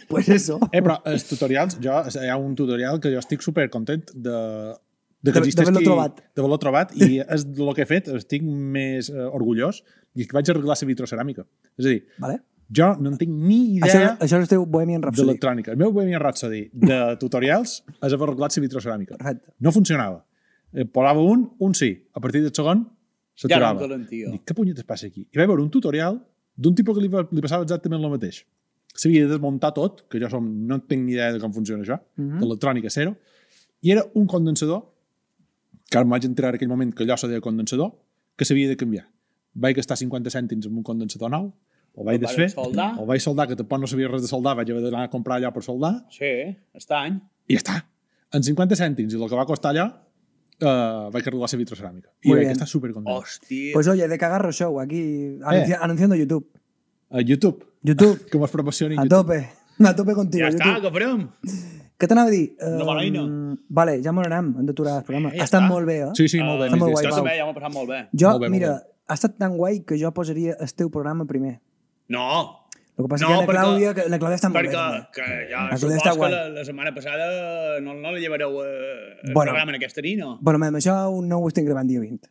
[SPEAKER 1] pues eso.
[SPEAKER 2] Eh, però els tutorials, jo, hi ha un tutorial que jo estic super content de, de
[SPEAKER 1] De-
[SPEAKER 2] que existeixi.
[SPEAKER 1] d'haver-lo trobat.
[SPEAKER 2] De haver-lo trobat i és el que he fet, estic més eh, orgullós i és que vaig arreglar la vitroceràmica. És a dir,
[SPEAKER 1] Vale?
[SPEAKER 2] jo no en tinc ni
[SPEAKER 1] Això,
[SPEAKER 2] idea
[SPEAKER 1] això és el teu Bohemian
[SPEAKER 2] de
[SPEAKER 1] Rhapsody.
[SPEAKER 2] electrònica. El meu Bohemian Rhapsody de tutorials és haver arreglat la vitroceràmica.
[SPEAKER 1] Perfecte.
[SPEAKER 2] No funcionava. Eh, Posava un, un sí. A partir del segon,
[SPEAKER 4] Ja no
[SPEAKER 2] s'aturava.
[SPEAKER 4] em calentia.
[SPEAKER 2] Dic, què punyetes passa aquí? I vaig veure un tutorial d'un tipus que li, va- li passava exactament el mateix. S'havia de desmuntar tot, que jo som, no tinc ni idea de com funciona això,
[SPEAKER 1] Mhm.
[SPEAKER 2] d'electrònica zero, i era un condensador, que ara em vaig enterar en aquell moment que allò se deia condensador, que s'havia de canviar. Vaig gastar 50 cèntims en un condensador nou, el vaig
[SPEAKER 4] El varen
[SPEAKER 2] desfer,
[SPEAKER 4] soldar.
[SPEAKER 2] el vaig soldar, que tampoc no sabia res de soldar, vaig haver d'anar a comprar allò per soldar,
[SPEAKER 4] Sí, estany.
[SPEAKER 2] i ja està. En 50 cèntims i el que va costar allò, eh, vaig arreglar la vitroceràmica. I
[SPEAKER 1] Muy
[SPEAKER 2] vaig
[SPEAKER 1] bien.
[SPEAKER 2] estar supercontent.
[SPEAKER 4] Hòstia.
[SPEAKER 1] Pues oye, de cagarro show,
[SPEAKER 2] Eh.
[SPEAKER 1] aquí anunci- anunciando YouTube.
[SPEAKER 2] A YouTube,
[SPEAKER 1] YouTube,
[SPEAKER 2] que mos promocioni
[SPEAKER 1] a
[SPEAKER 2] YouTube.
[SPEAKER 1] tope. A tope contigo,
[SPEAKER 4] ja està,
[SPEAKER 1] YouTube.
[SPEAKER 4] que farem.
[SPEAKER 1] Què t'anava a dir? Eh,
[SPEAKER 4] bona eina.
[SPEAKER 1] vale, ja m'ho anem, hem d'aturar el programa.
[SPEAKER 4] Eh, ja
[SPEAKER 1] ha estat
[SPEAKER 4] està.
[SPEAKER 1] molt bé, eh?
[SPEAKER 2] Sí, sí, molt bé.
[SPEAKER 4] Ah,
[SPEAKER 1] Està molt
[SPEAKER 2] Miquel.
[SPEAKER 1] guai,
[SPEAKER 4] jo
[SPEAKER 1] Pau.
[SPEAKER 4] també, ja m'ho he passat molt bé.
[SPEAKER 1] Jo,
[SPEAKER 2] Molt bé, molt
[SPEAKER 1] mira, ha estat tan guai que jo posaria el teu programa primer.
[SPEAKER 4] No,
[SPEAKER 1] El que passa
[SPEAKER 4] No,
[SPEAKER 1] és que la
[SPEAKER 4] perquè-
[SPEAKER 1] Clàudia, que la Clàudia està molt
[SPEAKER 4] perquè
[SPEAKER 1] bé. també.
[SPEAKER 4] que ja
[SPEAKER 1] Aquest
[SPEAKER 4] supos
[SPEAKER 1] està
[SPEAKER 4] que
[SPEAKER 1] guai.
[SPEAKER 4] la, la setmana passada no, no la llevareu eh, el
[SPEAKER 1] Bueno.
[SPEAKER 4] programa en aquesta nina.
[SPEAKER 1] Bueno, amb això no ho estem gravant dia 20.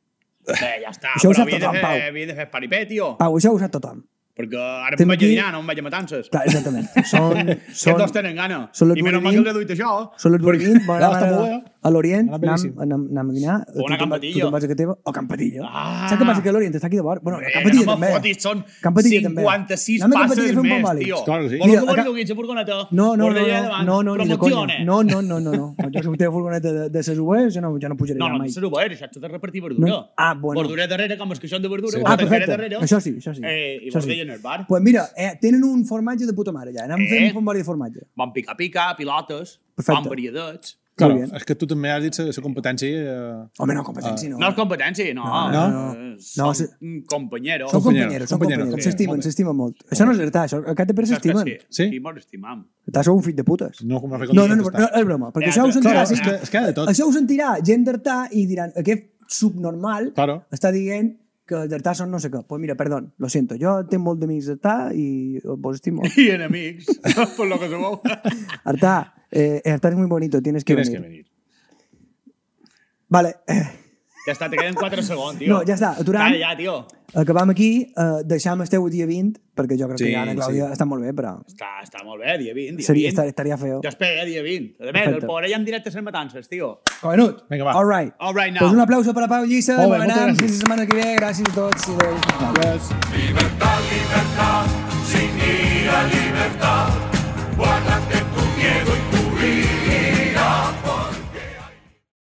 [SPEAKER 4] Bé, ja està,
[SPEAKER 1] Això ho
[SPEAKER 4] però
[SPEAKER 1] sap
[SPEAKER 4] havia de,
[SPEAKER 1] tothom,
[SPEAKER 4] fer,
[SPEAKER 1] Pau.
[SPEAKER 4] havia de fer paripé, tio.
[SPEAKER 1] Pau, això ho sap tothom.
[SPEAKER 4] Perquè ara
[SPEAKER 1] Tenim
[SPEAKER 4] em vaig
[SPEAKER 1] aquí-
[SPEAKER 4] a dinar, no em vaig a matances.
[SPEAKER 1] Clar, exactament. Són,
[SPEAKER 4] Són...
[SPEAKER 1] són,
[SPEAKER 4] dos tenen gana.
[SPEAKER 1] són les
[SPEAKER 4] I menys mal que
[SPEAKER 1] Burger
[SPEAKER 4] els he duit això.
[SPEAKER 1] són les
[SPEAKER 4] perquè-
[SPEAKER 1] Burguín, bona
[SPEAKER 2] No, està molt
[SPEAKER 1] no,
[SPEAKER 2] bé.
[SPEAKER 1] a l'Orient,
[SPEAKER 2] Anava
[SPEAKER 1] anem,
[SPEAKER 2] boníssim.
[SPEAKER 1] anem, anem, a dinar.
[SPEAKER 4] O una
[SPEAKER 1] tu te'n vas-
[SPEAKER 4] Campatillo.
[SPEAKER 1] Tu te'n vas a que teva. O Campatillo.
[SPEAKER 4] Ah.
[SPEAKER 1] Saps què passa? Que l'Orient està aquí de vora. Bueno,
[SPEAKER 4] Bé,
[SPEAKER 1] la
[SPEAKER 4] que
[SPEAKER 1] Campatillo
[SPEAKER 4] Eh, no
[SPEAKER 1] també.
[SPEAKER 4] me fotis, són
[SPEAKER 1] Campatillo també.
[SPEAKER 4] 56
[SPEAKER 1] Anem a Campatillo
[SPEAKER 4] passes
[SPEAKER 1] a fer un
[SPEAKER 4] més,
[SPEAKER 1] bombali.
[SPEAKER 4] tio.
[SPEAKER 2] Clar que sí.
[SPEAKER 1] Mira,
[SPEAKER 4] Voleu que
[SPEAKER 1] acá-
[SPEAKER 4] voleu que hice furgoneta?
[SPEAKER 1] No, no, no,
[SPEAKER 4] Bordellera
[SPEAKER 1] no,
[SPEAKER 4] davant,
[SPEAKER 1] no, no, ni de conya.
[SPEAKER 4] Promozione.
[SPEAKER 1] No, no, no, no, no. Jo si vostè furgoneta de, de ses UEs, jo no, jo no pujaré
[SPEAKER 4] No,
[SPEAKER 1] allà
[SPEAKER 4] no,
[SPEAKER 1] mai.
[SPEAKER 4] això és obert, això t'ho de repartir verdura.
[SPEAKER 1] No. Ah, bueno.
[SPEAKER 4] Verdura darrere, com els que són de verdura,
[SPEAKER 2] Sí.
[SPEAKER 4] sí.
[SPEAKER 1] Ah, perfecte.
[SPEAKER 4] darrere.
[SPEAKER 1] Això sí, això sí.
[SPEAKER 4] Eh, I
[SPEAKER 1] Això sí.
[SPEAKER 4] bordell en el bar.
[SPEAKER 1] Pues mira, eh, tenen un formatge de puta mare allà. Anem
[SPEAKER 4] Eh?
[SPEAKER 1] fent un bombari de formatge.
[SPEAKER 4] Bon pica-pica, pilotes,
[SPEAKER 1] Perfecte.
[SPEAKER 4] bon variadets.
[SPEAKER 2] Clar,
[SPEAKER 1] Molt bé.
[SPEAKER 2] és que tu també has dit la competència... Eh,
[SPEAKER 1] Home, no, competència no.
[SPEAKER 4] Ah. No és competència, no. Eh,
[SPEAKER 2] no,
[SPEAKER 1] no.
[SPEAKER 4] Són
[SPEAKER 1] No, sí.
[SPEAKER 4] un companyero.
[SPEAKER 1] Són
[SPEAKER 2] Companyeros,
[SPEAKER 1] companyeros, són
[SPEAKER 2] companyeros.
[SPEAKER 1] companyeros.
[SPEAKER 2] Sí,
[SPEAKER 1] S'estimen,
[SPEAKER 2] molt bé.
[SPEAKER 1] s'estimen molt. Això no és veritat, això. Aquest de Pere
[SPEAKER 4] Saps que
[SPEAKER 1] s'estimen.
[SPEAKER 2] Sí?
[SPEAKER 4] Sí, molt estimam.
[SPEAKER 1] Estàs sou un fill de putes.
[SPEAKER 2] no com a
[SPEAKER 1] No, no, no, no, és broma. Perquè
[SPEAKER 4] Ja,
[SPEAKER 1] això ho
[SPEAKER 4] clar,
[SPEAKER 1] sentirà,
[SPEAKER 2] Clar, és que, és que hi ha de tot.
[SPEAKER 1] això ho sentirà gent d'Artà i diran aquest subnormal
[SPEAKER 2] Claro.
[SPEAKER 1] està dient que els d'Artà són no sé què. Pues mira, perdón, lo siento. Jo tinc molt d'amics d'Artà i vos estimo.
[SPEAKER 4] I enemics, per lo que sabeu.
[SPEAKER 1] Artà, eh, Artà es muy bonito, tienes que
[SPEAKER 2] Tienes
[SPEAKER 1] venir.
[SPEAKER 2] que venir.
[SPEAKER 1] Vale, eh,
[SPEAKER 4] Ja està, te queden 4 segons, tio.
[SPEAKER 1] No, ja està, aturam.
[SPEAKER 4] Calla, ja, tio.
[SPEAKER 1] acabam aquí, eh, deixam el teu dia 20, perquè jo crec
[SPEAKER 2] Sí,
[SPEAKER 1] que ja Ana Clàudia
[SPEAKER 2] sí.
[SPEAKER 1] està molt bé, però
[SPEAKER 4] Està, està molt bé, dia 20, dia
[SPEAKER 1] seria,
[SPEAKER 4] 20.
[SPEAKER 1] estar, estaria feo.
[SPEAKER 4] Jo espero, eh, dia 20. A més,
[SPEAKER 1] Perfecte.
[SPEAKER 4] el pobre ja en directe a les matances, tio.
[SPEAKER 1] Covenut.
[SPEAKER 2] Vinga, va.
[SPEAKER 1] All right.
[SPEAKER 4] All right, now.
[SPEAKER 1] Pues un aplauso para Pau Llisa.
[SPEAKER 2] Molt bé, moltes
[SPEAKER 1] Bebenam,
[SPEAKER 2] gràcies.
[SPEAKER 1] fins la setmana que ve. Gràcies a tots. i Adéu.
[SPEAKER 2] Yes.
[SPEAKER 5] Libertad, libertad, sin ir a libertad. Guarda